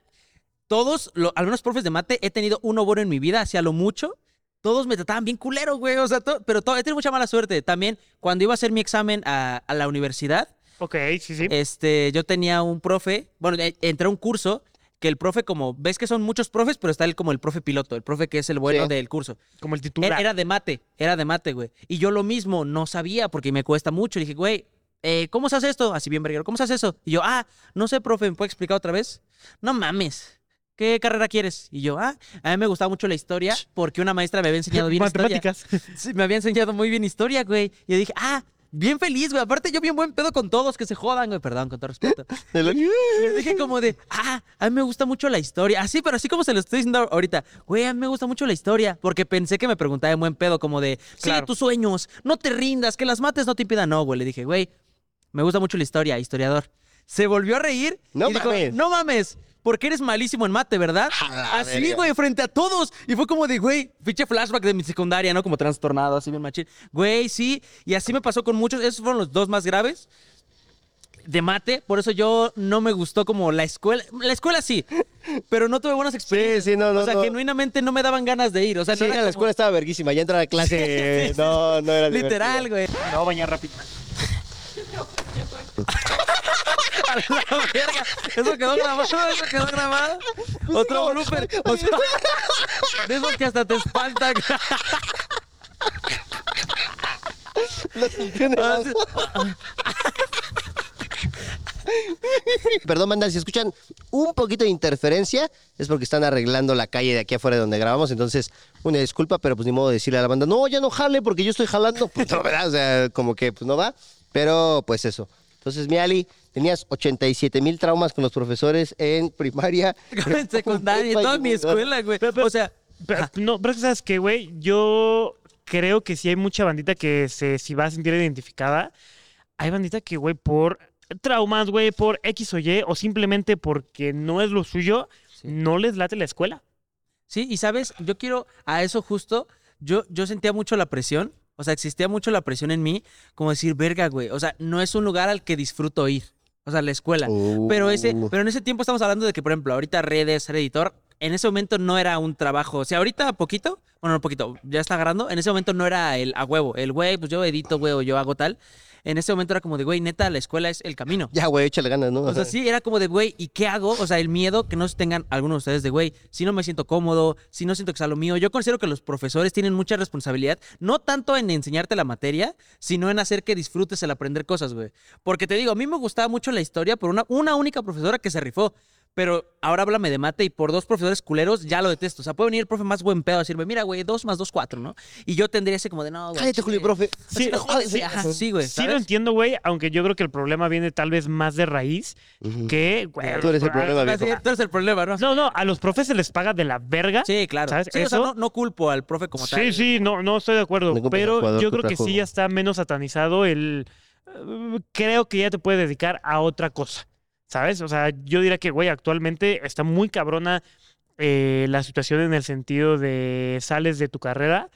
A: todos, lo- algunos profes de mate, he tenido uno bueno en mi vida, hacía lo mucho. Todos me trataban bien culero, güey. O sea, to- pero todo, he tenido mucha mala suerte. También, cuando iba a hacer mi examen a, a la universidad,
B: Ok, sí, sí.
A: este, yo tenía un profe, bueno, eh, entré a un curso que el profe como, ves que son muchos profes, pero está el como el profe piloto, el profe que es el bueno
C: Sí.
A: del curso.
B: Como el titular.
A: Era, era de mate, era de mate, güey. Y yo lo mismo no sabía porque me cuesta mucho. Y dije, güey, eh, ¿cómo se hace esto? Así bien verguero, ¿cómo se hace eso? Y yo, ah, no sé, profe, ¿me puede explicar otra vez? No mames. ¿Qué carrera quieres? Y yo, ah, a mí me gustaba mucho la historia porque una maestra me había enseñado bien historia.
B: Matemáticas.
A: Sí, me había enseñado muy bien historia, güey. Y yo dije, ah, bien feliz, güey. Aparte, yo bien buen pedo con todos, que se jodan, güey. Perdón, con todo respeto.
C: De lo-
A: Pero dije como de, ah, a mí me gusta mucho la historia. Así, pero así como se lo estoy diciendo ahorita. Güey, a mí me gusta mucho la historia. Porque pensé que me preguntaba en buen pedo, como de, sigue
B: Claro.
A: tus sueños, no te rindas, que las mates no te impidan. No, güey, le dije, güey, me gusta mucho la historia, historiador. Se volvió a reír
C: No
A: y dijo,
C: mames.
A: no mames. Porque eres malísimo en mate, ¿verdad?
C: la
A: Así,
C: verga.
A: güey, frente a todos. Y fue como de, güey, pinche flashback de mi secundaria, ¿no? Como trastornado, así bien machín. Güey, sí. Y así me pasó con muchos. Esos fueron los dos más graves de mate, por eso yo no me gustó como la escuela. La escuela sí, pero no tuve buenas experiencias.
C: sí, no, no,
A: O sea,
C: no.
A: genuinamente no me daban ganas de ir. O sea,
C: Sí,
A: no
C: ir a
A: era
C: la
A: como-
C: escuela estaba verguísima, ya entrar a clase. No, no era divertido.
A: literal, güey.
B: Me voy a bañar rápido.
A: La verga. Eso quedó grabado, eso quedó grabado.
C: Pues
A: Otro blooper. O sea, de esos que hasta te espantan. Ah,
C: Perdón, banda, si escuchan un poquito de interferencia, es porque están arreglando la calle de aquí afuera de donde grabamos. Entonces, una disculpa, pero pues ni modo de decirle a la banda, no, ya no jale porque yo estoy jalando. Pues no, ¿verdad? O sea, como que pues no va. Pero pues eso. Entonces, mi Ali, tenías 87 mil traumas con los profesores en primaria.
A: En secundaria, en toda mi escuela, güey.
B: Pero- pero-
A: O sea,
B: Pero, no, pero es que sabes que, güey, yo creo que sí hay mucha bandita que se si va a sentir identificada. Hay bandita que, güey, por traumas, güey, por X o Y, o simplemente porque no es lo suyo, no les late la escuela.
A: Sí, y sabes, yo quiero a eso justo, yo, yo sentía mucho la presión, o sea, existía mucho la presión en mí, como decir, verga, güey, o sea, no es un lugar al que disfruto ir, o sea, la escuela. Pero, ese, pero en ese tiempo estamos hablando de que, por ejemplo, ahorita redes, ser editor, en ese momento no era un trabajo, o sea, ahorita poquito, bueno, no poquito, ya está agarrando, en ese momento no era el a huevo, el güey, pues yo edito, güey, o yo hago tal. En ese momento era como de, güey, neta, la escuela es el camino.
C: Ya, güey, échale ganas, ¿no?
A: O sea, sí, era como de, güey, ¿y qué hago? O sea, el miedo que no tengan algunos de ustedes de, güey, si no me siento cómodo, si no siento que sea lo mío. Yo considero que los profesores tienen mucha responsabilidad, no tanto en enseñarte la materia, sino en hacer que disfrutes el aprender cosas, güey. Porque te digo, a mí me gustaba mucho la historia por una, una única profesora que se rifó. Pero ahora háblame de mate y por dos profesores culeros ya lo detesto. O sea, puede venir el profe más buen pedo a decirme, mira, güey, dos más dos, cuatro, ¿no? Y yo tendría ese como de, no, güey.
C: Cállate,
A: chile".
C: Julio, profe.
A: Sí,
C: Así,
A: sí, sí,
C: "Jódete".
A: ajá, sí, güey.
B: Sí lo
A: ¿sabes?
B: entiendo, güey, aunque yo creo que el problema viene tal vez más de raíz
C: Ujú.
B: que, güey.
C: Tú eres el
B: ah,
C: problema,
A: Ah, sí,
C: viejo.
A: tú eres el problema, ¿no?
B: No, no, a los profes se les paga de la verga.
A: Sí, claro.
B: ¿Sabes?
A: Sí, o sea,
B: Eso-
A: no, no culpo al profe como tal.
B: Sí, sí, no, no estoy de acuerdo.
C: Ningún
B: Pero
C: jugador
B: yo
C: que
B: creo que
C: trajo-
B: sí ya está menos satanizado el. eh, Creo que ya te puede dedicar a otra cosa. ¿Sabes? O sea, yo diría que, güey, actualmente está muy cabrona eh, la situación en el sentido de sales de tu carrera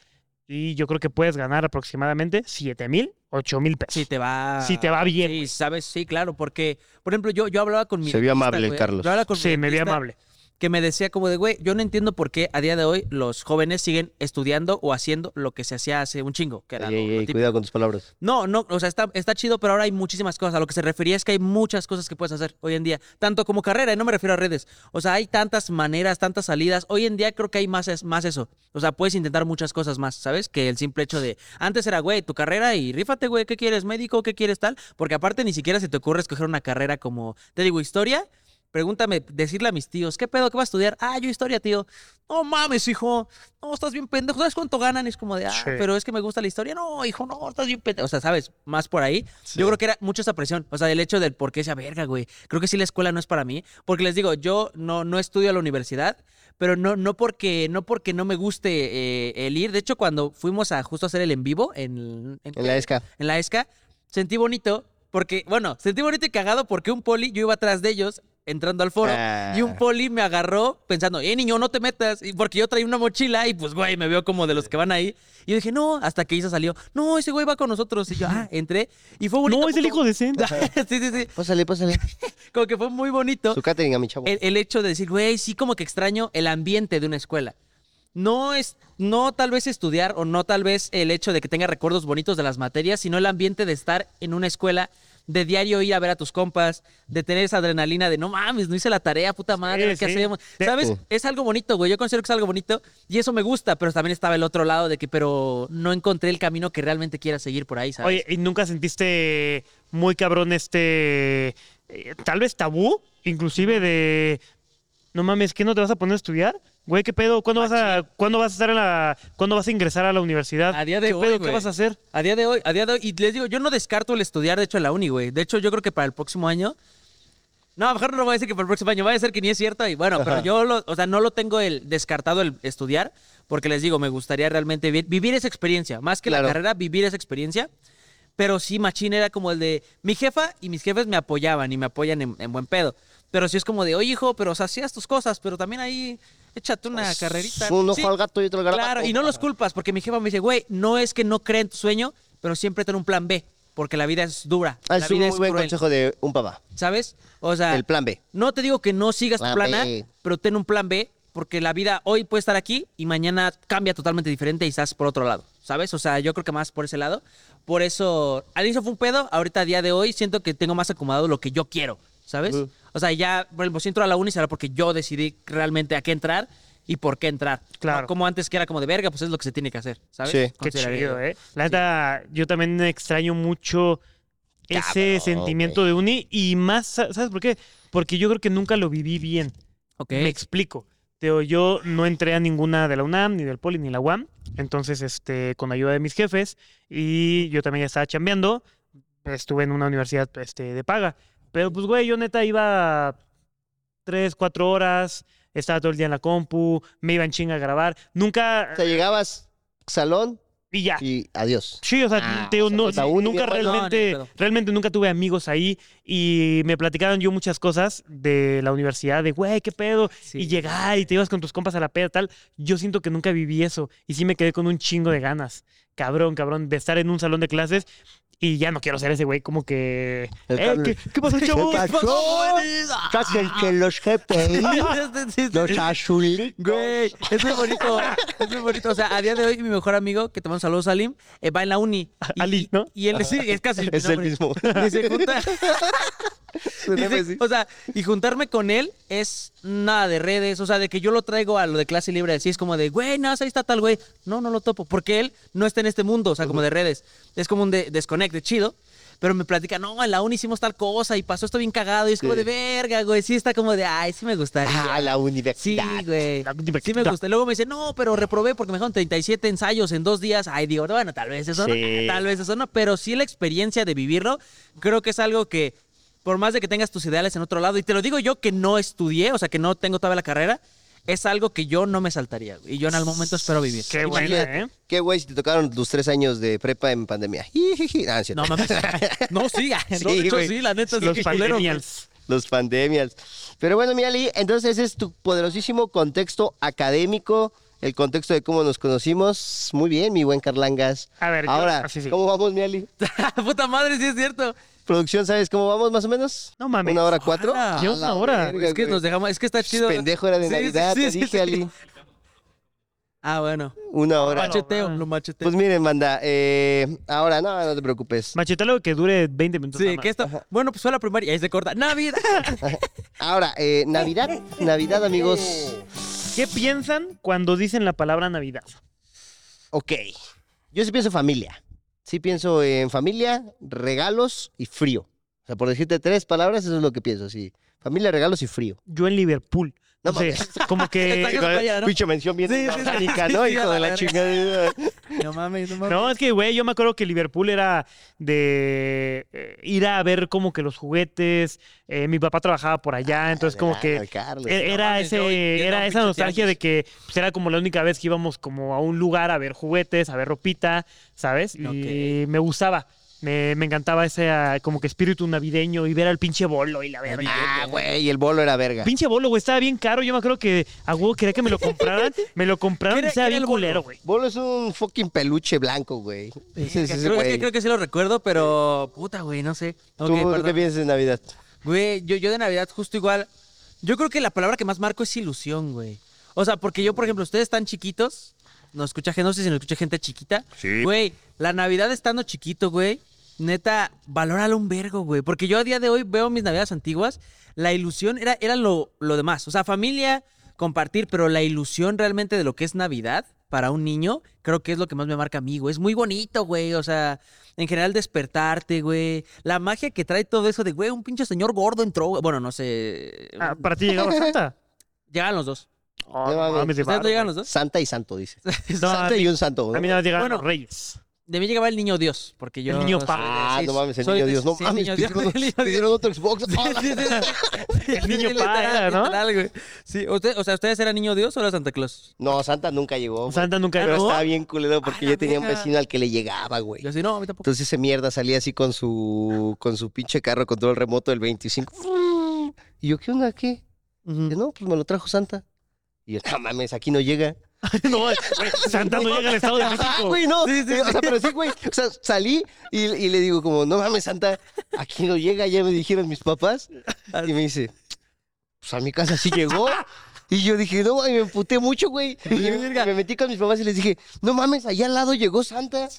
B: y yo creo que puedes ganar aproximadamente 7 mil, 8 mil pesos.
A: Si te va.
B: Si te va bien.
A: Sí, sabes, sí, claro, porque, por ejemplo, yo, yo hablaba con mi.
C: Se vio
A: dentista,
C: amable el
A: güey.
C: Carlos.
A: Yo hablaba con mi
B: Sí, me vi
A: dentista
B: amable.
A: Que me decía como de, güey, yo no entiendo por qué a día de hoy los jóvenes siguen estudiando o haciendo lo que se hacía hace un chingo, que era
C: Ey,
A: lo-
C: ey,
A: lo
C: ey,
A: típico.
C: cuidado con tus palabras.
A: No, no, o sea, está, está chido, pero ahora hay muchísimas cosas. A lo que se refería es que hay muchas cosas que puedes hacer hoy en día, tanto como carrera, y no me refiero a redes. O sea, hay tantas maneras, tantas salidas. Hoy en día creo que hay más, es- más eso. O sea, puedes intentar muchas cosas más, ¿sabes? Que el simple hecho de, antes era, güey, tu carrera y rífate, güey, ¿qué quieres? ¿Médico? ¿Qué quieres tal? Porque aparte ni siquiera se te ocurre escoger una carrera como, te digo, historia. Pregúntame, decirle a mis tíos, ¿qué pedo? ¿Qué vas a estudiar? Ah, yo historia, tío. No mames, hijo. No, estás bien pendejo. ¿Sabes cuánto ganan? Y es como de, ah,
B: Sí.
A: pero es que me gusta la historia. No, hijo, no, estás bien pendejo. O sea, ¿sabes? Más por ahí. Yo creo que era mucho esa presión. O sea, del hecho del por qué esa verga, güey. Creo que sí la escuela no es para mí. Porque les digo, yo no, no estudio a la universidad, pero no, no, porque, no porque no me guste eh, el ir. De hecho, cuando fuimos a justo hacer el en vivo en,
C: En la esca.
A: en la ESCA, sentí bonito porque, bueno, sentí bonito y cagado porque un poli, yo iba atrás de ellos entrando al foro
C: Ah.
A: y un poli me agarró pensando, eh, niño, no te metas, y porque yo traía una mochila y pues, güey, me veo como de los que van ahí. Y yo dije, no, hasta que Isa salió, no, ese güey va con nosotros. Y yo, ah, entré y fue bonito.
B: No, es el hijo
A: porque-
B: de Senda.
A: sí, sí, sí,
C: Pásale, pásale.
A: como que fue muy bonito
C: Su catering a mi chavo.
A: el, el hecho de decir, güey, sí como que extraño el ambiente de una escuela. No es, no tal vez estudiar o no tal vez el hecho de que tenga recuerdos bonitos de las materias, sino el ambiente de estar en una escuela de diario ir a ver a tus compas, de tener esa adrenalina de no mames, no hice la tarea, puta madre,
B: Sí,
A: ¿qué
B: sí.
A: hacemos?
B: De-
A: ¿Sabes?
C: Sí.
A: Es algo bonito, güey. Yo considero que es algo bonito y eso me gusta, pero también estaba el otro lado de que, pero no encontré el camino que realmente quiera seguir por ahí, ¿sabes?
B: Oye, ¿y nunca sentiste muy cabrón este, eh, tal vez tabú, inclusive de, no mames, ¿qué no te vas a poner a estudiar? Güey, ¿qué pedo? ¿Cuándo vas a, ¿cuándo vas a estar en la, cuándo vas a ingresar a la universidad?
A: Ah, A día de
B: ¿Qué
A: hoy,
B: pedo? ¿Qué
A: güey.
B: vas a hacer?
A: A día de hoy, a día de hoy, y les digo, yo no descarto el estudiar, de hecho, en la uni, güey. De hecho, yo creo que para el próximo año. No, a lo mejor no lo voy a decir que para el próximo año, va a ser que ni es cierto. Y bueno, pero yo, lo, o sea, no lo tengo el descartado el estudiar, porque les digo, me gustaría realmente vi- vivir esa experiencia. Más que
C: Claro.
A: la carrera, vivir esa experiencia. Pero sí, Machín era como el de. Mi jefa y mis jefes me apoyaban y me apoyan en, en buen pedo. Pero sí es como de, oye, hijo, pero o sea, hacías tus cosas, pero también ahí échate una carrerita.
C: Un ojo
A: Sí.
C: Pues, al gato y otro al garabato.
A: Claro, y no los culpas, porque mi jefa me dice, güey, no es que no crea en tu sueño, pero siempre ten un plan B, porque la vida es dura.
C: Ah,
A: la
C: es un
A: vida
C: muy buen
A: cruel,
C: consejo de un papá.
A: ¿Sabes? O sea,
C: El plan B.
A: no te digo que no sigas tu
C: Plan
A: plan A,
C: B.
A: pero ten un plan B, porque la vida hoy puede estar aquí y mañana cambia totalmente diferente y estás por otro lado, ¿sabes? O sea, yo creo que más por ese lado. Por eso, al inicio fue un pedo, ahorita a día de hoy siento que tengo más acomodado lo que yo quiero, ¿sabes? O sea, ya, por ejemplo, si entro a la uni será porque yo decidí realmente a qué entrar y por qué entrar.
B: Claro.
A: No como antes que era como de verga, pues es lo que se tiene que hacer, ¿sabes?
C: Sí. Qué
B: Qué
A: Consideraría
B: chido,
A: yo.
B: ¿eh? La neta, yo también extraño mucho ese
C: Cabrón,
B: sentimiento
C: güey.
B: de uni y más, sa- ¿sabes por qué? Porque yo creo que nunca lo viví bien.
A: Ok.
B: Me explico. Teo, yo no entré a ninguna de la UNAM, ni del Poli, ni la UAM. Entonces, este, con ayuda de mis jefes, y yo también ya estaba chambeando, estuve en una universidad este, de paga. Pero pues, güey, yo neta iba tres, cuatro horas, estaba todo el día en la compu, me iba en chinga a grabar. Nunca...
C: O sea, llegabas salón
B: Y
A: Ah.
B: ya.
C: y adiós.
B: Sí, o sea,
C: Ah,
B: te digo,
C: o sea,
B: no-
C: pues, aún
B: nunca
C: bien, pues,
A: no, ni
B: realmente,
A: pedo.
B: realmente nunca tuve amigos ahí y me platicaron yo muchas cosas de la universidad, de güey, qué pedo,
A: Sí.
B: y llegar y te ibas con tus compas a la peda, tal. Yo siento que nunca viví eso y sí me quedé con un chingo de ganas, cabrón, cabrón, de estar en un salón de clases y ya no quiero ser ese güey como que...
C: El
B: "Eh,
C: Carlos.
B: ¿qué, qué pasó, chavo?
C: Casi que los GPI, azulitos.
A: Güey, es muy bonito. Es muy bonito. O sea, a día de hoy, mi mejor amigo, que te mando saludos, Salim, eh, va en la uni. Y,
B: Ali, ¿no?
A: Y él sí, es casi.
C: Es el
A: nombre.
C: mismo.
A: Y se junta-
C: Su
A: dice-
C: némesis.
A: o sea, y juntarme con él es nada de redes. O sea, de que yo lo traigo a lo de clase libre. Así es como de, güey, no, ahí está tal güey. No, no lo topo. Porque él no está en este mundo, o sea, como de redes. Es como un de- desconecte, chido. Pero me platica, no, en la uni hicimos tal cosa y pasó esto bien cagado. Y es como
C: Sí.
A: de verga, güey. Sí, está como de, ay, sí me gustaría.
C: Ah, la
A: Sí,
C: universidad.
A: güey.
B: la universidad.
A: Sí me gusta. Y Luego me dice, no, pero reprobé porque me dejaron 37 ensayos en dos días. Ay, digo, bueno, tal vez eso
C: Sí.
A: no. Tal vez eso no. Pero sí la experiencia de vivirlo, creo que es algo que, por más de que tengas tus ideales en otro lado, y te lo digo yo que no estudié, o sea, que no tengo todavía la carrera, es algo que yo no me saltaría. güey. Y yo en algún momento espero vivir.
B: Qué bueno,
C: Imagínate,
B: ¿eh?
C: Qué güey si te tocaron tus tres años de prepa en pandemia. Ah, es cierto.
A: No, mames. No, sí. ah, no, de
C: Sí,
A: hecho,
C: güey.
A: sí, la neta.
B: Los
A: sí, culero, güey.
B: pandemials.
C: Los pandemias. Pero bueno, mira, Lee, entonces ese es tu poderosísimo contexto académico, el contexto de cómo nos conocimos. Muy bien, mi buen Carlangas.
B: A ver, yo-
C: ahora,
B: ah, sí, sí.
C: ¿cómo vamos, mira, Lee?
A: Ah, Puta madre, sí es cierto.
C: Producción, ¿sabes cómo vamos más o menos?
B: No mames.
C: ¿Una hora cuatro?
A: Ala.
B: Llevamos
C: A la
B: una hora.
C: verga, güey.
A: Es que
C: Pues
A: nos dejamos, es que está chido.
C: Pendejo era de
A: Sí, sí,
C: Navidad,
A: sí,
C: te
A: sí,
C: dije,
A: sí.
C: Ali.
A: Ah, bueno.
C: Una hora.
B: Bueno,
A: Macheteo,
B: va.
A: lo macheteo.
C: Pues miren, manda, eh, ahora no, no te preocupes.
B: Machetalo que dure 20 minutos. nada
A: Sí,
B: más.
A: que esto. Bueno, pues fue la primaria y ahí se corta. ¡Navidad!
C: Ahora, eh, Navidad, Navidad, amigos.
B: ¿Qué piensan cuando dicen la palabra Navidad?
C: Ok. Yo sí pienso familia. Sí pienso en familia, regalos y frío. O sea, por decirte tres palabras, eso es lo que pienso, sí. Familia, regalos y frío.
B: Yo en Liverpool. No,
C: No
B: sé, como que...
A: Está Con allá, ¿no?
C: Pinche mención bien
A: Sí, sí, sí,
C: satánica,
A: sí,
C: ¿no?
A: sí,
C: Hijo
A: a la
C: de la
A: verga.
C: chingada.
A: No mames, no mames.
B: No, es que, güey, yo me acuerdo que Liverpool era de eh, ir a ver como que los juguetes. eh, mi papá trabajaba por allá, entonces como que
C: Al Ah, Carlos.
B: e- era
A: mames, yo
B: ese,
A: lleno
B: era
A: a
B: esa
A: pinche
B: nostalgia de
A: tianguis.
B: que pues, era como la única vez que íbamos como a un lugar a ver juguetes, a ver ropita, ¿sabes? Y me gustaba. Me, me encantaba ese ah, como que espíritu navideño y ver al pinche bolo y la verga.
C: Ah, güey, y el bolo era verga.
B: Pinche bolo, güey, estaba bien caro. Yo me acuerdo que a huevo quería que me lo compraran. Me lo compraron y
A: ¿Qué era-
B: estaba
A: qué era
B: bien
A: el bolo?
B: culero, güey.
C: Bolo es un fucking peluche blanco, güey. Ese es ese
A: creo, es que
C: güey.
A: creo que sí lo recuerdo, pero. Puta, güey, no sé. Ok,
C: ¿Tú
A: perdón.
C: qué piensas en Navidad?
A: Güey, yo, yo de Navidad justo igual. Yo creo que la palabra que más marco es ilusión, güey. O sea, porque yo, por ejemplo, ustedes están chiquitos. Nos escucha gente, no sé si nos escucha gente chiquita. Sí. Güey, la Navidad estando chiquito, güey. neta, valóralo un vergo, güey. Porque yo a día de hoy veo mis navidades antiguas, la ilusión era, era lo, lo demás. O sea, familia, compartir, pero la ilusión realmente de lo que es Navidad para un niño, creo que es lo que más me marca a mí, güey. Es muy bonito, güey. O sea, en general despertarte, güey. La magia que trae todo eso de, güey, un pinche señor gordo entró. güey. Bueno, no sé.
B: Ah, para ti llegaba Santa.
A: Llegaban los dos.
B: Oh,
C: No
B: no
C: mames.
B: mames, de
A: ¿Ustedes no Ah,
B: barro,
A: llegan los dos?
C: Santa y santo, dice.
B: güey. No, a
C: Santa y
B: mí-
C: un santo.
B: a
C: ¿no?
B: mí nada más llegaban
A: Bueno.
B: los reyes.
A: De mí llegaba el niño Dios, porque yo...
B: El niño
A: soy
B: pa-
A: de-
C: Ah,
A: sí,
C: no mames, el
A: soy
C: niño
A: de-
C: Dios. No
A: sí, el
C: mames,
A: niño Dios,
C: pidieron,
A: el niño Dios.
C: pidieron otro Xbox. Hola.
A: Sí, sí, sí.
B: El niño para,
A: Literal,
B: ¿no?
A: literal, güey. Sí, usted- o sea, ¿ustedes eran niño Dios o era Santa Claus?
C: No, Santa nunca llegó. güey.
B: Santa nunca
C: Pero
B: llegó.
C: estaba bien culero porque
A: la
C: yo tenía un
A: verga.
C: vecino al que le llegaba, güey.
A: Yo sí, no, a mí tampoco.
C: Entonces ese mierda salía así con su con su pinche carro control remoto del 25. Y yo, ¿qué onda? ¿Qué?
A: Ujú.
C: Dice, no, pues me lo trajo Santa. Y yo, no mames, aquí no llega.
B: No, güey, Santa no llega al Estado de
C: Ah,
B: México.
C: güey, no. O sea, pero sí, güey. O sea, salí y, y le digo como, no mames, Santa, aquí no llega, ya me dijeron mis papás. Y me dice, pues a mi casa sí llegó. Y yo dije, no, mames, me emputé mucho, güey. Y me metí con mis papás y les dije, no mames, allá al lado llegó Santa.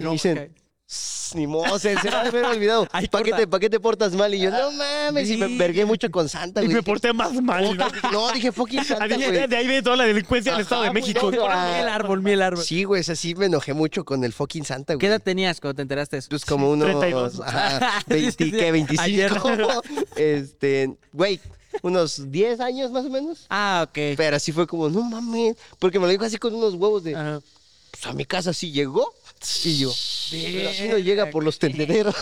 C: y
A: no,
C: me dicen,
A: ok.
C: "Sss, ni modo, se, se me había olvidado.
A: Ahí
C: ¿Para qué,
A: corta.
C: te, pa' qué te portas mal? Y yo, no mames, y me
A: Sí.
C: vergué mucho con Santa,
B: Y
C: güey.
B: me porté más mal. ¿no?
C: Puta, No, dije, fucking Santa,
B: A mí,
C: güey.
B: de ahí viene toda la delincuencia del
C: Ajá,
B: Estado de
C: güey,
B: México.
C: no, no,
A: Mi el
C: ah,
A: árbol, mi el árbol.
C: Sí, güey, o sea, sí me enojé mucho con el fucking Santa, güey.
A: ¿Qué edad tenías cuando te enteraste de eso?
C: Pues como unos
B: 32.
C: ajá, 20, ¿qué? 25.
A: Ayer.
C: este, güey, unos 10 años más o menos.
A: Ah, ok.
C: Pero así fue como, no mames, porque me lo dijo así con unos huevos de,
A: Ajá.
C: pues a mi casa sí llegó. Y yo, pero así no llega por los tendederos.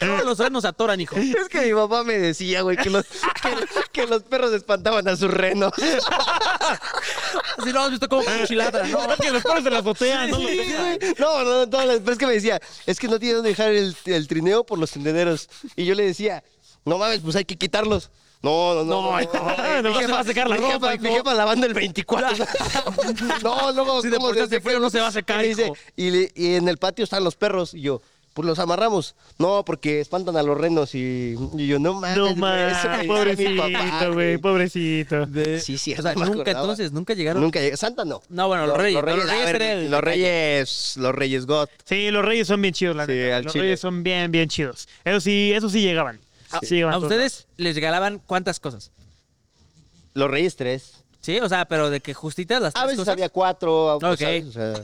A: Todos los renos atoran, hijo.
C: es que mi papá me decía, güey, que los, que, que los perros espantaban a sus renos.
A: Si no has visto cómo cuchiladra, ¿no?
B: Que los perros de la azotea, ¿no?
C: Sí, güey. No, no, no, todas las- pero es que me decía, es que no tiene dónde dejar el, el trineo por los tendederos. Y yo le decía, no mames, pues hay que quitarlos. No, no, no.
B: No, no, no,
C: Mi
B: se va a secar la
C: mi
B: ropa,
C: jefa- Mi
B: hijo.
C: jefa lavando el 24. no, luego.
A: Si de
C: ¿cómo
A: por sí
C: se
A: hace
C: hace
A: frío, no se va a secar,
C: Y, dice,
A: hijo.
C: y, le- y en el patio están los perros. Y yo, pues los amarramos. No, porque espantan a los renos. Y, y yo, no mames.
B: No
C: güey,
B: mames,
C: eso me decía mi papá,
B: pobrecito, güey, pobrecito.
C: Sí, sí,
A: O sea,
C: no me
A: nunca
C: acordaba.
A: entonces, nunca llegaron.
C: Nunca llegué. Santa no.
A: No, bueno, los reyes.
C: Los
A: no,
C: reyes, a ver,
A: era el-
C: los reyes, los reyes God.
B: Sí, los reyes son bien chidos, la
C: Sí,
B: neta.
C: al
B: Los
C: chile.
B: reyes son bien, bien chidos. Eso sí, eso sí llegaban. Sí llegaban
A: ¿A
B: todos.
A: ustedes les regalaban cuántas cosas?
C: Los Reyes tres.
A: Sí, o sea, pero de que justitas las
C: Ah, A
A: tres
C: veces
A: cosas.
C: había cuatro. a-
A: Ok.
C: ¿sabes? O sea,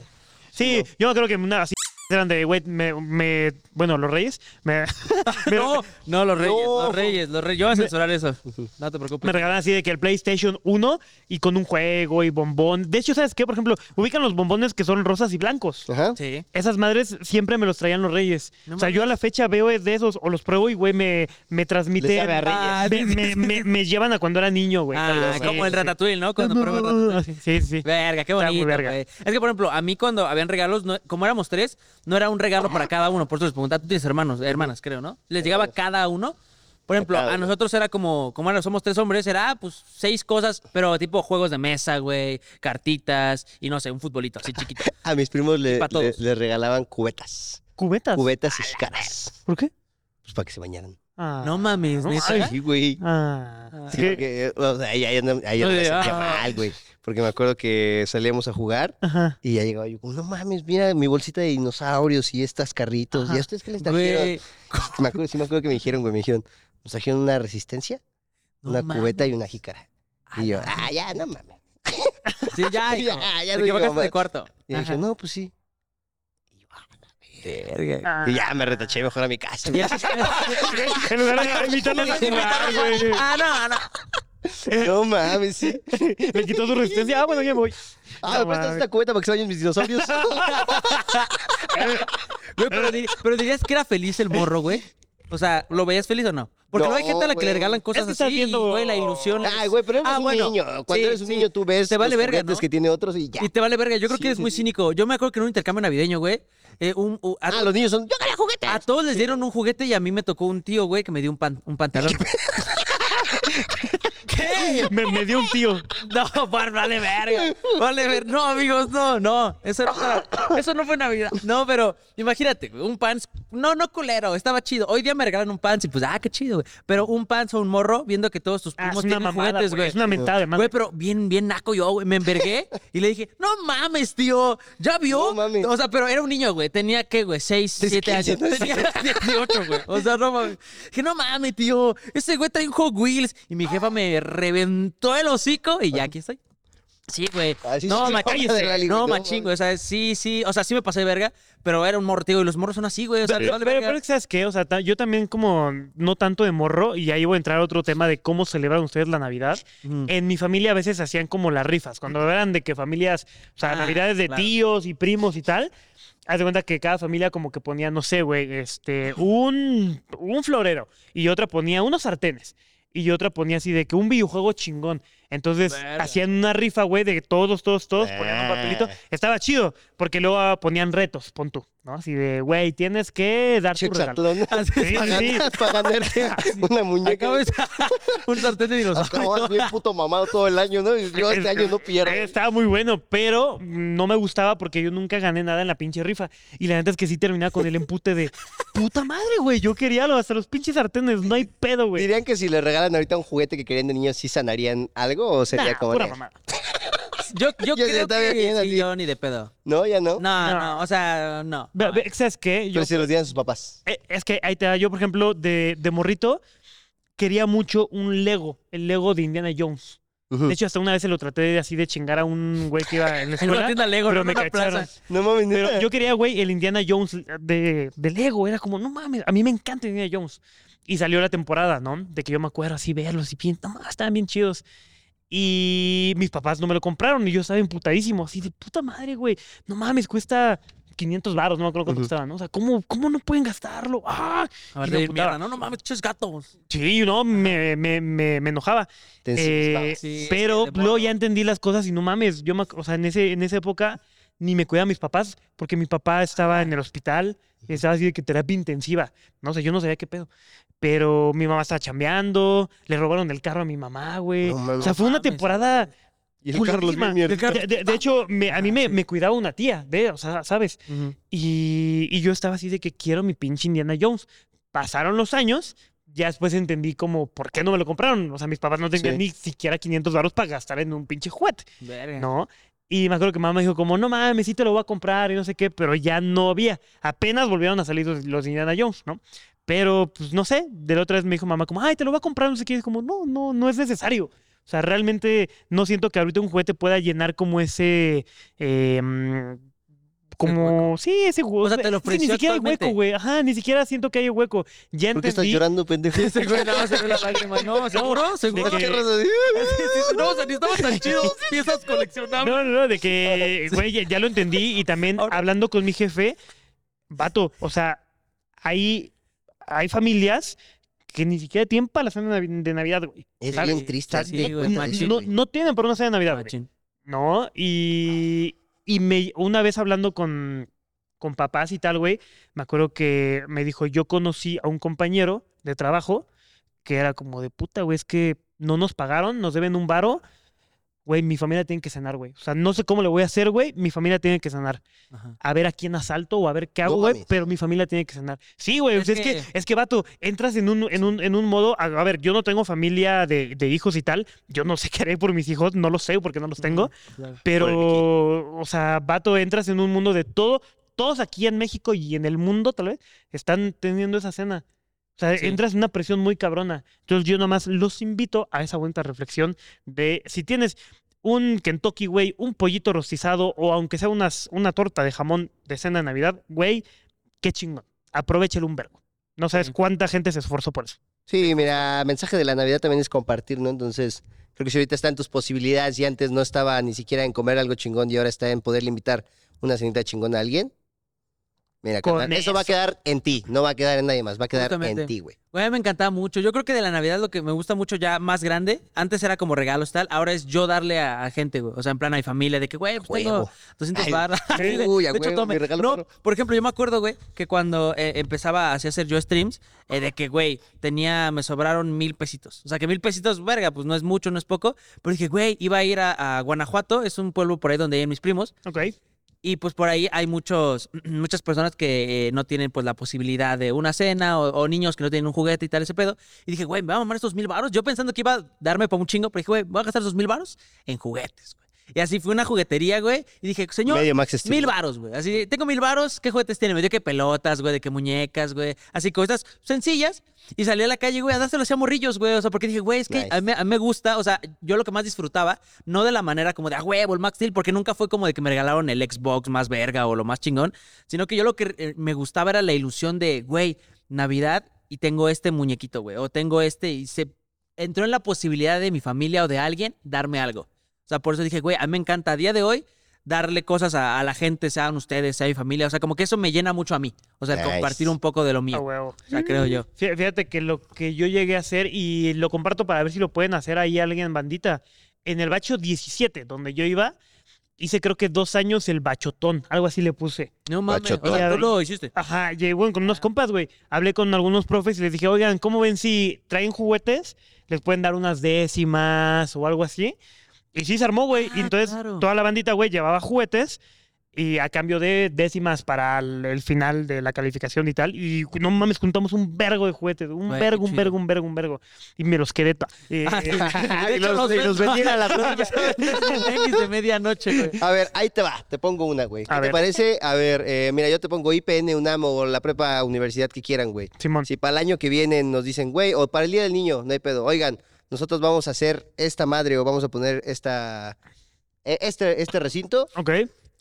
B: Sí, yo creo que nada, sí. Eran de, güey, me, me- Bueno, los reyes me, me,
A: No, no, los reyes,
C: No.
A: los reyes, los reyes. Yo voy a censurar eso. No te
B: me
A: preocupes.
B: regalaban así de que el PlayStation 1 y con un juego y bombón. De hecho, ¿sabes qué? Por ejemplo, ubican los bombones que son rosas y blancos.
C: Ajá.
A: Sí.
B: Esas madres siempre me los traían los reyes.
A: No
B: o sea, yo a la fecha veo es de esos o los pruebo y, güey, me, me transmiten.
C: Le sabe a
A: Ah,
B: me,
A: sí, sí,
B: me-
A: sí.
B: me- me llevan a cuando era niño, güey.
A: Ah,
B: Sí,
A: como el
B: sí.
A: ratatouille, ¿no? Cuando prueba el ratatouille.
B: Sí, sí.
A: Verga, qué
B: Está muy
A: bonito.
B: verga.
A: güey. Es que, por ejemplo, a mí cuando habían regalos, no- como éramos tres, no era un regalo para cada uno. Por eso les preguntaba, tú tienes hermanos, hermanas, creo, ¿no? Les llegaba a cada uno. Por ejemplo,
C: cada
A: a
C: uno.
A: nosotros era como, como ahora somos tres hombres, era, ah, pues, seis cosas, pero tipo juegos de mesa, güey, cartitas y no sé, un futbolito así chiquito.
C: A mis primos le,
A: pa' todos.
C: le- le regalaban cubetas.
B: ¿Cubetas?
C: Cubetas y caras.
B: ¿Por qué?
C: Pues para que se bañaran.
B: Ah.
A: No mames,
B: No,
A: neta.
C: Ay, sí, güey.
B: Ah.
C: Sí, porque, eh, o sea, ahí, ahí andaba- ahí andaba
A: Ay,
C: sentía
A: ah.
C: mal, güey. Porque me acuerdo que salíamos a jugar
B: Ajá.
C: y ya llegaba yo como, no mames, mira mi bolsita de dinosaurios y estas carritos. ¿Y a ustedes qué les trajeron?
A: Güey,
C: Me acuerdo, sí me acuerdo que me dijeron, güey, me dijeron, nos trajeron una resistencia,
A: no
C: una
A: mames.
C: cubeta y una jícara. Y yo, ah, ya, no mames.
A: Sí, ya, hijo.
C: Ya, ya
A: Te
C: no digo
A: equivocaste
C: más.
A: de cuarto.
C: Y dije, no, pues sí.
A: Verga.
C: Y ya me retaché mejor a mi casa. güey.
B: En lugar de invitarlos a jugar, güey.
A: Ah, no, no.
C: No mames, sí.
B: Le quitó su resistencia. Ah, bueno, ya me voy.
C: Ah,
B: No
C: ¿me prestas
B: mames.
C: esta cubeta para que se bañen mis dinosaurios?
A: Güey, pero, dir- pero dirías que era feliz el morro, güey. O sea, ¿lo veías feliz o no? Porque no, hay
C: No,
A: gente a la que le
C: güey.
A: regalan cosas
B: Es que estás
A: así,
B: viendo-
A: güey, la ilusión.
C: Ay,
A: es-
C: güey, pero eres
A: Ah,
C: un
A: bueno,
C: niño. Cuando
A: sí,
C: eres un
A: sí.
C: niño, tú ves
A: Te vale
C: los
A: verga,
C: juguetes
A: ¿no?
C: que tiene otros y ya.
A: Y te vale verga. Yo creo
C: Sí,
A: que eres
C: sí,
A: muy
C: sí.
A: cínico. Yo me acuerdo que en un intercambio navideño, güey, eh, un- u- a,
C: Ah, los niños son, yo quería juguetes.
A: a todos les dieron un juguete y a mí me tocó un tío, güey, que me dio un, pan- un pantalón. ¿Qué?
B: Me, me dio un tío.
A: No, por- vale verga. Vale ver. No, amigos, no, no. Eso, no era- eso no fue Navidad. No, pero imagínate, güey, un pants. No, no culero, estaba chido. Hoy día me regalan un pants y pues, ah, qué chido, güey. Pero un pants o un morro viendo que todos tus
B: Ah, es
A: primos
B: una
A: tienen
B: mamada, pues.
A: juguetes,
B: güey.
A: güey.
B: Es una mentada de madre.
A: Güey, pero bien, bien naco yo, güey. Me envergué y le dije, no mames, tío. ¿Ya vio?
C: No mames.
A: O sea, pero era un niño, güey. Tenía, ¿qué, güey? Seis,
C: Es
A: siete
C: que
A: años.
C: no es-
A: Tenía 18, güey. O sea, no mames. Dije, no mames, tío. Ese güey trae un Hot Wheels. Y mi jefa me reventó el hocico y ya aquí estoy. Sí, güey.
C: Así
A: No,
C: se
A: ma-
C: trata de
A: cállese.
C: rally,
A: No,
C: güey.
A: machín, güey. O sea, sí, sí. O sea, sí me pasé de verga, pero era un morro, tío. Y los morros son así, güey. O sea,
B: Pero,
A: vale
B: pero-
A: verga.
B: pero es que, ¿sabes qué? O sea, ta- yo también como no tanto de morro, y ahí voy a entrar a otro tema de cómo celebran ustedes la Navidad.
A: Ujú.
B: En mi familia a veces hacían como las rifas, cuando eran de que familias, o sea,
A: Ah,
B: Navidades de
A: claro.
B: tíos y primos y tal. Haz de cuenta que cada familia como que ponía, no sé, güey, este, un, un florero y otra ponía unos sartenes y otra ponía así de que un videojuego chingón. Entonces
A: Verga.
B: hacían una rifa, güey, de que todos, todos, todos ponían un
C: Ah.
B: papelito. Estaba chido porque luego ah, ponían retos, pon tú, ¿no? Así de, güey, tienes que dar tu regalo.
C: Chexatlón.
B: Sí,
C: Para
B: sí.
C: ganar- para ganarte
A: Ah,
C: una muñeca.
A: Acabas un sartén de dinosaurio.
C: Acabas bien puto mamado todo el año, ¿no? Y Yo este año no pierdo.
B: Eh, Estaba muy bueno, pero no me gustaba porque yo nunca gané nada en la pinche rifa. Y la neta es que sí terminaba con el empute de puta madre, güey. Yo quería lo- hasta los pinches sartenes, no hay pedo, güey.
C: ¿Dirían que si le regalan ahorita un juguete que querían de niños, sí sanarían algo o sería
B: Nah,
C: como...
B: pura
C: de-
B: mamá.
A: Yo, yo
C: Yo
A: creo
C: estaba
A: que
C: bien
A: sí,
C: así.
A: yo ni de pedo.
C: No, ya no.
A: No, no,
B: No.
A: o sea, no.
B: Ve- ve, ¿Sabes qué? Yo-
C: Pero si los dieran sus papás.
B: eh, es que ahí te da, yo por ejemplo, de, de morrito, quería mucho un Lego, el Lego de Indiana Jones. De hecho, hasta una vez se lo traté de así de chingar a un güey que iba en la
A: En una
B: escuela.
A: tienda Lego,
B: pero
A: Mm. no en
B: me
A: una
B: cacharon.
A: plaza.
C: No mames,
B: Pero
C: neta.
B: yo quería, güey, el Indiana Jones de, de Lego. Era como, no mames, a mí me encanta Indiana Jones. Y salió la temporada, ¿no? De que yo me acuerdo así verlos y bien, no mames, estaban bien chidos. Y mis papás no me lo compraron y yo estaba emputadísimo. Así de puta madre, güey. No mames, cuesta 500 baros, no me acuerdo cuánto
C: Ujú.
B: costaban, ¿no? O sea, ¿cómo, cómo no pueden gastarlo? ¡Ah!
A: A ver,
B: Y me
A: de
B: emputaba.
A: mierda, no, no mames, ches gatos.
B: Sí, no, me, me, me, me enojaba.
C: Te
B: Eh,
C: ensimismabas.
A: Sí,
B: pero
A: de
B: luego
A: morro.
B: ya entendí las cosas y no mames, yo me ac- o sea, en ese en esa época ni me cuidaba mis papás porque mi papá estaba en el hospital, estaba así de que terapia intensiva, no sé, yo no sabía qué pedo. Pero mi mamá estaba chambeando, le robaron el carro a mi mamá, güey.
C: No mames.
B: o sea, fue una
A: Mames.
B: temporada
C: Y el Carlos
B: culerísima.
C: bien mierda.
B: De, de- de hecho, me- a mí
A: Ah,
B: me, me cuidaba una tía, de, o sea, ¿sabes? Y, y yo estaba así de que quiero mi pinche Indiana Jones. Pasaron los años, ya después entendí como por qué no me lo compraron. O sea, mis papás no tenían
C: Sí.
B: ni siquiera 500 baros para gastar en un pinche juguete,
A: Verga.
B: ¿no? Y me acuerdo que mamá me dijo como, no mames, sí te lo voy a comprar y no sé qué, pero ya no había. Apenas volvieron a salir los, los Indiana Jones, ¿no? Pero, pues, no sé, de la otra vez me dijo mamá como, ay, te lo voy a comprar, no sé qué. Y es como, no, no, no es necesario. O sea, realmente no siento que ahorita un juguete pueda llenar como ese... eh, mm, como, sí, ese hueco.
A: O sea, te lo
B: Ni
A: ofreció
B: siquiera hay hueco,
A: actualmente.
B: güey. Ajá, ni siquiera siento que haya hueco. Ya
C: ¿Por qué
B: entendí.
C: estás llorando, pendejo?
A: Ese güey nada más se ve la lágrima. No, seguro, seguro.
B: que-
A: Sí, sí, No, o sea, ni estaban tan chidos piezas coleccionables.
B: No, no, no, de que, güey, ya, ya lo entendí. Y también
A: Ahora-
B: hablando con mi jefe, vato, o sea, hay, hay familias que ni siquiera tienen para la cena de Navi- de Navidad, güey.
C: Es
B: ¿Sabes?
C: bien triste.
A: Sí, Pues, güey,
B: No-
A: machín,
B: no,
C: güey.
B: no tienen para una cena de Navidad, güey.
A: Machín.
B: ¿no? Y, y me, una vez hablando con, con papás y tal, güey, me acuerdo que me dijo, yo conocí a un compañero de trabajo que era como de puta, güey, es que no nos pagaron, nos deben un varo. Güey, mi familia tiene que cenar, güey. O sea, no sé cómo le voy a hacer, güey. Mi familia tiene que cenar.
A: Ajá.
B: A ver a quién asalto o a ver qué hago,
C: No
B: güey.
C: mames.
B: pero mi familia tiene que cenar. Sí, güey. o
A: Es
B: sea, Es, que...
A: que-
B: es que, vato, entras en un, en un, en un modo. A, a ver, yo no tengo familia de, de hijos y tal. Yo no sé qué haré por mis hijos. No lo sé porque no los tengo. Pero, o sea, vato, entras en un mundo de todo. Todos aquí en México y en el mundo, tal vez, están teniendo esa cena. O sea,
A: Sí.
B: entras en una presión muy cabrona. Entonces, yo nomás los invito a esa bonita reflexión de si tienes un Kentucky, güey, un pollito rostizado o aunque sea unas, una torta de jamón de cena de Navidad, güey, qué chingón. Aprovechalo un vergo. No sabes
A: Sí.
B: cuánta gente se esforzó por eso.
C: Sí, mira, mensaje de la Navidad también es compartir, ¿no? Entonces, creo que si ahorita están tus posibilidades y antes no estaba ni siquiera en comer algo chingón y ahora está en poderle invitar una cenita chingona a alguien, Mira,
B: Con
C: carnal, eso va a
B: eso.
C: quedar en ti, no va a quedar en nadie más, va a quedar
A: Justamente.
C: en ti, güey.
A: Güey, me encantaba mucho. Yo creo que de la Navidad lo que me gusta mucho ya más grande, antes era como regalos tal, ahora es yo darle a, a gente, güey. O sea, en plan, hay familia, de que, güey, pues tengo
C: Huevo.
A: 200
C: Ay,
A: barras.
C: sí,
A: De-
C: uy, a
A: de hecho,
C: huevo,
A: tome.
C: mi regalo
A: No,
C: perro.
A: por ejemplo, yo me acuerdo, güey, que cuando eh, empezaba así a hacer yo streams, eh, de que, güey, tenía, me sobraron mil pesitos. O sea, que mil pesitos, verga, pues no es mucho, no es poco. Pero dije, güey, iba a ir a, a Guanajuato, es un pueblo por ahí donde viven mis primos.
B: Ok.
A: Y pues por ahí hay muchos, muchas personas que eh, no tienen pues la posibilidad de una cena o, o niños que no tienen un juguete y tal ese pedo. Y dije, güey, me va a mamar estos mil varos. Yo pensando que iba a darme para un chingo, pero dije, güey, voy a gastar esos mil varos en juguetes, güey. Y así fue una juguetería, güey. Y dije, señor,
C: Medio Max Steel.
A: mil varos, güey. Así, tengo mil varos, ¿qué juguetes tiene? Me dio que pelotas, güey, de que muñecas, güey. Así cosas sencillas. Y salí a la calle, güey, a dárselos a morrillos, güey. O sea, porque dije, güey, es que
C: Nice.
A: a mí, a mí me gusta, o sea, yo lo que más disfrutaba, no de la manera como de a huevo el Max Steel, porque nunca fue como de que me regalaron el Xbox más verga o lo más chingón, sino que yo lo que eh, me gustaba era la ilusión de, güey, Navidad y tengo este muñequito, güey, o tengo este y se entró en la posibilidad de mi familia o de alguien darme algo. O sea, por eso dije, güey, a mí me encanta a día de hoy darle cosas a, a la gente, sean ustedes, sea mi familia, o sea, como que eso me llena mucho a mí, o sea, el
C: Nice.
A: compartir un poco de lo
C: Ah,
A: mío,
B: A huevo.
A: o sea, creo yo.
B: Fí- Fíjate que lo que yo llegué a hacer, y lo comparto para ver si lo pueden hacer ahí alguien, bandita, en el bacho 17, donde yo iba, hice creo que dos años el bachotón, algo así le puse.
A: No mames, o
C: Pachotón.
A: sea, tú lo hiciste.
B: Ajá, llegó con unos compas, güey. Hablé con algunos profes y les dije, oigan, ¿cómo ven si traen juguetes? Les pueden dar unas décimas o algo así. Y sí se armó, güey. y
A: Ah,
B: entonces
A: claro.
B: toda la bandita, güey, llevaba juguetes y a cambio de décimas para el, el final de la calificación y tal. Y no mames, juntamos un vergo de juguetes. Un
A: Güey, qué
B: vergo, un
A: chido.
B: vergo, un vergo, un vergo. Y me los quedé. ta- eh,
A: Ah, De
C: y
A: hecho,
C: los,
A: los
C: y los
A: ven-
C: vendí a la verga.
A: Tenis de medianoche, güey.
C: A ver, ahí te va, te pongo una, güey. ¿Qué
B: A
C: te
B: ver.
C: parece? A ver, eh, mira, yo te pongo IPN, UNAM o la prepa universidad que quieran, güey.
B: Simón.
C: Si para el año que viene nos dicen, güey, o para el Día del Niño, no hay pedo. Oigan, nosotros vamos a hacer esta madre o vamos a poner esta... eh, Este, este recinto,
B: Ok.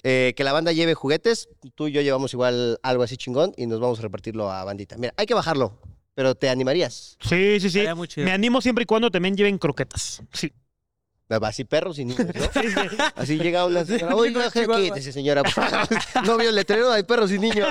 C: eh, que la banda lleve juguetes, tú y yo llevamos igual algo así chingón y nos vamos a repartirlo a bandita. Mira, hay que bajarlo, pero ¿te animarías?
B: Sí, sí, sí.
A: Estaría muy chido.
B: Me animo siempre y cuando también lleven croquetas. Sí.
C: Así perros y niños, ¿no?
B: Sí, sí.
C: Así llega una señora, oye,
A: Una
C: no,
A: chihuahua.
C: quítese, señora. No vio el letrero, hay perros y niños.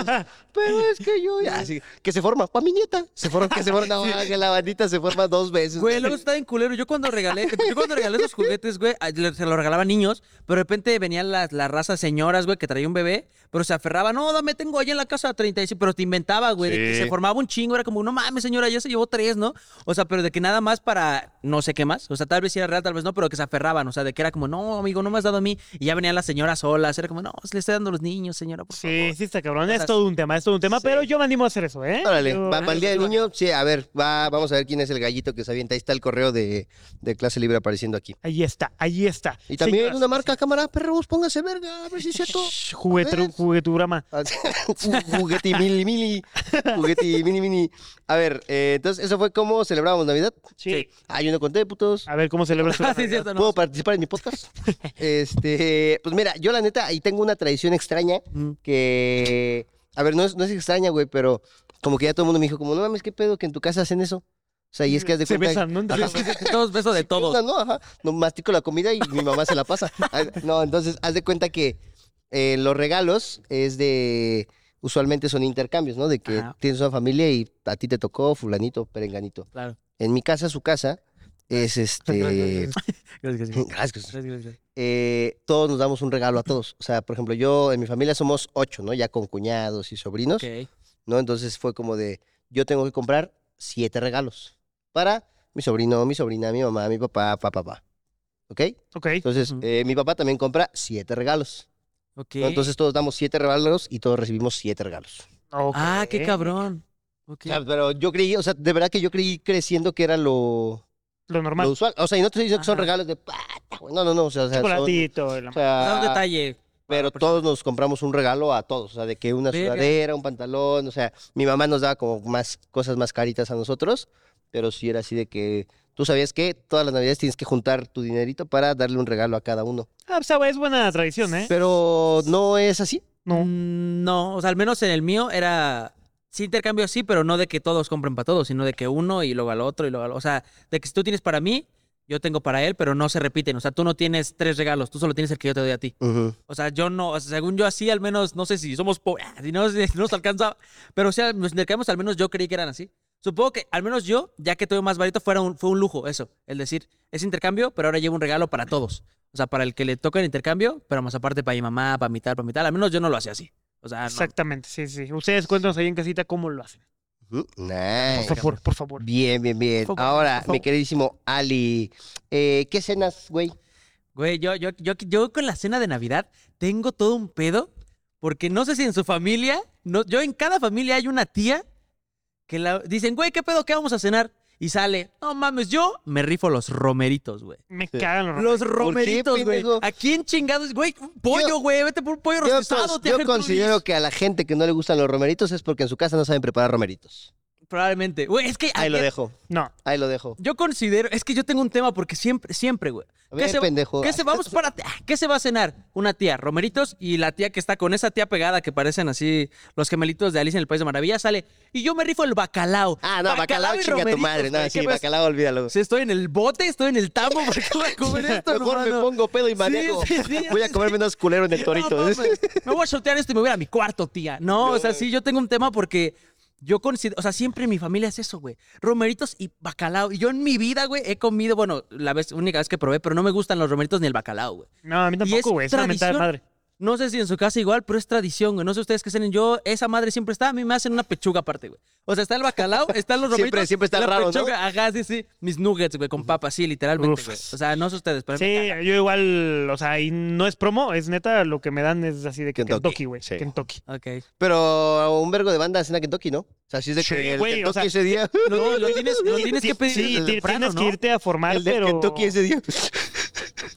C: Pero es que yo... ya, Así, que se forma, pa' mi nieta. Se forma, que se forma, no, que la bandita se forma dos veces.
A: Güey, luego está en culero. Yo cuando regalé, yo cuando regalé esos juguetes, güey, a- le- se los regalaban niños, pero de repente venían las, las razas señoras, güey, que traía un bebé, pero se aferraba, no, dame, tengo allá en la casa 35, pero te inventaba, güey, de que
C: Sí.
A: se formaba un chingo, era como, no mames, señora, ya se llevó tres, ¿no? O sea, pero de que nada más para no sé qué más, o sea, tal vez sí era real, tal vez no, pero que se aferraban, o sea, de que era como, no, amigo, no me has dado a mí, y ya venían las señoras solas, era como, no, se le estoy dando a los niños, señora, por
B: Sí,
A: favor.
B: sí está cabrón.
A: O
B: Es
A: sea,
B: todo un tema, es todo un tema, pero yo me animo a hacer eso, ¿eh?
C: Órale,
B: Yo-
C: va, para el día del niño, sí, a ver, va, vamos a ver quién es el gallito que se avienta. Ahí está el correo de, de clase libre apareciendo aquí.
B: Ahí está, ahí está.
C: Y también
B: Señoras,
C: una marca, cámara, perros, póngase verga, a ver si es cierto.
B: ah, shh, juguetru-
C: A ver.
B: jugueturama.
C: Ah, Jugueti mili mili, jugueti mini mini. A ver, eh, entonces, ¿eso fue cómo celebrábamos Navidad?
B: Sí.
C: Ah, yo no conté, putos.
B: A ver cómo celebras tu
A: Ah, sí, es cierto, no.
C: ¿Puedo participar en mi podcast? este, pues mira, yo la neta, ahí tengo una tradición extraña
A: Mm.
C: que, a ver, no es, no es extraña, güey, pero como que ya todo el mundo me dijo, como, no mames, qué pedo que en tu casa hacen eso. O sea, y es que has de
B: Se
C: cuenta...
B: besan, ¿no?
C: Ajá,
A: Todos besos de todos.
C: No, no, ajá. No, mastico la comida y mi mamá se la pasa. Ah, No, entonces, haz de cuenta que eh, los regalos es de. Usualmente son intercambios, ¿no? De que
A: Ajá.
C: tienes una familia y a ti te tocó fulanito, perenganito.
A: Claro.
C: En mi casa, su casa, es este.
A: Gracias, gracias.
C: Gracias.
A: Gracias, gracias.
C: Eh, todos nos damos un regalo a todos. O sea, por ejemplo, yo en mi familia somos ocho, ¿no? Ya con cuñados y sobrinos.
A: Ok.
C: ¿no? Entonces fue como de, yo tengo que comprar siete regalos para mi sobrino, mi sobrina, mi mamá, mi papá, papá, papá. ¿Ok?
B: Ok.
C: Entonces,
A: Ujú.
C: eh, mi papá también compra siete regalos.
A: Ok.
C: ¿no? Entonces, todos damos siete regalos y todos recibimos siete regalos.
B: ok.
A: Ah, qué cabrón. Ok.
C: O sea, pero yo creí, o sea, de verdad que yo creí creciendo que era lo,
B: Lo
C: lo
B: normal.
C: usual. O sea, y no te estoy diciendo que son
A: Ajá.
C: regalos de pata, güey. No, no, no. O sea, o sea, son-
B: Chocolatito. la-
C: o sea,
A: Da un detalle.
C: Pero todos nos compramos un regalo a todos, o sea, de que una
A: Verga.
C: sudadera, un pantalón, o sea, mi mamá nos daba como más cosas más caritas a nosotros, pero sí era así de que tú sabías que todas las navidades tienes que juntar tu dinerito para darle un regalo a cada uno.
B: Ah, pues, ah, güey, es buena tradición, ¿eh?
C: Pero no es así.
A: Mm,
B: No.
A: No, o sea, al menos en el mío era. Sí, intercambio sí, pero no de que todos compren para todos, sino de que uno y luego al otro y luego al O sea, de que si tú tienes para mí, yo tengo para él, pero no se repiten. O sea, tú no tienes tres regalos, tú solo tienes el que yo te doy a ti.
C: Ujú.
A: O sea, yo no, o sea, según yo así, al menos, no sé si somos pobres, si no, si no nos alcanza, pero o sea, nos intercambiamos, al menos yo creí que eran así. Supongo que, al menos yo, ya que tuve más varito, fuera un, fue un lujo eso, el decir, es intercambio, pero ahora llevo un regalo para todos. O sea, para el que le toca el intercambio, pero más aparte para mi mamá, para mi tal, para mi tal, al menos yo no lo hacía así. O sea, ah, no.
B: Exactamente, sí, sí. Ustedes cuéntanos ahí en casita cómo lo hacen.
C: Ujú.
B: Por
C: Nice.
B: favor, por favor.
C: Bien, bien, bien.
A: Por favor,
C: Ahora,
A: por favor.
C: mi queridísimo Ali, eh, ¿qué cenas, güey?
A: Güey, yo, yo, yo, yo con la cena de Navidad tengo todo un pedo, porque no sé si en su familia, no, yo en cada familia hay una tía que la, dicen, güey, ¿qué pedo? ¿Qué vamos a cenar? Y sale, no mames, yo me rifo los romeritos, güey.
B: Me cagan los
A: Los romeritos, güey.
C: pendejo?
A: ¿A quién chingados? Güey, un pollo, güey, vete por un pollo
C: Yo,
A: rostizado.
C: cons-
A: tía
C: yo
A: Gertrudis.
C: considero que a la gente que no le gustan los romeritos es porque en su casa no saben preparar romeritos.
A: Probablemente. Güey, es que...
C: Ahí lo
A: ayer-
C: dejo,
B: No,
C: ahí lo dejo.
A: Yo considero, es que yo tengo un tema porque siempre, siempre, güey.
C: A ver,
A: se,
C: pendejo.
A: ¿Qué se, vamos, párate. Ah, ¿Qué se va a cenar? Una tía, romeritos, y la tía que está con esa tía pegada que parecen así los gemelitos de Alicia en el País de Maravilla sale. Y yo me rifo el bacalao.
C: Ah, no, bacalao,
A: y
C: chinga tu
A: romeritos,
C: madre. No,
A: güey,
C: sí,
A: ¿qué ves?
C: bacalao, olvídalo.
A: Si estoy en el bote, estoy en el tambo, ¿por qué voy a comer esto?
C: Mejor me
A: hermano?
C: pongo pedo y manejo.
A: sí, sí,
C: Voy a
A: sí.
C: comerme unos culeros en el torito.
A: No, mames, me voy a soltear esto y me voy a ir a mi cuarto, tía. No, o sea, sí, yo tengo un tema porque yo considero, o sea, siempre en mi familia es eso, güey. Romeritos y bacalao. Y yo en mi vida, güey, he comido, bueno, la vez, única vez que probé, pero no me gustan los romeritos ni el bacalao, güey.
B: no, a mí
A: Y es
B: tampoco, güey. Es una mentada de
A: tradición.
B: madre.
A: No sé si en su casa igual, pero es tradición, güey. No sé ustedes qué cenen. Yo, esa madre siempre está. A mí me hacen una pechuga aparte, güey. O sea, está el bacalao, están los
C: Siempre-
A: romeritos.
C: siempre está
A: la
C: raro, ¿no?
A: pechuga, Ajá, sí, sí. Mis nuggets, güey, con papas, sí, literalmente,
B: Uf.
A: güey. O sea, no sé ustedes, pero a mí me
B: Sí, yo igual, o sea, y no es promo, es neta, lo que me dan es así de que
C: Kentucky,
B: Kentucky, güey.
C: sí.
B: Kentucky.
A: Ok.
C: Pero un vergo de banda cena Kentucky, ¿no? O sea, si es de
B: Sí,
C: que el
B: güey, o
C: Kentucky
B: sea,
C: ese día.
A: Lo, lo tienes, lo tienes que pedir.
B: Sí, ti-
A: temprano,
B: tienes que
A: ¿no?
B: irte a formar,
C: El de
B: pero...
C: Kentucky ese día.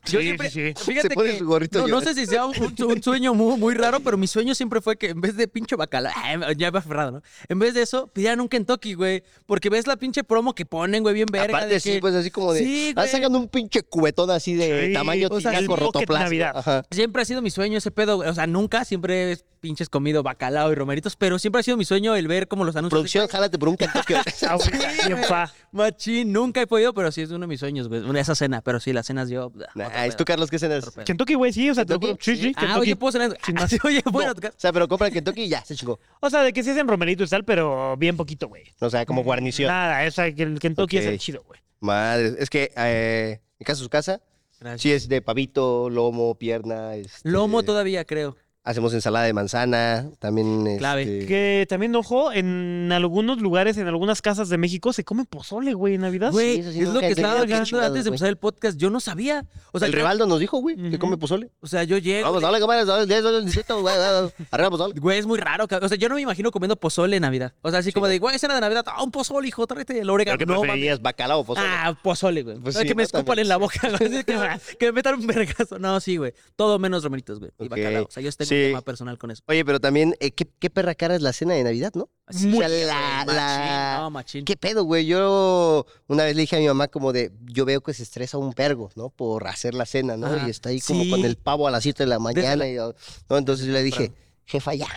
A: Yo
B: Sí,
A: siempre,
B: sí, sí.
A: fíjate
C: Se pone
A: que-
C: su gorrito
A: no,
C: y
A: no
C: llora.
A: sé si sea un, un- un sueño muy, muy raro, pero mi sueño siempre fue que en vez de pinche bacalao, ya me aferrado, ¿no? En vez de eso, pidieran un Kentucky, güey, porque ves la pinche promo que ponen, güey, bien verga.
C: Aparte,
A: de
C: sí,
A: que-
C: pues así como de.
A: Sí,
C: ah,
A: güey.
C: sacando un pinche cubetón así de
B: Sí,
C: tamaño
B: o sea, el
C: tinaco
B: pocket
C: rotoplas.
B: Navidad.
C: Ajá.
A: Siempre ha sido mi sueño ese pedo, güey. o sea, nunca, siempre es pinches comido bacalao y romeritos, pero siempre ha sido mi sueño el ver como los anuncios. de-
C: Producción, jálate por un Kentucky.
B: Ah, güey, bien pa.
A: Machín, nunca he podido, pero sí es uno de mis sueños, güey, una- esa cena, pero sí, las cenas yo... otro
C: Nah, ¿es
A: pedo,
C: tú, Carlos, qué cenas?
A: otro pedo.
B: Kentucky, güey, sí, o sea, te lo
C: ¿Kentucky?
B: juro. Sí, sí,
A: Ah, oye,
B: Kentucky.
A: puedo cenar...
B: Sin más.
A: Oye, bueno,
C: O sea, pero compra el Kentucky y ya, se chingó.
B: O sea, de que sí hacen romeritos y tal, pero bien poquito, güey.
C: O sea,
A: Mm.
C: como guarnición.
B: Nada, o sea, que el Kentucky es
C: Ok.
B: el chido, güey.
C: Madre, es que eh, en casa su casa,
A: gracias.
C: sí es de pavito, lomo, pierna. este,
A: Lomo todavía, creo.
C: Hacemos ensalada de manzana, también.
A: Clave.
C: este,
B: Que también, ojo, en algunos lugares, en algunas casas de México, se come pozole, güey, en Navidad.
A: Güey,
C: eso sí
A: es
C: nunca
A: lo que
C: he entendido,
A: estaba
C: qué
A: hablando
C: chingados,
A: antes de
C: güey.
A: empezar el podcast. Yo no sabía. O sea,
C: el
A: yo-
C: Rivaldo nos dijo, güey,
B: Ujú.
C: que come pozole.
A: o sea yo llego.
C: Vamos, dale, cámaras, dale, dale, dale, dale, dale, dale, arriba pozole.
A: Güey, es muy raro. ca- O sea, yo no me imagino comiendo pozole en Navidad. O sea, así como de, güey, cena de Navidad. Ah, un pozole, hijo, tráete el
C: ¿Pero
A: orégano.
C: qué
A: No, mames.
C: preferirías, bacalao o pozole?
A: Ah, pozole, güey.
C: Pues
A: O sea,
C: sí,
A: que me
C: ¿no?
A: escupan
C: También.
A: en la boca, güey. Así que, me- que me metan un vergazo. No, sí, güey. Todo menos romeritos, güey. Y
C: Ok.
A: bacalao. O sea, yo tengo
C: Sí.
A: un tema personal con eso.
C: Oye, pero también, eh, ¿qué, qué perra cara es la cena de Navidad, ¿no?
A: Así,
C: o sea,
A: güey,
C: la-
A: machín,
C: la-
A: No, machín.
C: ¿Qué pedo, güey? Yo una vez le dije a mi mamá como de, yo veo que se estresa un pergo, ¿no? Por hacer la cena, ¿no?
A: Ajá.
C: Y está ahí como
A: Sí.
C: con el pavo a las 7 de la mañana. y, ¿no? Entonces yo le dije, jefa, ya.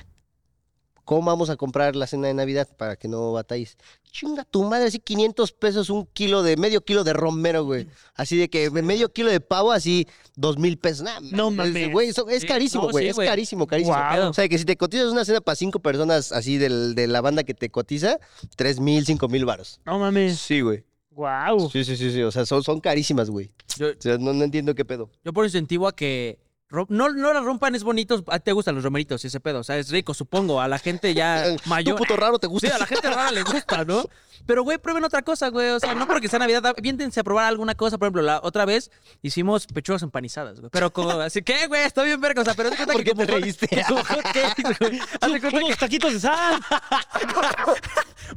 C: ¿Cómo vamos a comprar la cena de Navidad para que no batalles? Chinga tu madre, así 500 pesos, un kilo de, medio kilo de romero, güey. Así de que medio kilo de pavo, así dos mil pesos. Nah,
B: No
C: es-
B: mames.
C: Güey, eso- es
A: Sí,
C: carísimo,
A: no,
C: güey.
A: sí,
C: es
A: güey.
C: carísimo, carísimo.
B: Guau.
C: O sea, que si te cotizas una cena para cinco personas así del- de la banda que te cotiza, tres mil, cinco mil varos.
B: No mames.
C: Sí, güey.
B: Guau.
C: Sí, sí, sí, sí. O sea, son, son carísimas, güey.
A: Yo-
C: O sea, no, no entiendo qué pedo.
A: Yo por incentivo a que rom- no, no la rompan, es bonito. A ti te gustan los romeritos y ese pedo. O sea, es rico, supongo. A la gente ya
C: Eh, Tú,
A: mayor.
C: puto raro, te
A: Sí,
C: gusta.
A: a la gente rara le gusta, ¿no? Pero, güey, prueben otra cosa, güey. O sea, no porque sea Navidad, da- viéntense a probar alguna cosa. Por ejemplo, la otra vez hicimos pechugas empanizadas, güey. Pero como, así que, güey, está bien verga. O sea, pero haz de cuenta
C: ¿Por
A: que
C: qué
A: como
C: te
A: hot-
C: reíste?
A: que como hot cakes, güey. Haz de cuenta
B: Unos taquitos de sal.
A: que
B: Hay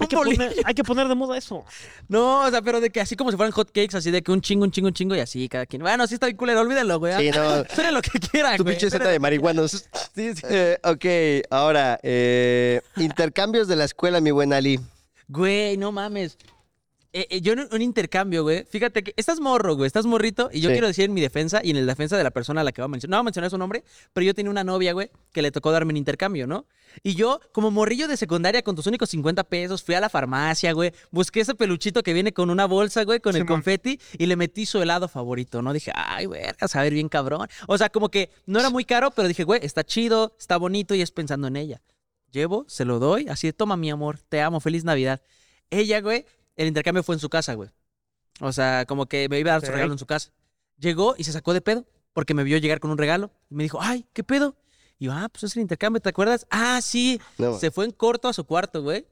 A: un
B: que,
A: bolillo.
B: poner, hay que poner de moda eso.
A: No, o sea, pero de que así como si fueran hot cakes, así de que un chingo, un chingo, un chingo y así cada quien. Bueno, sí está bien culero, olvídenlo, güey.
C: Sí, no.
A: Esperen lo que quieran,
C: Tu
A: güey.
C: pinche seta
A: Esperen-
C: de marihuanos.
A: Sí, sí.
C: Eh, ok, ahora, eh, intercambios de la escuela, mi buen Ali.
A: Güey, no mames. eh, eh, yo en un- un intercambio, güey. Fíjate que estás morro, güey. Estás morrito. Y yo
C: Sí.
A: quiero decir en mi defensa y en la defensa de la persona a la que va a mencionar. No va a mencionar su nombre, pero yo tenía una novia, güey, que le tocó darme un intercambio, ¿no? Y yo, como morrillo de secundaria, con tus únicos 50 pesos, fui a la farmacia, güey. Busqué ese peluchito que viene con una bolsa, güey, con el
B: Simón.
A: confeti y le metí su helado favorito, ¿no? Dije, ay, vergas, a ver, bien cabrón. O sea, como que no era muy caro, pero dije, güey, está chido, está bonito y es pensando en ella. Llevo, se lo doy, así de, toma mi amor, te amo, feliz Navidad. Ella, güey, el intercambio fue en su casa, güey. O sea, como que me iba a dar su
B: Ok.
A: regalo en su casa. Llegó y se sacó de pedo porque me vio llegar con un regalo. Y me dijo, ay, ¿qué pedo? Y yo, ah, pues es el intercambio, ¿te acuerdas? Ah, sí.
C: No,
A: Se fue en corto a su cuarto, güey.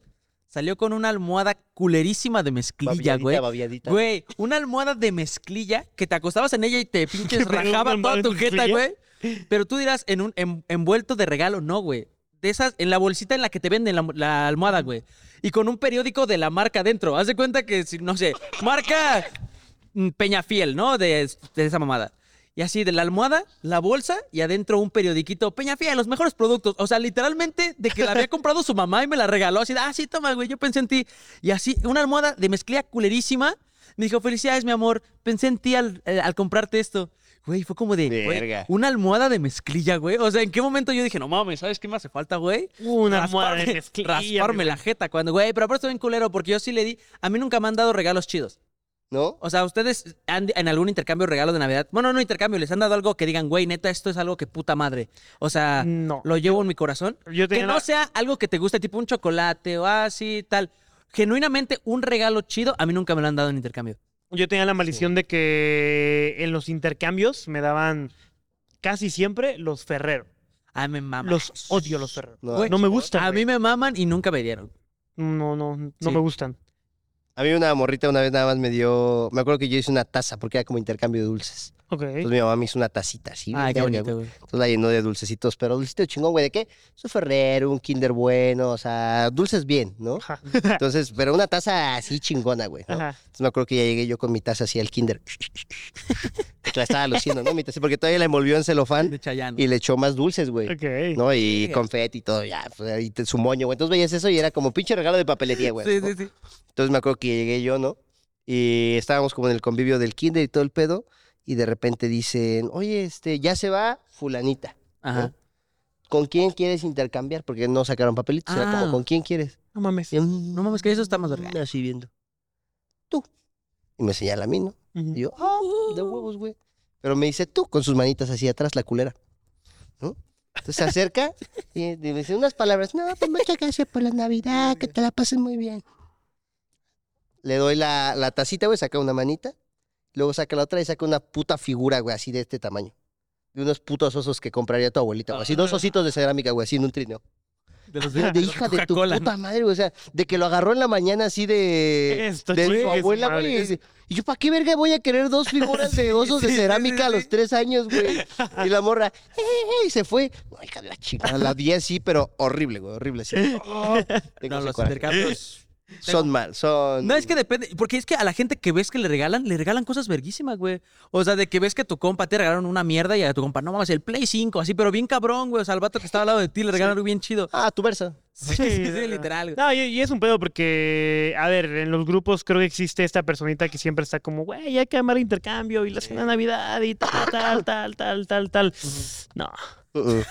A: Salió con una almohada culerísima de mezclilla,
C: babiadita,
A: güey.
C: babiadita.
A: Güey, una almohada de mezclilla que te acostabas en ella y te pinches
B: ¿Qué pedo, una
A: rajaba
B: almohada
A: toda
B: de
A: tu jeta,
B: mezclilla?
A: güey. Pero tú dirás, en un en- envuelto de regalo, no, güey. De esas, en la bolsita en la que te venden la, la almohada, güey. Y con un periódico de la marca adentro. Haz de cuenta que, si- no sé, marca mm, Peñafiel, ¿no? De, de esa mamada. Y así, de la almohada, la bolsa y adentro un periodiquito. Peñafiel, los mejores productos. O sea, literalmente de que la había comprado su mamá y me la regaló. Así, de, ah, sí, toma, güey, yo pensé en ti. Y así, una almohada de mezclilla culerísima. Me dijo, felicidades, mi amor. Pensé en ti al, eh, al comprarte esto. Güey, fue como de, güey,
C: Verga.
A: una almohada de mezclilla, güey. O sea, ¿en qué momento yo dije, no mames, ¿sabes qué me hace falta, güey?
B: Una almohada de
A: Rasparme-
B: mezclilla. mi
A: Rasparme la jeta cuando, güey, pero aparte estoy bien culero porque yo sí le di. A mí nunca me han dado regalos chidos.
C: ¿No?
A: O sea, ¿ustedes han- en algún intercambio regalo de Navidad? Bueno, no intercambio, ¿les han dado algo que digan, güey, neta, esto es algo que puta madre? O sea,
B: No.
A: lo llevo en mi corazón.
B: Yo
A: Que
B: tenía
A: no
B: la-
A: sea algo que te guste, tipo un chocolate o así, tal. Genuinamente, un regalo chido, a mí nunca me lo han dado en intercambio.
B: Yo tenía la maldición de que en los intercambios me daban casi siempre los Ferrero.
A: Ah, me maman.
B: Los odio los Ferrero.
C: No.
A: Güey,
B: No me gustan.
A: A
B: güey.
A: mí me maman y nunca me dieron.
B: No, no, no
A: Sí.
B: me gustan.
C: A mí una morrita una vez nada más me dio... Me acuerdo que yo hice una taza porque era como intercambio de dulces.
B: Ok.
C: Entonces mi mamá me hizo una tacita así.
A: Ay, qué
C: verga,
A: bonito, güey.
C: Entonces pues, la llenó de dulcecitos, pero dulcecito chingón, güey, ¿de qué? Su Ferrero, un Kinder bueno, o sea, dulces bien, ¿no?
B: Ajá.
C: Entonces, pero una taza así chingona, güey, ¿no?
B: Ajá.
C: Entonces me acuerdo que ya llegué yo con mi taza así al Kinder. la estaba luciendo, ¿no? Mi taza, porque todavía la envolvió en celofán
A: De Chayanne.
C: y le echó más dulces, güey.
B: Ok.
C: ¿No? Y
A: Verga.
C: confeti y todo, ya, pues, ahí te- su moño, güey. Entonces veías eso y era como pinche regalo de papelería, güey.
A: Sí,
C: ¿no?
A: sí, sí.
C: Entonces me acuerdo que llegué yo, ¿no? Y estábamos como en el convivio del kinder y todo el pedo. Y de repente dicen, oye, este, ya se va fulanita.
A: Ajá.
C: Oh. ¿Con quién quieres intercambiar? Porque no sacaron papelitos. Era
A: Ah.
C: como, ¿con quién quieres? "Mm,
B: No mames.
A: No mames, que eso está más verga.
C: Así viendo. Tú. Y me señala a mí, ¿no? Y yo, ah, de huevos, güey. Pero me dice tú, con sus manitas hacia atrás, la culera. ¿No? Entonces se acerca y y me dice unas palabras. No, pues muchas gracias por la Navidad, que te la pases muy bien. Le doy la, la tacita, güey, saca una manita. Luego saca la otra y saca una puta figura, güey, así de este tamaño. De unos putos osos que compraría tu abuelita, güey. Así dos ositos de cerámica, güey, así en un trineo.
A: De los
C: De hija de tu
A: Coca-Cola,
C: puta madre, güey. O sea, de que lo agarró en la mañana así de.
B: Esto,
C: de
B: chingue
C: su
B: su
C: abuela,
B: madre.
C: güey. Y dice, Y yo, ¿para qué verga voy a querer dos figuras de osos de
A: sí, sí,
C: cerámica a
A: sí.
C: los tres años, güey? Y la morra, "Eh, eh", y se fue. No, hija de la chingada. La di así, pero horrible, güey, horrible. así. Oh, tengo
A: No,
C: ese
A: los
C: coraje.
A: intercambios.
C: Son mal, son.
A: No, es que depende. Porque es que a la gente que ves que le regalan, le regalan cosas verguísimas, güey. O sea, de que ves que a tu compa te regalaron una mierda y a tu compa, no mames, el Play 5, así, pero bien cabrón, güey. O sea, al vato que estaba al lado de ti le regalan algo bien chido.
C: Ah, tu verso.
A: Sí, sí, literal, güey.
B: No, y, y es un pedo porque, a ver, en los grupos creo que existe esta personita que siempre está como, güey, hay que amar intercambio y la cena de Navidad y tal, tal, tal, tal, tal, tal. No.
C: Uh-uh.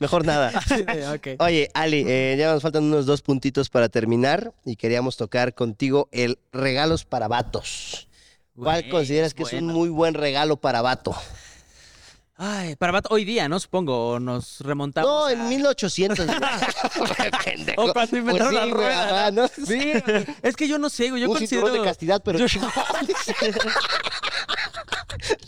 C: Mejor nada.
A: Sí, ok.
C: Oye, Ali, eh, ya nos faltan unos dos puntitos para terminar y queríamos tocar contigo el regalos para vatos. ¿Cuál
A: Güey,
C: consideras que es un
A: bueno.
C: muy buen regalo para vato?
A: Ay, para vato, hoy día, ¿no? Supongo, o nos remontamos.
C: No,
A: a-
C: en 1800. güey. Pendejo.
A: O cuando inventaron
C: Pues
A: la
C: güey,
A: rueda,
C: ajá, ¿no?
A: Sí, güey. es que yo no sé, güey. Yo
C: un
A: considero.
C: cinturón de castidad, pero
A: Yo-
C: chingón.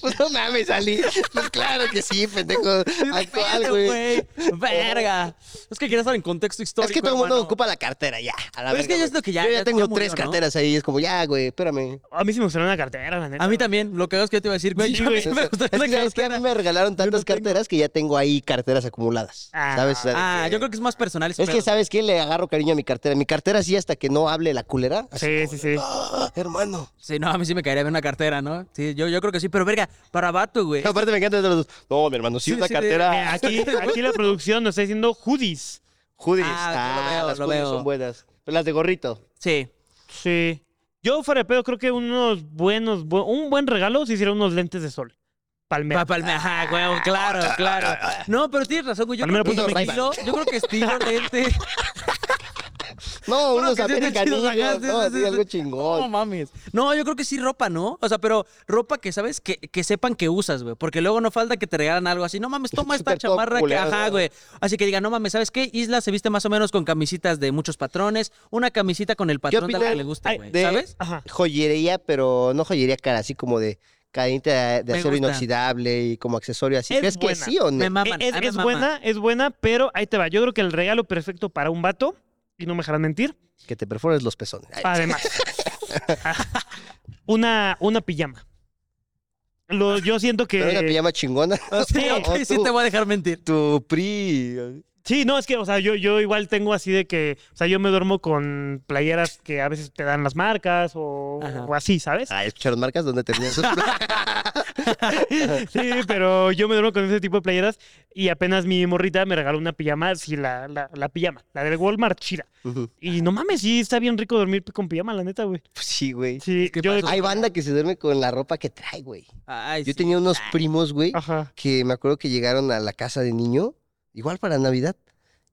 C: Pues no mames, Ali. Pues claro que sí, pendejo. Actual,
A: Espérate,
C: güey.
A: güey. Verga. Es que quería estar en contexto
C: Es
A: histórico.
C: que todo el mundo
A: hermano.
C: ocupa la cartera ya. a la
A: Pero es
C: verga,
A: que yo
C: güey.
A: siento que ya-
C: Yo ya
A: ya- ya
C: tengo
A: murió,
C: tres
A: ¿no?
C: carteras ahí. Es como, ya, güey, espérame.
B: A mí sí me gustaría una cartera, la neta.
A: A mí también, lo que es que yo te iba a decir, güey.
B: Sí,
A: yo a mí
B: güey.
A: sí me gustaría
C: Es
A: esa
C: que, ¿sabes qué? A mí
A: cartera.
C: me regalaron tantas carteras que ya tengo ahí carteras acumuladas.
B: Ah.
C: ¿Sabes? O sea, de
A: Ah, yo creo que es más personal.
C: Es que, ¿sabes qué? Le agarro cariño a mi cartera. Mi cartera sí hasta que no hable la culera. así,
B: Sí, sí, sí.
C: "Ah, hermano.
A: Sí, no, a mí sí me caería bien una cartera, ¿no? Sí, yo, yo creo que sí, pero verga, para vato, güey.
C: Aparte me encanta de los dos. No, mi hermano, sí,
A: Sí,
C: una
A: sí, de-
B: Eh,
C: cartera.
B: Aquí, aquí la producción nos está diciendo hoodies.
C: Judis.
A: Ah, lo veo,
C: las
A: lo
C: hoodies
A: veo.
C: son buenas. Pero las de gorrito.
A: Sí.
B: Sí. Yo fuera de pedo creo que unos buenos, bu- un buen regalo si hiciera unos lentes de sol. Palmera.
A: Pa- palme- ajá, güey, claro, claro. No, pero tienes razón, güey. Yo,
B: Palmera
A: creo que
B: punto
C: Ray-Ban.
A: estilo, yo creo que estilo lente.
C: No, unos
A: que sí estén
C: americanos.
A: chidos, ajá, sí,
C: No,
A: sí,
C: así
A: sí,
C: algo
A: sí. No
C: chingón.
A: mames. No, yo creo que sí ropa, ¿no? O sea, pero ropa que sabes que, que sepan que usas, güey. Porque luego no falta que te regalan algo así. No mames, toma esta
C: Súper todo
A: chamarra que.
C: culero,
A: Ajá,
C: ¿no?
A: güey. Así que diga, no mames, ¿sabes qué? Isla se viste más o menos con camisitas de muchos patrones. Una camisita con el patrón de la que
C: opinan
A: le gusta,
C: ay,
A: este güey.
C: de-
A: ¿Sabes?
B: Ajá.
C: Joyería, pero no joyería cara, así como de cadenita de, de
A: Me
C: acero
A: gusta.
C: inoxidable y como accesorio así.
B: Es
C: ¿Crees que
B: buena.
C: sí o no?
A: Me maman.
B: es
A: a mí me
B: es
A: maman.
B: buena, es buena, pero ahí te va. Yo creo que el regalo perfecto para un vato, y no me dejarán mentir,
C: Que te perfores los pezones. Ay,
B: además. una, una pijama. Lo- yo siento que.
C: Pero una pijama chingona.
A: Sí,
C: O
A: ok, sí
C: tú.
A: te voy a dejar mentir.
C: Tu pri.
B: Sí, no, es que, o sea, yo, yo igual tengo así de que, o sea, yo me duermo con playeras que a veces te dan las marcas o,
A: Ajá.
B: o así, ¿sabes?
C: Ah, escucharon marcas donde tenían sus
B: Sí, pero yo me duermo con ese tipo de playeras y apenas mi morrita me regaló una pijama, sí, la, la, la pijama, la del Walmart chida.
C: Ujú.
B: Y no mames, sí, está bien rico dormir con pijama, la neta, güey.
C: Pues sí, güey.
B: Sí,
A: ¿Qué
B: yo...
A: pasó?
C: Hay banda que se duerme con la ropa que trae, güey.
A: Ay,
C: Yo
A: sí. Ah.
C: tenía unos primos, güey,
B: Ajá.
C: que me acuerdo que llegaron a la casa de niño, igual para Navidad.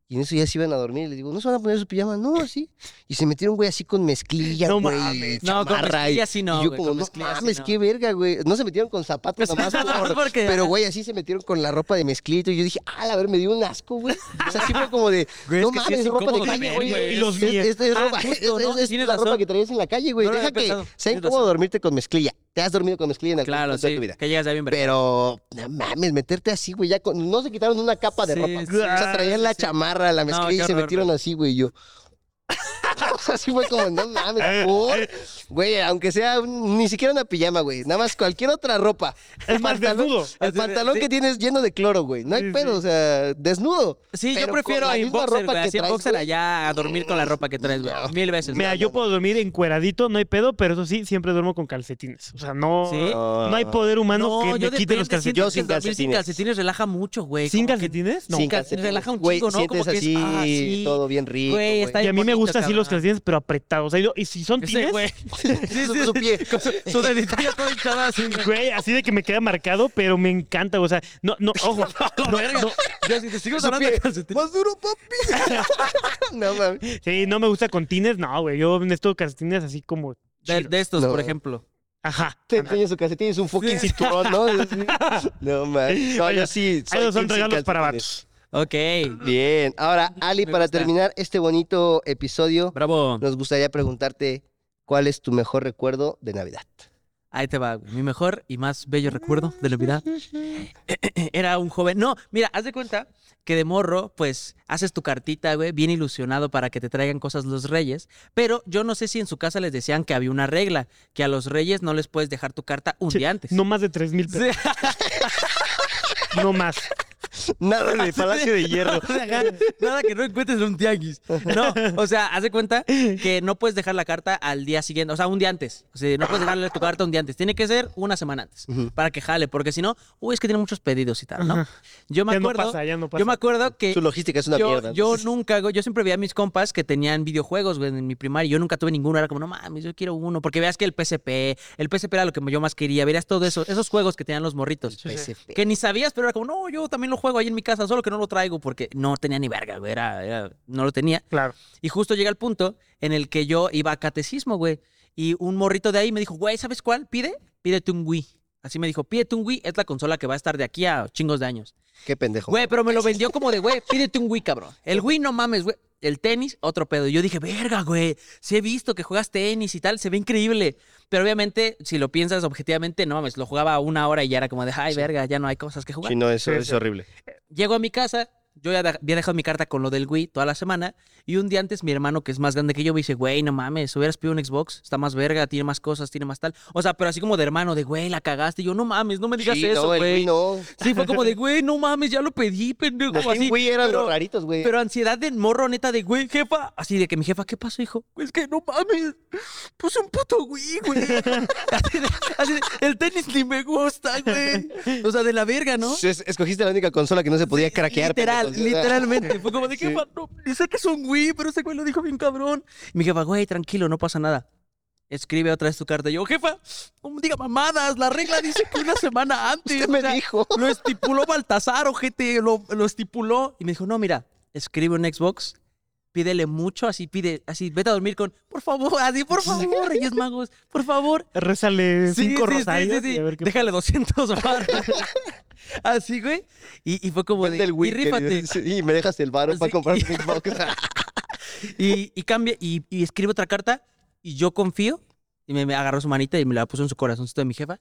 C: Y en eso ya se iban a dormir. Les digo, ¿no se van a poner su pijama? No, sí. Y se metieron, güey, así con mezclilla,
B: No
C: güey.
B: mames.
A: No, con
C: chamarra, y-
A: mezclilla sí no,
C: Y yo
A: güey,
C: como,
A: con
C: no ah,
A: mezclilla sí
C: mames,
A: no". Pues,
C: qué verga, güey. No se metieron con zapatos nomás por-
A: Porque-
C: Pero, güey, así se metieron con la ropa de mezclito. Y yo dije, ah, la ver, me dio un asco, güey. O sea, así fue como de,
A: Güey, es
C: no
A: que sí
C: mames,
A: es
C: es ropa de
A: incómodo
C: calle,
A: ver,
C: güey.
A: güey.
B: Y los
C: Es-
B: míes.
C: Esta es
A: Ah,
C: ropa,
A: justo,
C: es-
A: ¿no?
C: es- es
A: Tienes
C: la ropa
A: razón.
C: que traías en la calle, güey.
A: No lo
C: Deja
A: había
C: que
A: pensado.
C: sea
A: Tienes
C: incómodo
A: razón.
C: dormirte con mezclilla. Te has dormido con mezclilla en algún
A: Claro,
C: punto de pues,
A: sí.
C: tu vida.
A: Que llegas ya bien, verga.
C: Pero, no mames, meterte así, güey, ya con- no se quitaron una capa de
A: Sí,
C: ropa.
A: sí,
C: o sea, traían
A: sí,
C: la
A: sí.
C: chamarra, la mezclilla
A: No,
C: y
A: qué
C: se
A: horror,
C: metieron
A: güey.
C: así, güey, y yo. o sea, así fue como, no mames, por. Güey, aunque sea un- ni siquiera una pijama, güey. Nada más cualquier otra ropa.
B: Es más,
C: Pantalón-
B: desnudo.
A: Así
C: El
A: de-
C: pantalón
A: sí.
C: que tienes lleno de cloro, güey. No hay
B: Sí, sí.
C: pedo, o sea, desnudo.
A: Sí,
C: Pero
A: yo
C: con
A: prefiero
C: la
A: en
C: misma
A: boxer,
C: ropa
A: güey.
C: que
A: Así en
C: traes,
A: boxer
C: güey.
A: allá a dormir con la ropa que traes, güey.
C: No.
A: Mil veces.
B: Mira,
A: güey.
B: yo puedo dormir encueradito, no hay pedo, pero eso sí, siempre duermo con calcetines. O sea, no,
A: ¿Sí?
B: no hay poder humano que me quite los
A: depende,
B: calcetines.
A: siento
C: Yo
A: que
C: sin
A: dormir
C: calcetines.
A: calcetines relaja mucho, güey.
B: ¿Sin
A: como que-
B: calcetines? No.
A: Sin calcetines. Relaja un
C: Güey,
A: chingo, ¿no?
C: Sientes
A: Como que es-
C: así,
A: ah, sí.
C: todo bien rico.
A: Güey,
C: Güey,
A: está
B: Y a mí me
A: bonito,
B: gusta así los
A: cabrón.
B: calcetines, pero apretados. Ahí lo- Y si son
A: Ese
B: tines,
A: güey. Sí,
C: Su-
A: sí,
C: su
A: sí.
C: pie.
A: Con Su, su dedito ya todo hinchado así. güey.
B: Güey, así de que me queda marcado, pero me encanta. O sea, no, no, ojo.
A: No, verga. Yo, si te sigo hablando de calcetines.
C: Más duro, papi. no mames.
B: Sí, no me gusta con tines, no, güey. Yo necesito calcetines así como.
A: De,
B: chidos.
A: de estos,
C: No.
A: por ejemplo.
B: Ajá.
C: Te enseña su calcetín es un fucking
A: Sí.
C: cinturón, ¿no? no mames. No, yo sí. soy
B: Esos son
C: team sin
B: regalos para vatos.
C: calcetines.
A: Ok.
C: Bien. Ahora, Ali,
A: Me
C: para
A: gusta.
C: terminar este bonito episodio,
A: Bravo.
C: nos gustaría preguntarte cuál es tu mejor recuerdo de Navidad.
A: Ahí te va, güey. Mi mejor y más bello recuerdo de Navidad. Era un joven. No, mira, haz de cuenta que de morro, pues haces tu cartita, güey, bien ilusionado para que te traigan cosas los reyes. Pero yo no sé si en su casa les decían que había una regla, que a los reyes no les puedes dejar tu carta un día antes.
B: No más de 3 mil pesos. No más.
C: Nada de Palacio de Hierro.
A: Nada que no encuentres en un tianguis. No, o sea, haz de cuenta que no puedes dejar la carta al día siguiente, o sea, un día antes. O sea, no puedes dejarle tu carta un día antes. Tiene que ser una semana antes para que jale, porque si no, uy, es que tiene muchos pedidos y tal, ¿no? Yo me
B: Ya no
A: acuerdo.
B: pasa, ya no pasa.
A: Yo me acuerdo que.
C: Su logística es una
A: yo,
C: mierda.
A: yo nunca, güey, yo siempre veía a mis compas que tenían videojuegos, güey, en mi primaria. Yo nunca tuve ninguno. Era como, no mames, yo quiero uno. Porque veas que el PSP, el PSP era lo que yo más quería. Verías todo eso, esos juegos que tenían los morritos.
C: PSP.
A: Que ni sabías, pero era como, no, yo también lo juego ahí en mi casa, solo que no lo traigo porque no tenía ni verga, güey, era, era- no lo tenía.
B: Claro.
A: Y justo llega el punto en el que yo iba a catecismo, güey, y un morrito de ahí me dijo, güey, ¿sabes cuál? Pide, pídete un Wii. Así me dijo, pídete un Wii, es la consola que va a estar de aquí a chingos de años.
C: Qué pendejo.
A: Güey, pero me lo vendió como de, güey, pídete un Wii, cabrón. El Wii, no mames, güey. El tenis, otro pedo. Y Yo dije, verga, güey, sí he visto que juegas tenis y tal, se ve increíble. Pero obviamente, si lo piensas objetivamente, no mames, lo jugaba una hora y ya era como de, ay, verga, ya no hay cosas que jugar.
C: Sí, no, eso
B: Sí,
C: es
B: sí.
C: horrible.
A: Llego a mi casa, yo ya de- había dejado mi carta con lo del Wii toda la semana. Y un día antes, mi hermano, que es más grande que yo, me dice, güey, no mames, hubieras pedido un Xbox, está más verga, tiene más cosas, tiene más tal. O sea, pero así como de hermano, de, güey, la cagaste. Y yo, no mames, no me digas
C: Sí,
A: eso,
C: no, el
A: güey.
C: Wii no.
A: Sí, fue como de, güey, no mames, ya lo pedí, pendejo.
C: Los
A: así.
C: Team Wii eran
A: pero-
C: los raritos, güey.
A: Pero ansiedad de morro, neta, de güey, jefa. Así de que mi jefa, ¿qué pasó, hijo? Es que no mames. puse un puto Wii, güey. Así de- así de, el tenis ni me gusta, güey. O sea, de la verga, ¿no?
C: Sí, es- Escogiste la única consola que no se podía craquear.
A: Literal,
C: pendejo.
A: literalmente. Fue como de
C: Sí.
A: que, no, yo sé que es un Wii, pero ese güey lo dijo bien cabrón. Y mi jefa, güey, tranquilo, no pasa nada. Escribe otra vez tu carta. Y yo, jefa, no me diga mamadas, la regla dice que una semana antes.
C: Usted
A: o
C: me
A: sea,
C: dijo.
A: Lo estipuló Baltasar, ojete, lo, lo estipuló. Y me dijo, no, mira, escribe un Xbox, pídele mucho, así pide, así, vete a dormir con, por favor, así, por favor, Reyes Magos, por favor.
B: Rézale
A: Sí,
B: cinco
A: sí, sí,
B: rosarios
A: sí, sí.
B: y a ver qué
A: Déjale 200 baros. Así, güey. Y, y fue como de,
C: Del Wii,
A: y rífate.
C: querido. Sí, Y me dejas el varo
A: Sí.
C: para comprar un Xbox. Ah,
A: Y, y cambia, y, y escribe otra carta, y yo confío, y me, me agarró su manita y me la puso en su corazoncito de mi jefa,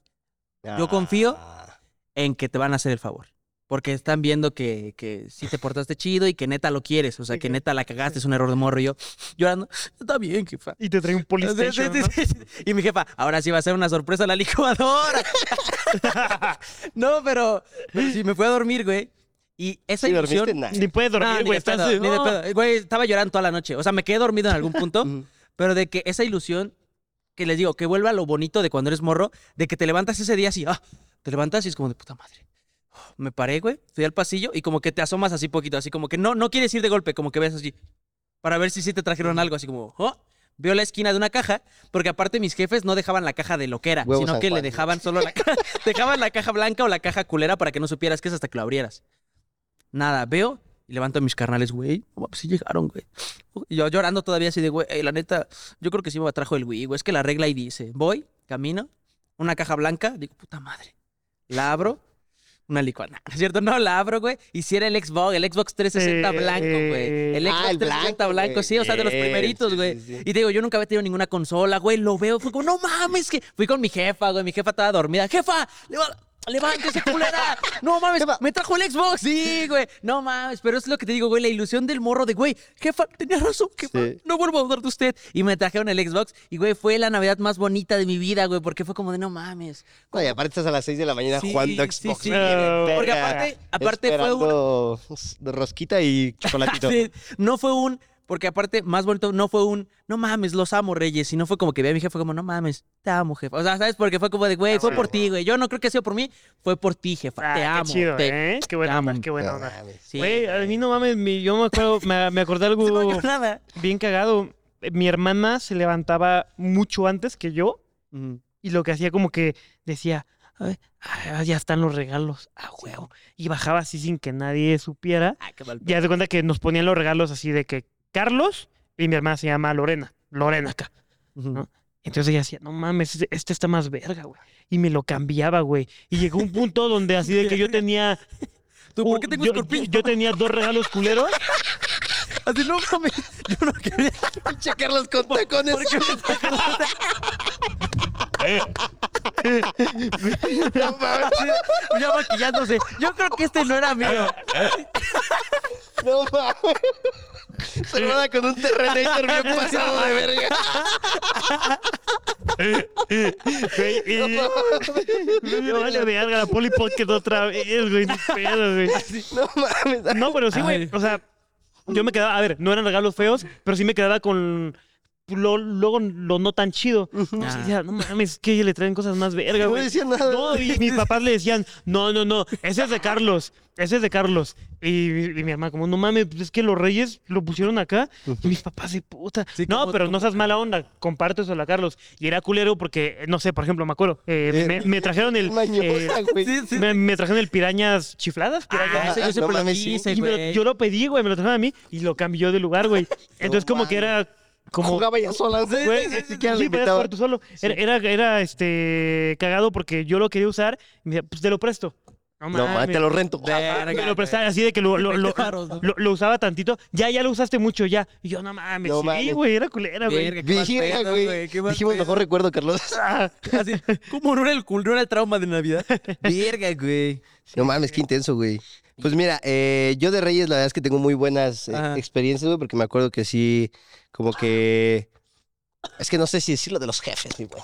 A: Yo confío. en que te van a hacer el favor. Porque están viendo que, que sí te portaste chido y que neta lo quieres. O sea, que neta la cagaste, es un error de morro. Y yo llorando, está bien, jefa.
B: Y te trae un
A: Sí, sí,
B: PlayStation,
A: sí,
B: ¿no?
A: sí, sí. Y mi jefa, ahora sí va a ser una sorpresa la licuadora. no, pero, pero sí, me fui a dormir, güey. Y esa
C: ¿Y
A: ilusión...
C: dormiste? Nah.
B: Ni puedes
A: No,
B: dormir,
A: ni
B: güey.
A: de
B: estás
A: pedo,
B: así,
A: ni de
B: no.
A: pedo. Eh, Güey, estaba llorando toda la noche. O sea, me quedé dormido en algún punto, pero de que esa ilusión que les digo, que vuelva lo bonito de cuando eres morro, de que te levantas ese día así, ah, te levantas y es como de puta madre. Me paré, güey, fui al pasillo y como que te asomas así poquito, así como que no, no quieres ir de golpe, como que ves así, para ver si sí te trajeron algo, así como, oh, veo la esquina de una caja, porque aparte mis jefes no dejaban la caja de lo que era,
C: Huevo
A: sino
C: San
A: que le
C: Juan.
A: dejaban solo la caja, dejaban la caja blanca o la caja culera para que no supieras qué es hasta que lo abrieras. Nada, veo y levanto a mis carnales, güey, no, pues sí llegaron, güey. Y yo llorando todavía así de, güey, eh, la neta, yo creo que sí me atrajo el Wii, güey. Es que la regla ahí dice, voy, camino, una caja blanca, digo, puta madre. La abro, una licuana, ¿no es cierto? No, la abro, güey. Y si era el Xbox, el Xbox 360
B: Eh,
A: blanco, güey. El
C: ah,
A: Xbox
C: el
A: 360
C: blanco,
A: blanco,
C: güey.
A: sí, o sea, de los
C: Bien,
A: primeritos,
C: sí,
A: güey.
C: sí, sí.
A: Y te digo, yo nunca había tenido ninguna consola, güey, lo veo. Fue como, no mames, que fui con mi jefa, güey. Mi jefa estaba dormida. Jefa, leva- levántese, culera. No mames,
C: Jefa.
A: me trajo el Xbox. Sí, güey. No mames, pero es lo que te digo, güey, la ilusión del morro de, güey, jefa, tenía razón, jefa.
C: Sí.
A: No vuelvo a dudar de usted. Y me trajeron el Xbox. Y, güey, fue la Navidad más bonita de mi vida, güey, porque fue como de, no mames.
C: No, y aparte estás a las 6 de la mañana
A: Sí,
C: jugando
A: sí,
C: Xbox.
A: sí.
C: güey,
A: Porque
C: verga.
A: aparte- aparte fue
C: Esperando de rosquita y chocolatito.
A: Sí, no fue un. Porque aparte, más bonito, no fue un. No mames, los amo, Reyes. Sino fue como que vi a mi jefe, fue como, no mames, te amo, jefa. O sea, ¿sabes? Porque fue como de, güey, fue por ti, güey. Yo no creo que ha sido por mí, fue por ti, jefa.
B: Ah,
A: Te amo.
B: Qué chido,
A: te-
B: ¿eh? Qué buena
A: te
B: onda,
A: amo.
B: qué buena
C: No
B: onda.
C: Ah, mames.
A: Sí.
B: Güey, uh. a mí no mames, mi- yo me acuerdo, me, me acordé algo
A: No me dio nada.
B: bien cagado. Mi hermana se levantaba mucho antes que yo y lo que hacía como que decía, "Ay, ah, ya están los regalos, ah, huevo. Y bajaba así sin que nadie supiera.
A: Ah, qué mal
B: Ya se cuenta que nos ponían los regalos así de que Carlos y mi hermana se llama Lorena, Lorena acá.
A: Ujú.
B: Entonces ella decía, no mames, este- este está más verga, güey. Y me lo cambiaba, güey. Y llegó un punto donde así de que yo tenía...
A: ¿Tú por qué tengo
B: uh, yo-
A: escorpión?
B: Yo tenía dos regalos culeros.
A: Así, no mames. Yo no quería.
C: Carlos con tacones.
A: No mames. Ya maquillándose. Yo creo que este no era mío.
C: No mames. Se roda con un Terrenator bien pasado de verga.
B: Güey, y- Me vale verga la Poli Podcast otra vez, güey. ni pedo, güey.
C: No mames.
B: No, pero sí, güey.
A: Ay.
B: O sea, yo me quedaba, a ver, no eran regalos feos, pero sí me quedaba con lo, luego lo no tan chido.
A: Ah.
B: Sí, decía, no mames, que le traen cosas más verga,
C: No
B: güey.
C: decía nada.
B: No, y mis papás le decían, no, no, no, ese es de Carlos, ese es de Carlos. Y, mi- y mi hermana como, no mames, pues es que los reyes lo pusieron acá y mis papás de puta.
A: Sí,
B: no,
A: como-
B: pero
A: como-
B: no seas mala onda, comparto eso a Carlos. Y era culero porque, eh, no sé, por ejemplo, me acuerdo, eh,
C: Eh,
B: me, me trajeron el... eh,
C: Mañosa, güey.
A: Sí, sí.
B: me, me trajeron el pirañas chifladas,
A: Ah,
B: pirañas.
A: ese
C: no
A: yo siempre lo
C: mames, sí.
A: quise,
B: Y me lo-
A: güey.
B: yo lo pedí, güey, me lo trajeron a mí y lo cambió de lugar, güey. Entonces como que era como
C: Jugaba ya sola.
B: güey,
C: Ni siquiera lo
B: sí, podías
C: invitaba.
B: jugar tú solo. Era, era, era, este cagado porque yo lo quería usar y me decía, pues te lo presto. No,
C: No mames, te lo rento.
B: ah, me lo prestaba así de que lo, lo, lo,
A: 20 varos, ¿no?
B: lo- lo usaba tantito. Ya, ya lo usaste mucho, ya. Y yo, no mames,
C: No
B: sí,
C: mames.
B: güey, era culera, güey.
A: Verga, qué mal
C: Virgen,
A: pedo,
C: güey.
A: güey, qué mal
C: Dijimos
A: pedo.
C: mejor recuerdo, Carlos.
B: Ah,
A: Así, ¿Cómo no era el cul- no era el trauma de Navidad? Verga, güey.
C: No mames, qué intenso, güey. Pues mira, eh, yo de Reyes la verdad es que tengo muy buenas eh,
A: Ajá.
C: experiencias, güey, porque me acuerdo que sí, como que... Es que no sé si decirlo de los jefes, mi güey.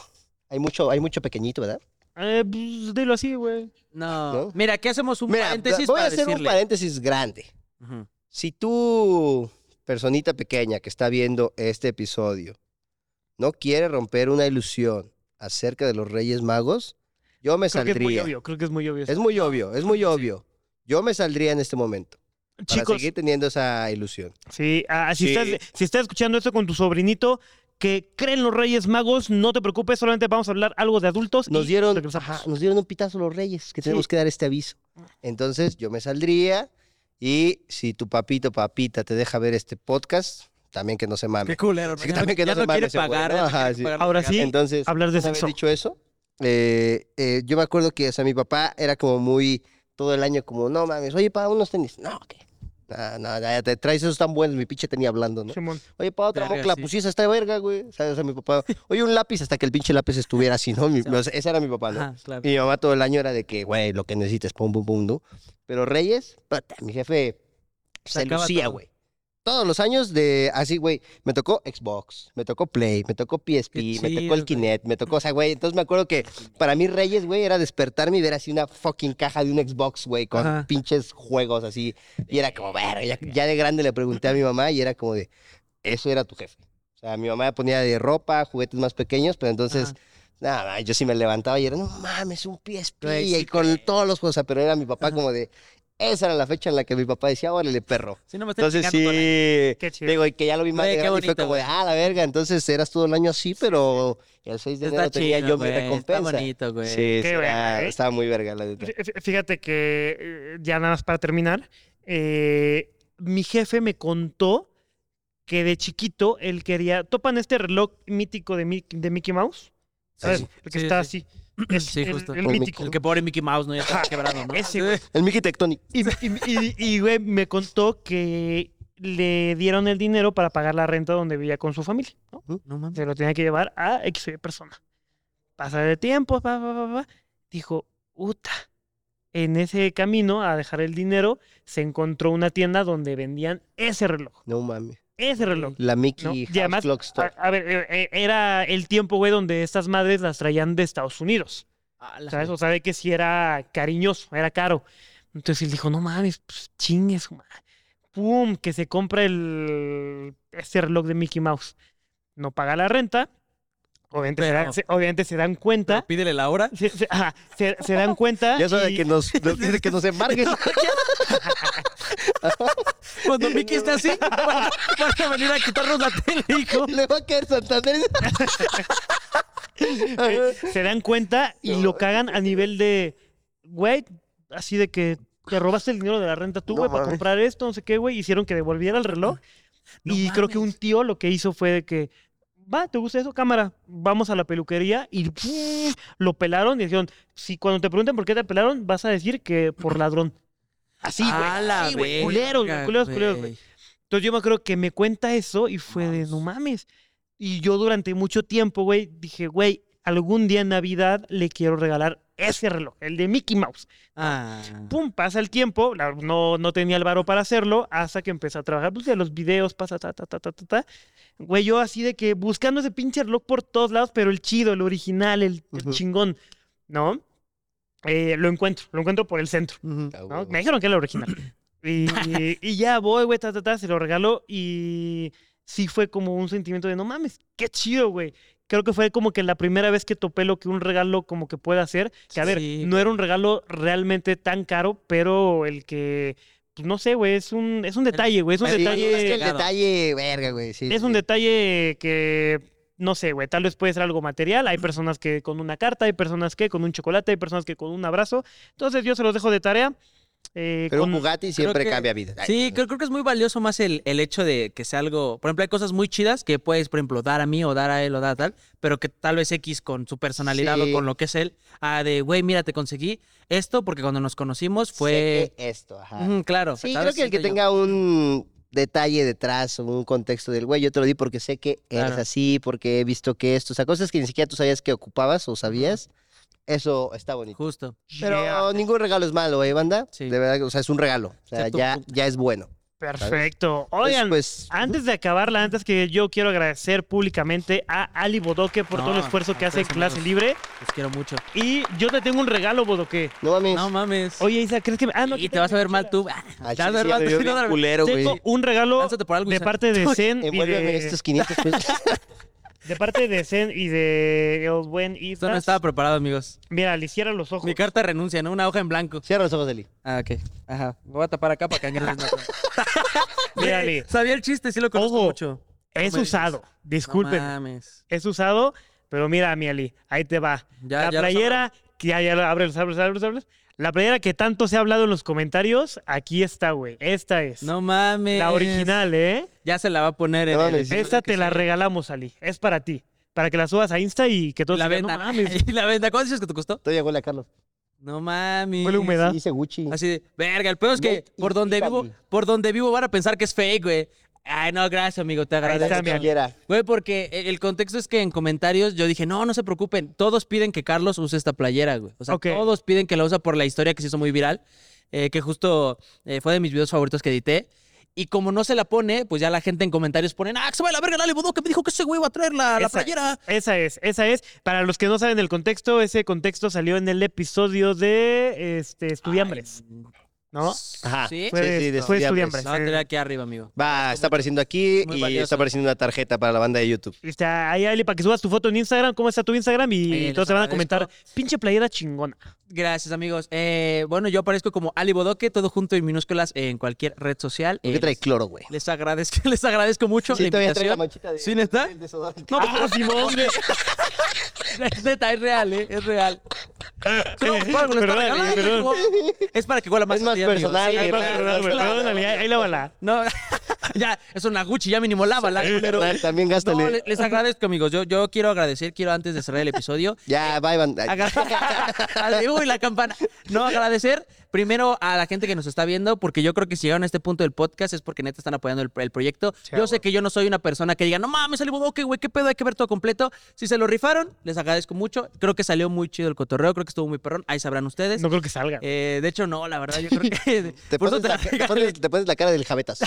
C: Hay mucho, hay mucho pequeñito, ¿verdad?
B: Eh, pues dilo así, güey.
A: No.
C: ¿No?
A: Mira, que hacemos un
C: Mira,
A: paréntesis
C: voy a
A: para
C: hacer un
A: decirle.
C: paréntesis grande.
A: Ujú.
C: Si tú, personita pequeña que está viendo este episodio, no quiere romper una ilusión acerca de los Reyes Magos, yo me
B: Creo que es muy
C: saldría.
B: obvio, creo que es muy obvio. eso.
C: Es muy obvio, es muy obvio. Yo me saldría en este momento para
B: Chicos,
C: seguir teniendo esa ilusión.
B: Sí, ah, si,
C: Sí.
B: Estás, si estás escuchando esto con tu sobrinito que creen los Reyes Magos, no te preocupes, solamente vamos a hablar algo de adultos.
C: Nos
B: y
C: dieron,
B: regresamos.
C: ajá, nos dieron un pitazo los Reyes que tenemos que dar este aviso. Entonces yo me saldría y si tu papito papita te deja ver este podcast, también que no se mame.
A: Qué culero.
C: Sí, también que no
A: ya
C: se
A: no
C: mame
A: quiere
C: ese güey,
A: pagar.
C: ¿no?
A: ya no
C: Ajá,
A: quiere
C: sí.
A: pagar.
B: Ahora sí,
C: Entonces,
B: hablar de
C: una vez
B: sexo.
C: dicho eso, eh, eh, yo me acuerdo que, o sea, mi papá era como muy, todo el año como, no mames, oye, pa, unos tenis. No, ¿qué? No, no, ya te traes esos tan buenos, mi pinche tenía hablando, ¿no?
B: Simón.
C: Oye, pa, otra
A: Verga,
C: mocla,
A: sí.
C: pues sí, esa está de verga, güey. O sea, o sea, mi papá, oye, un lápiz hasta que el pinche lápiz estuviera así, ¿no? Mi- o sea, ese era mi papá, ¿no?
A: Ajá, claro.
C: Y mi mamá todo el año era de que, güey, lo que necesites, pum, pum, pum, ¿no? Pero Reyes, puta, mi jefe se
A: Sacaba
C: lucía,
A: todo.
C: güey. Todos los años de así, güey, me tocó Xbox, me tocó Play, me tocó PSP,
A: Qué
C: me
A: chido,
C: tocó
A: güey.
C: el Kinect, me tocó, o sea, güey, entonces me acuerdo que para mí Reyes, güey, era despertarme y ver así una fucking caja de un Xbox, güey, con
A: Ajá.
C: pinches juegos así, y era como, verga, ya, ya de grande le pregunté a mi mamá y era como de, eso era tu jefe. O sea, mi mamá ponía de ropa, juguetes más pequeños, pero entonces, nada, yo sí me levantaba y era, no mames, un PSP,
A: Güey, sí,
C: y con todos los juegos, o sea, pero era mi papá como de, esa era la fecha en la que mi papá decía, órale, perro.
A: Sí, no me estén
C: Entonces
A: chingando con la-
C: sí,
B: Qué chido.
C: digo, y que ya lo vi más
A: Güey,
C: de
A: qué
C: grande y fue
A: bonito,
C: como de, ah, la verga, entonces eras todo el año así, pero el 6 de
A: Está
C: enero tenía
A: chido,
C: yo
A: güey,
C: mi recompensa.
A: Está bonito, güey.
C: Sí, sí,
B: Qué verga,
C: ah,
B: ¿eh?
C: estaba muy verga la neta.
B: Fí- fí- Fíjate que, eh, ya nada más para terminar, eh, mi jefe me contó que de chiquito él quería. ¿Topan este reloj mítico de, Mi- de Mickey Mouse? ¿Sabes? El que
A: Sí,
B: está
A: sí.
B: así. Es
A: Sí,
B: el-
A: justo.
B: el
C: Un
B: mítico.
A: El que pobre Mickey Mouse, ¿no? Ya está quebrado, ¿no?
B: Ese, güey.
C: El Mickey Tectonic.
B: Y, y- y- y, güey, me contó que le dieron el dinero para pagar la renta donde vivía con su familia. ¿no?
A: No mames.
B: Se lo tenía que llevar a X o Y persona. Pasa de tiempo, pa, pa, pa, pa. Dijo, uta. En ese camino a dejar el dinero, se encontró una tienda donde vendían ese reloj.
C: No mames.
B: Ese reloj.
C: La
B: ¿no?
C: Mickey House
B: además,
C: Clock Store.
B: a- a ver, eh, eh, era el tiempo, güey, donde estas madres las traían de Estados Unidos.
A: Ah, la-
B: ¿Sabes? O sea, de que si era cariñoso, era caro. Entonces él dijo, no mames, pues chingue su madre". Pum, que se compra el ese reloj de Mickey Mouse. No paga la renta. Obviamente, se,
A: Pero-
B: dan- se- obviamente se dan cuenta.
A: Pero Pídele la hora.
B: Se, se- ajá, se- se dan
A: ah,
B: cuenta.
C: Ya sabe
B: y-
C: que nos, nos dice que nos embargues.
A: Cuando Mickey está así, van, van a venir a quitarnos la tele, hijo.
C: Le va a caer Santander.
B: se dan cuenta y lo cagan a nivel de, güey, así de que te robaste el dinero de la renta tú,
C: No
B: güey, para
C: mames.
B: comprar esto, no sé qué, güey, hicieron que devolviera el reloj.
A: No
B: y creo que un
A: mames.
B: tío lo que hizo fue de que, va, ¿te gusta eso? Cámara, vamos a la peluquería y ¡pum! lo pelaron y dijeron, si cuando te pregunten por qué te pelaron, vas a decir que por ladrón. Así, güey.
A: Ah, la
B: así, güey.
A: verga,
B: Culeros, güey, culeros, culeros, güey. Entonces yo me acuerdo que me cuenta eso y fue de no mames. Y yo durante mucho tiempo, güey, dije, güey, algún día en Navidad le quiero regalar ese reloj, el de Mickey Mouse.
A: Ah.
B: Pum, pasa el tiempo, la- no, no tenía el varo para hacerlo, hasta que empecé a trabajar, pues de los videos, pasa, ta, ta, ta, ta, ta, ta. Güey, yo así de que buscando ese pinche reloj por todos lados, pero el chido, el original, el, el
C: Ujú.
B: chingón, ¿no? Eh, lo encuentro, lo encuentro por el centro.
A: Ujú.
C: Ah,
B: ¿no? Me dijeron que era el original. Y, y ya voy, güey, ta, ta, ta, se lo regalo y sí fue como un sentimiento de no mames, qué chido, güey. Creo que fue como que la primera vez que topé lo que un regalo como que puede hacer. Que a ver,
A: Sí,
B: no era un regalo realmente tan caro, pero el que, pues, no sé, güey, es un, es un detalle, güey, es un
C: Sí,
B: detalle.
C: es que el
A: Claro.
C: detalle, verga, güey. sí,
B: Es
C: sí,
B: un
C: sí.
B: detalle que, no sé, güey, tal vez puede ser algo material. Hay personas que con una carta, hay personas que con un chocolate, hay personas que con un abrazo. Entonces yo se los dejo de tarea. eh,
C: Pero
B: con-
C: un Bugatti siempre
A: que-
C: cambia vida. Ay,
A: Sí, creo, creo que es muy valioso más el, el hecho de que sea algo. Por ejemplo, hay cosas muy chidas que puedes, por ejemplo, dar a mí o dar a él o dar a tal, pero que tal vez X con su personalidad
C: Sí.
A: o con lo que es él, ah, de güey, mira, te conseguí esto porque cuando nos conocimos
C: sé
A: fue.
C: que esto, ajá.
A: Ujú, claro.
C: Sí, creo
A: ¿sabes?
C: que el que
A: Siento yo.
C: tenga un detalle detrás, un contexto del güey, yo te lo di porque sé que eres
A: Claro.
C: así, porque he visto que esto, o sea, cosas que ni siquiera tú sabías que ocupabas o sabías, eso está bonito.
A: Justo.
C: Pero
B: Yeah.
C: ningún regalo es malo, ¿eh, banda?
A: Sí.
C: De verdad, o sea, es un regalo, o sea,
A: Sí, tú-
C: ya,
A: tú-
C: ya es bueno.
B: Perfecto.
C: Pues,
B: Oigan,
C: pues,
B: antes de acabarla, antes que yo quiero agradecer públicamente a Ali Bodoque por todo el
A: No,
B: esfuerzo que
A: a
B: hace en
A: ustedes,
B: clase
A: amigos.
B: libre.
A: Los quiero mucho.
B: Y yo te tengo un regalo, Bodoque.
C: no mames.
A: No mames.
B: Oye, Isa, ¿crees que me.? Ah, no,
A: y
B: aquí
A: te vas a
B: tengo
A: ver
B: mi
A: mal
B: chela.
A: tú. Ah,
C: Ay,
A: Te vas a
C: sí,
A: ver
C: sí,
A: mal
C: me
A: tú,
C: vio
A: no,
C: bien
A: no, no.
C: culero, güey.
B: Tengo un regalo
A: Lánzate por algo,
B: de
A: Isa.
B: parte de Zen. y
C: Envuélveme
B: de-
C: estos 500 pesos.
B: De parte de Zen y de el buen
A: Esto no
B: Ifras.
A: estaba preparado, amigos.
B: Mira, le cierra los ojos.
A: Mi carta de renuncia, ¿no? Una hoja en blanco.
C: Cierra los ojos, Eli.
A: Ah, ok. Ajá. Me voy a tapar acá para que Ángeles no-
B: Mira, Eli,
A: Sabía el chiste, sí lo conozco
B: Ojo,
A: mucho.
B: Es
A: me digas.
B: usado. Disculpen.
A: No mames.
B: es usado, pero mira, mi Ali, ahí te va.
A: Ya-
B: la
A: ya lo
B: playera, que ya, ya lo abres, abres, abres, abres. La playera que tanto se ha hablado en los comentarios, aquí está, güey. Esta es.
A: No mames.
B: la original, ¿eh?
A: Ya se la va a poner en
C: No
A: el-
C: mames.
B: Esta te la regalamos, Ali. Es para ti. Para que la subas a Insta y que todos
A: La
B: digan, no
A: venda.
B: mames,
A: Y la venda. ¿Cuánto dices que te costó?
C: Todavía huele a Carlos.
A: No mames.
B: huele a humedad.
C: Dice Gucci.
A: Así de, verga, el peor es que
C: Made in
A: por donde
C: Italy.
A: vivo, por donde vivo van a pensar que es fake, güey. Ay, no, gracias, amigo, te
B: Ahí
A: agradezco.
B: está, mi Ali.
C: Quiera.
A: Güey, porque e- el contexto es que en comentarios yo dije, no, no se preocupen, todos piden que Carlos use esta playera, güey. O sea,
B: Ok.
A: todos piden que la usa por la historia que se hizo muy viral, eh, que justo eh, fue de mis videos favoritos que edité. Y como no se la pone, pues ya la gente en comentarios ponen, ah, que se va la verga, dale, Budó, que me dijo que ese güey va a traer la, la
B: Esa-
A: playera.
B: Esa es, esa es. Para los que no saben el contexto, ese contexto salió en el episodio de este, Estudiambres, ¿no?
C: Ajá.
A: ¿Sí?
B: Fue,
C: sí, de
B: fue
C: estudiambres.
B: Estudiambres.
A: La va a tener aquí arriba, amigo.
C: Va, está apareciendo aquí
A: Muy
C: y
A: valioso.
C: está apareciendo una tarjeta para la banda de YouTube.
B: Y Está Este, ahí, Ali, para que subas tu foto en Instagram. ¿Cómo está tu Instagram? Y
A: Ahí les
B: todos te van a
A: agradezco.
B: comentar, pinche playera chingona.
A: Gracias, amigos. Eh, bueno, yo aparezco como Ali Bodoque, todo junto en minúsculas en cualquier red social.
C: ¿Por qué
A: Eh,
C: trae cloro, güey?
A: les agradezco, les agradezco mucho la invitación.
C: manchita
A: ¿Sí, neta?
C: del desodorante.
A: No, pues pero Simón, güey. Es neta, es real, ¿eh? Es real. No, Pablo, está
B: perdón,
A: regalado,
B: perdón.
A: güey. Es para que huela más.
C: eh, Es más
A: a ti, amigo.
C: personal, eh,
A: Sí,
C: güey.
A: claro,
B: Perdón,
A: claro.
B: perdón, Ali, ahí la bala.
A: No, ya, es una Gucci, ya mínimo lávala. Pero...
C: Ah, También
A: No,
C: gástale.
A: le- les agradezco, amigos. Yo, yo quiero agradecer, quiero antes de cerrar el episodio,
C: Ya, va, Iván. Ay,
A: Agra- Uy, la campana. No, agradecer primero a la gente que nos está viendo, porque yo creo que si llegaron a este punto del podcast es porque neta están apoyando el, el proyecto. yo sé que yo no soy una persona que diga, no mames, salió bodoque, güey, qué pedo, hay que ver todo completo. Si se lo rifaron, les agradezco mucho. Creo que salió muy chido el cotorreo, creo que estuvo muy perrón. Ahí sabrán ustedes.
B: No creo que salga.
A: Eh, de hecho, no, la verdad, yo creo que.
C: Te
A: por eso
C: pones, la,
A: te la
C: te pones- te pones la cara del jabetas.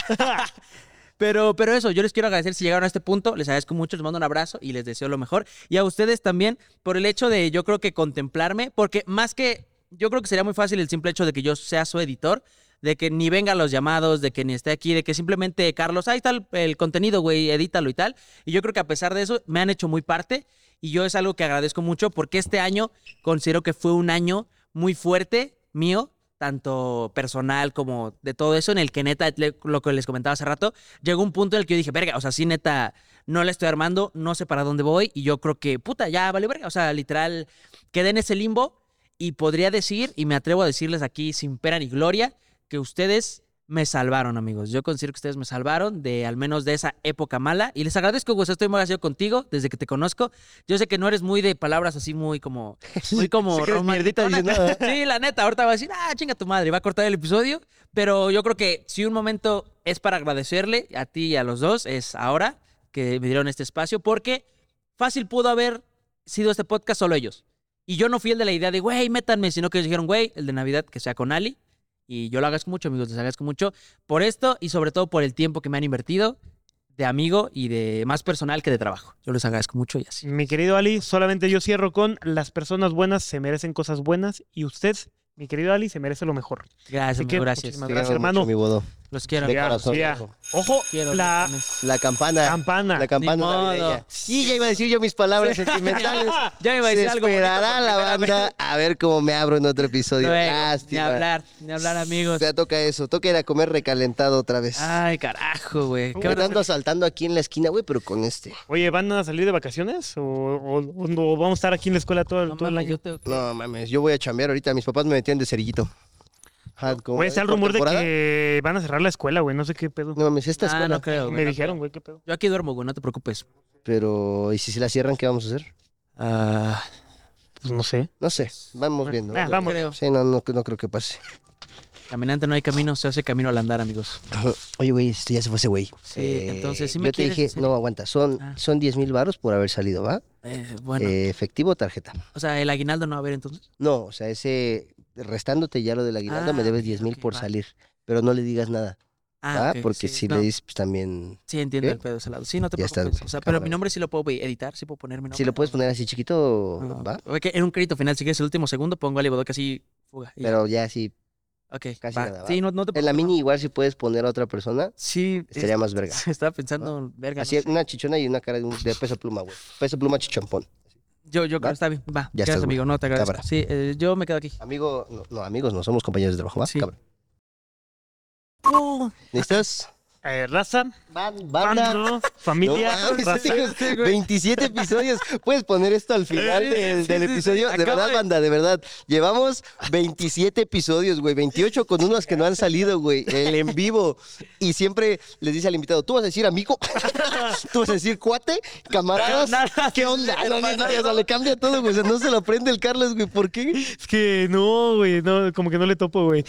A: pero, pero eso, yo les quiero agradecer si llegaron a este punto, les agradezco mucho, les mando un abrazo y les deseo lo mejor. Y a ustedes también por el hecho de yo creo que contemplarme, porque más que yo creo que sería muy fácil el simple hecho de que yo sea su editor, de que ni venga a los llamados, de que ni esté aquí, de que simplemente Carlos, ahí está el, el contenido, güey, edítalo y tal. Y yo creo que a pesar de eso me han hecho muy parte y yo es algo que agradezco mucho porque este año considero que fue un año muy fuerte mío tanto personal como de todo eso, en el que neta, le- lo que les comentaba hace rato, llegó un punto en el que yo dije, verga, o sea, sí, neta, no la estoy armando, no sé para dónde voy, y yo creo que, puta, ya vale verga, o sea, literal, quedé en ese limbo y podría decir, y me atrevo a decirles aquí sin pena ni gloria, que ustedes me salvaron, amigos. Yo considero que ustedes me salvaron de al menos de esa época mala, y les agradezco, Gus, estoy muy agradecido contigo desde que te conozco. Yo sé que no eres muy de palabras así muy como, muy como
C: Sé que eres mierdita
A: romanticona.
C: diciendo,
A: Sí, la neta, ahorita va a decir, ah, chinga tu madre, y va a cortar el episodio. Pero yo creo que si un momento es para agradecerle a ti y a los dos, es ahora que me dieron este espacio, porque fácil pudo haber sido este podcast solo ellos. Y yo no fui el de la idea de, güey, métanme, sino que ellos dijeron, güey, el de Navidad que sea con Ali. Y yo lo agradezco mucho, amigos, les agradezco mucho por esto y sobre todo por el tiempo que me han invertido de amigo y de más personal que de trabajo. Yo les agradezco mucho y así.
B: Mi querido Ali, solamente yo cierro con las personas buenas se merecen cosas buenas y usted, mi querido Ali, se merece lo mejor.
A: Gracias,
B: Te
A: amigo,
B: quiero
A: gracias.
B: muchísimo.
C: Te
B: Gracias,
C: quiero
B: hermano.
C: mucho, mi bodo.
A: Los quiero.
C: De
A: amigos.
C: corazón.
B: Ya.
C: viejo.
B: Ojo,
A: Quiero,
B: la
A: ratones.
C: La campana.
B: campana.
C: La campana.
A: Ni modo.
C: navideña. Y ya iba a decir yo mis palabras sentimentales.
A: Ya me iba a
C: Se
A: decir algo. bonito
C: esperará
A: por
C: la
A: primera vez.
C: banda a ver cómo me abro en otro episodio.
A: Luego, ni
C: Lástima.
A: hablar, ni hablar, amigos.
C: Ya toca eso. Toca ir a comer recalentado otra vez.
A: Ay, carajo, güey.
C: Me
A: Qué
C: ando asaltando aquí en la esquina, güey, pero con este.
B: Oye, ¿van a salir de vacaciones? ¿O, o- o no vamos a estar aquí en la escuela todo, el-
A: No
B: todo el
A: mames,
B: año?
A: yo te-
C: No mames, yo voy a chambear ahorita. Mis papás me metían de cerillito. Ajá, como-
B: Güey, está el
C: por
B: rumor de
C: temporada.
B: que van a cerrar la escuela, güey. No sé qué pedo.
C: No mames, esta
A: Ah,
C: escuela.
A: no creo,
B: Me
A: güey.
B: dijeron, güey, qué pedo.
A: Yo aquí duermo, güey, no te preocupes.
C: Pero, ¿y si se la cierran, qué vamos a hacer?
A: Ah,
B: Pues no sé.
C: No sé, vamos viendo.
B: Ah, vamos.
A: creo.
C: Sí, no, no, no creo que pase.
A: Caminante no hay camino, se hace camino al andar, amigos.
C: Oye, güey, este ya se fue ese güey. Eh,
A: Sí, entonces, si me
C: Yo te
A: quieres
C: dije,
A: hacer-
C: no, aguanta, son,
A: Ah.
C: son 10 mil baros por haber salido, ¿va?
A: Eh, bueno,
C: Eh, efectivo o tarjeta.
A: o sea, el aguinaldo no va a haber entonces.
C: No, o sea, ese, restándote ya lo del aguinaldo, me
A: Ah,
C: debes
A: ok,
C: 10 mil
A: ok,
C: por
A: va.
C: salir. Pero no le digas nada,
A: Ah,
C: ¿va?
A: ok,
C: Porque si
A: no,
C: le dices, pues también...
A: Sí, entiendo
C: ¿Qué?
A: el pedo de ese lado. Sí, no te
C: Ya está,
A: preocupes.
C: güey,
A: o sea, pero mi
C: cabrón.
A: nombre sí lo puedo güey, editar, sí puedo poner mi nombre.
C: Si lo puedes poner así chiquito,
A: Ah,
C: ¿va?
A: ok, en un crédito final, si quieres el último segundo, pongo Ali Bodoque así, fuga. y ya.
C: Pero ya sí,
A: Ok,
C: Casi
A: va.
C: nada, va.
A: Sí, no, no te
C: En la mini igual si puedes poner a otra persona,
A: Sí.
C: estaría
A: es-
C: más verga.
A: Estaba pensando, verga.
C: Así,
A: no sé.
C: una chichona y una cara de, un- de peso pluma, güey. Peso pluma chichampón.
A: Yo, yo creo
C: ¿Va?
A: está bien. Va,
C: Ya
A: gracias,
C: estás, güey.
A: amigo. No, te agradezco.
C: Cabra.
A: Sí, eh, yo me quedo aquí.
C: Amigo, no, no, amigos, no somos compañeros de trabajo, ¿va?
A: Sí.
C: Cabrón.
A: Oh,
C: ¿Listos?
B: Eh, raza,
C: Van- Banda.
B: bando, familia,
C: No mames,
B: raza.
C: amigos, 27 episodios. Puedes poner esto al final del,
A: Sí,
C: del
A: sí, sí.
C: episodio. De
A: Acabo
C: verdad,
A: de-
C: banda, de verdad. Llevamos 27 episodios, güey. 28 con unos que no han salido, güey. El en vivo. Y siempre les dice al invitado, ¿tú vas a decir amigo? ¿Tú vas a decir cuate? ¿Camaradas?
B: Nada,
C: ¿Qué onda? No, no, no, o sea, le cambia todo, güey. O sea, no se lo aprende el Carlos, güey. ¿Por qué?
B: Es que no, güey, no, como que no le topo, güey.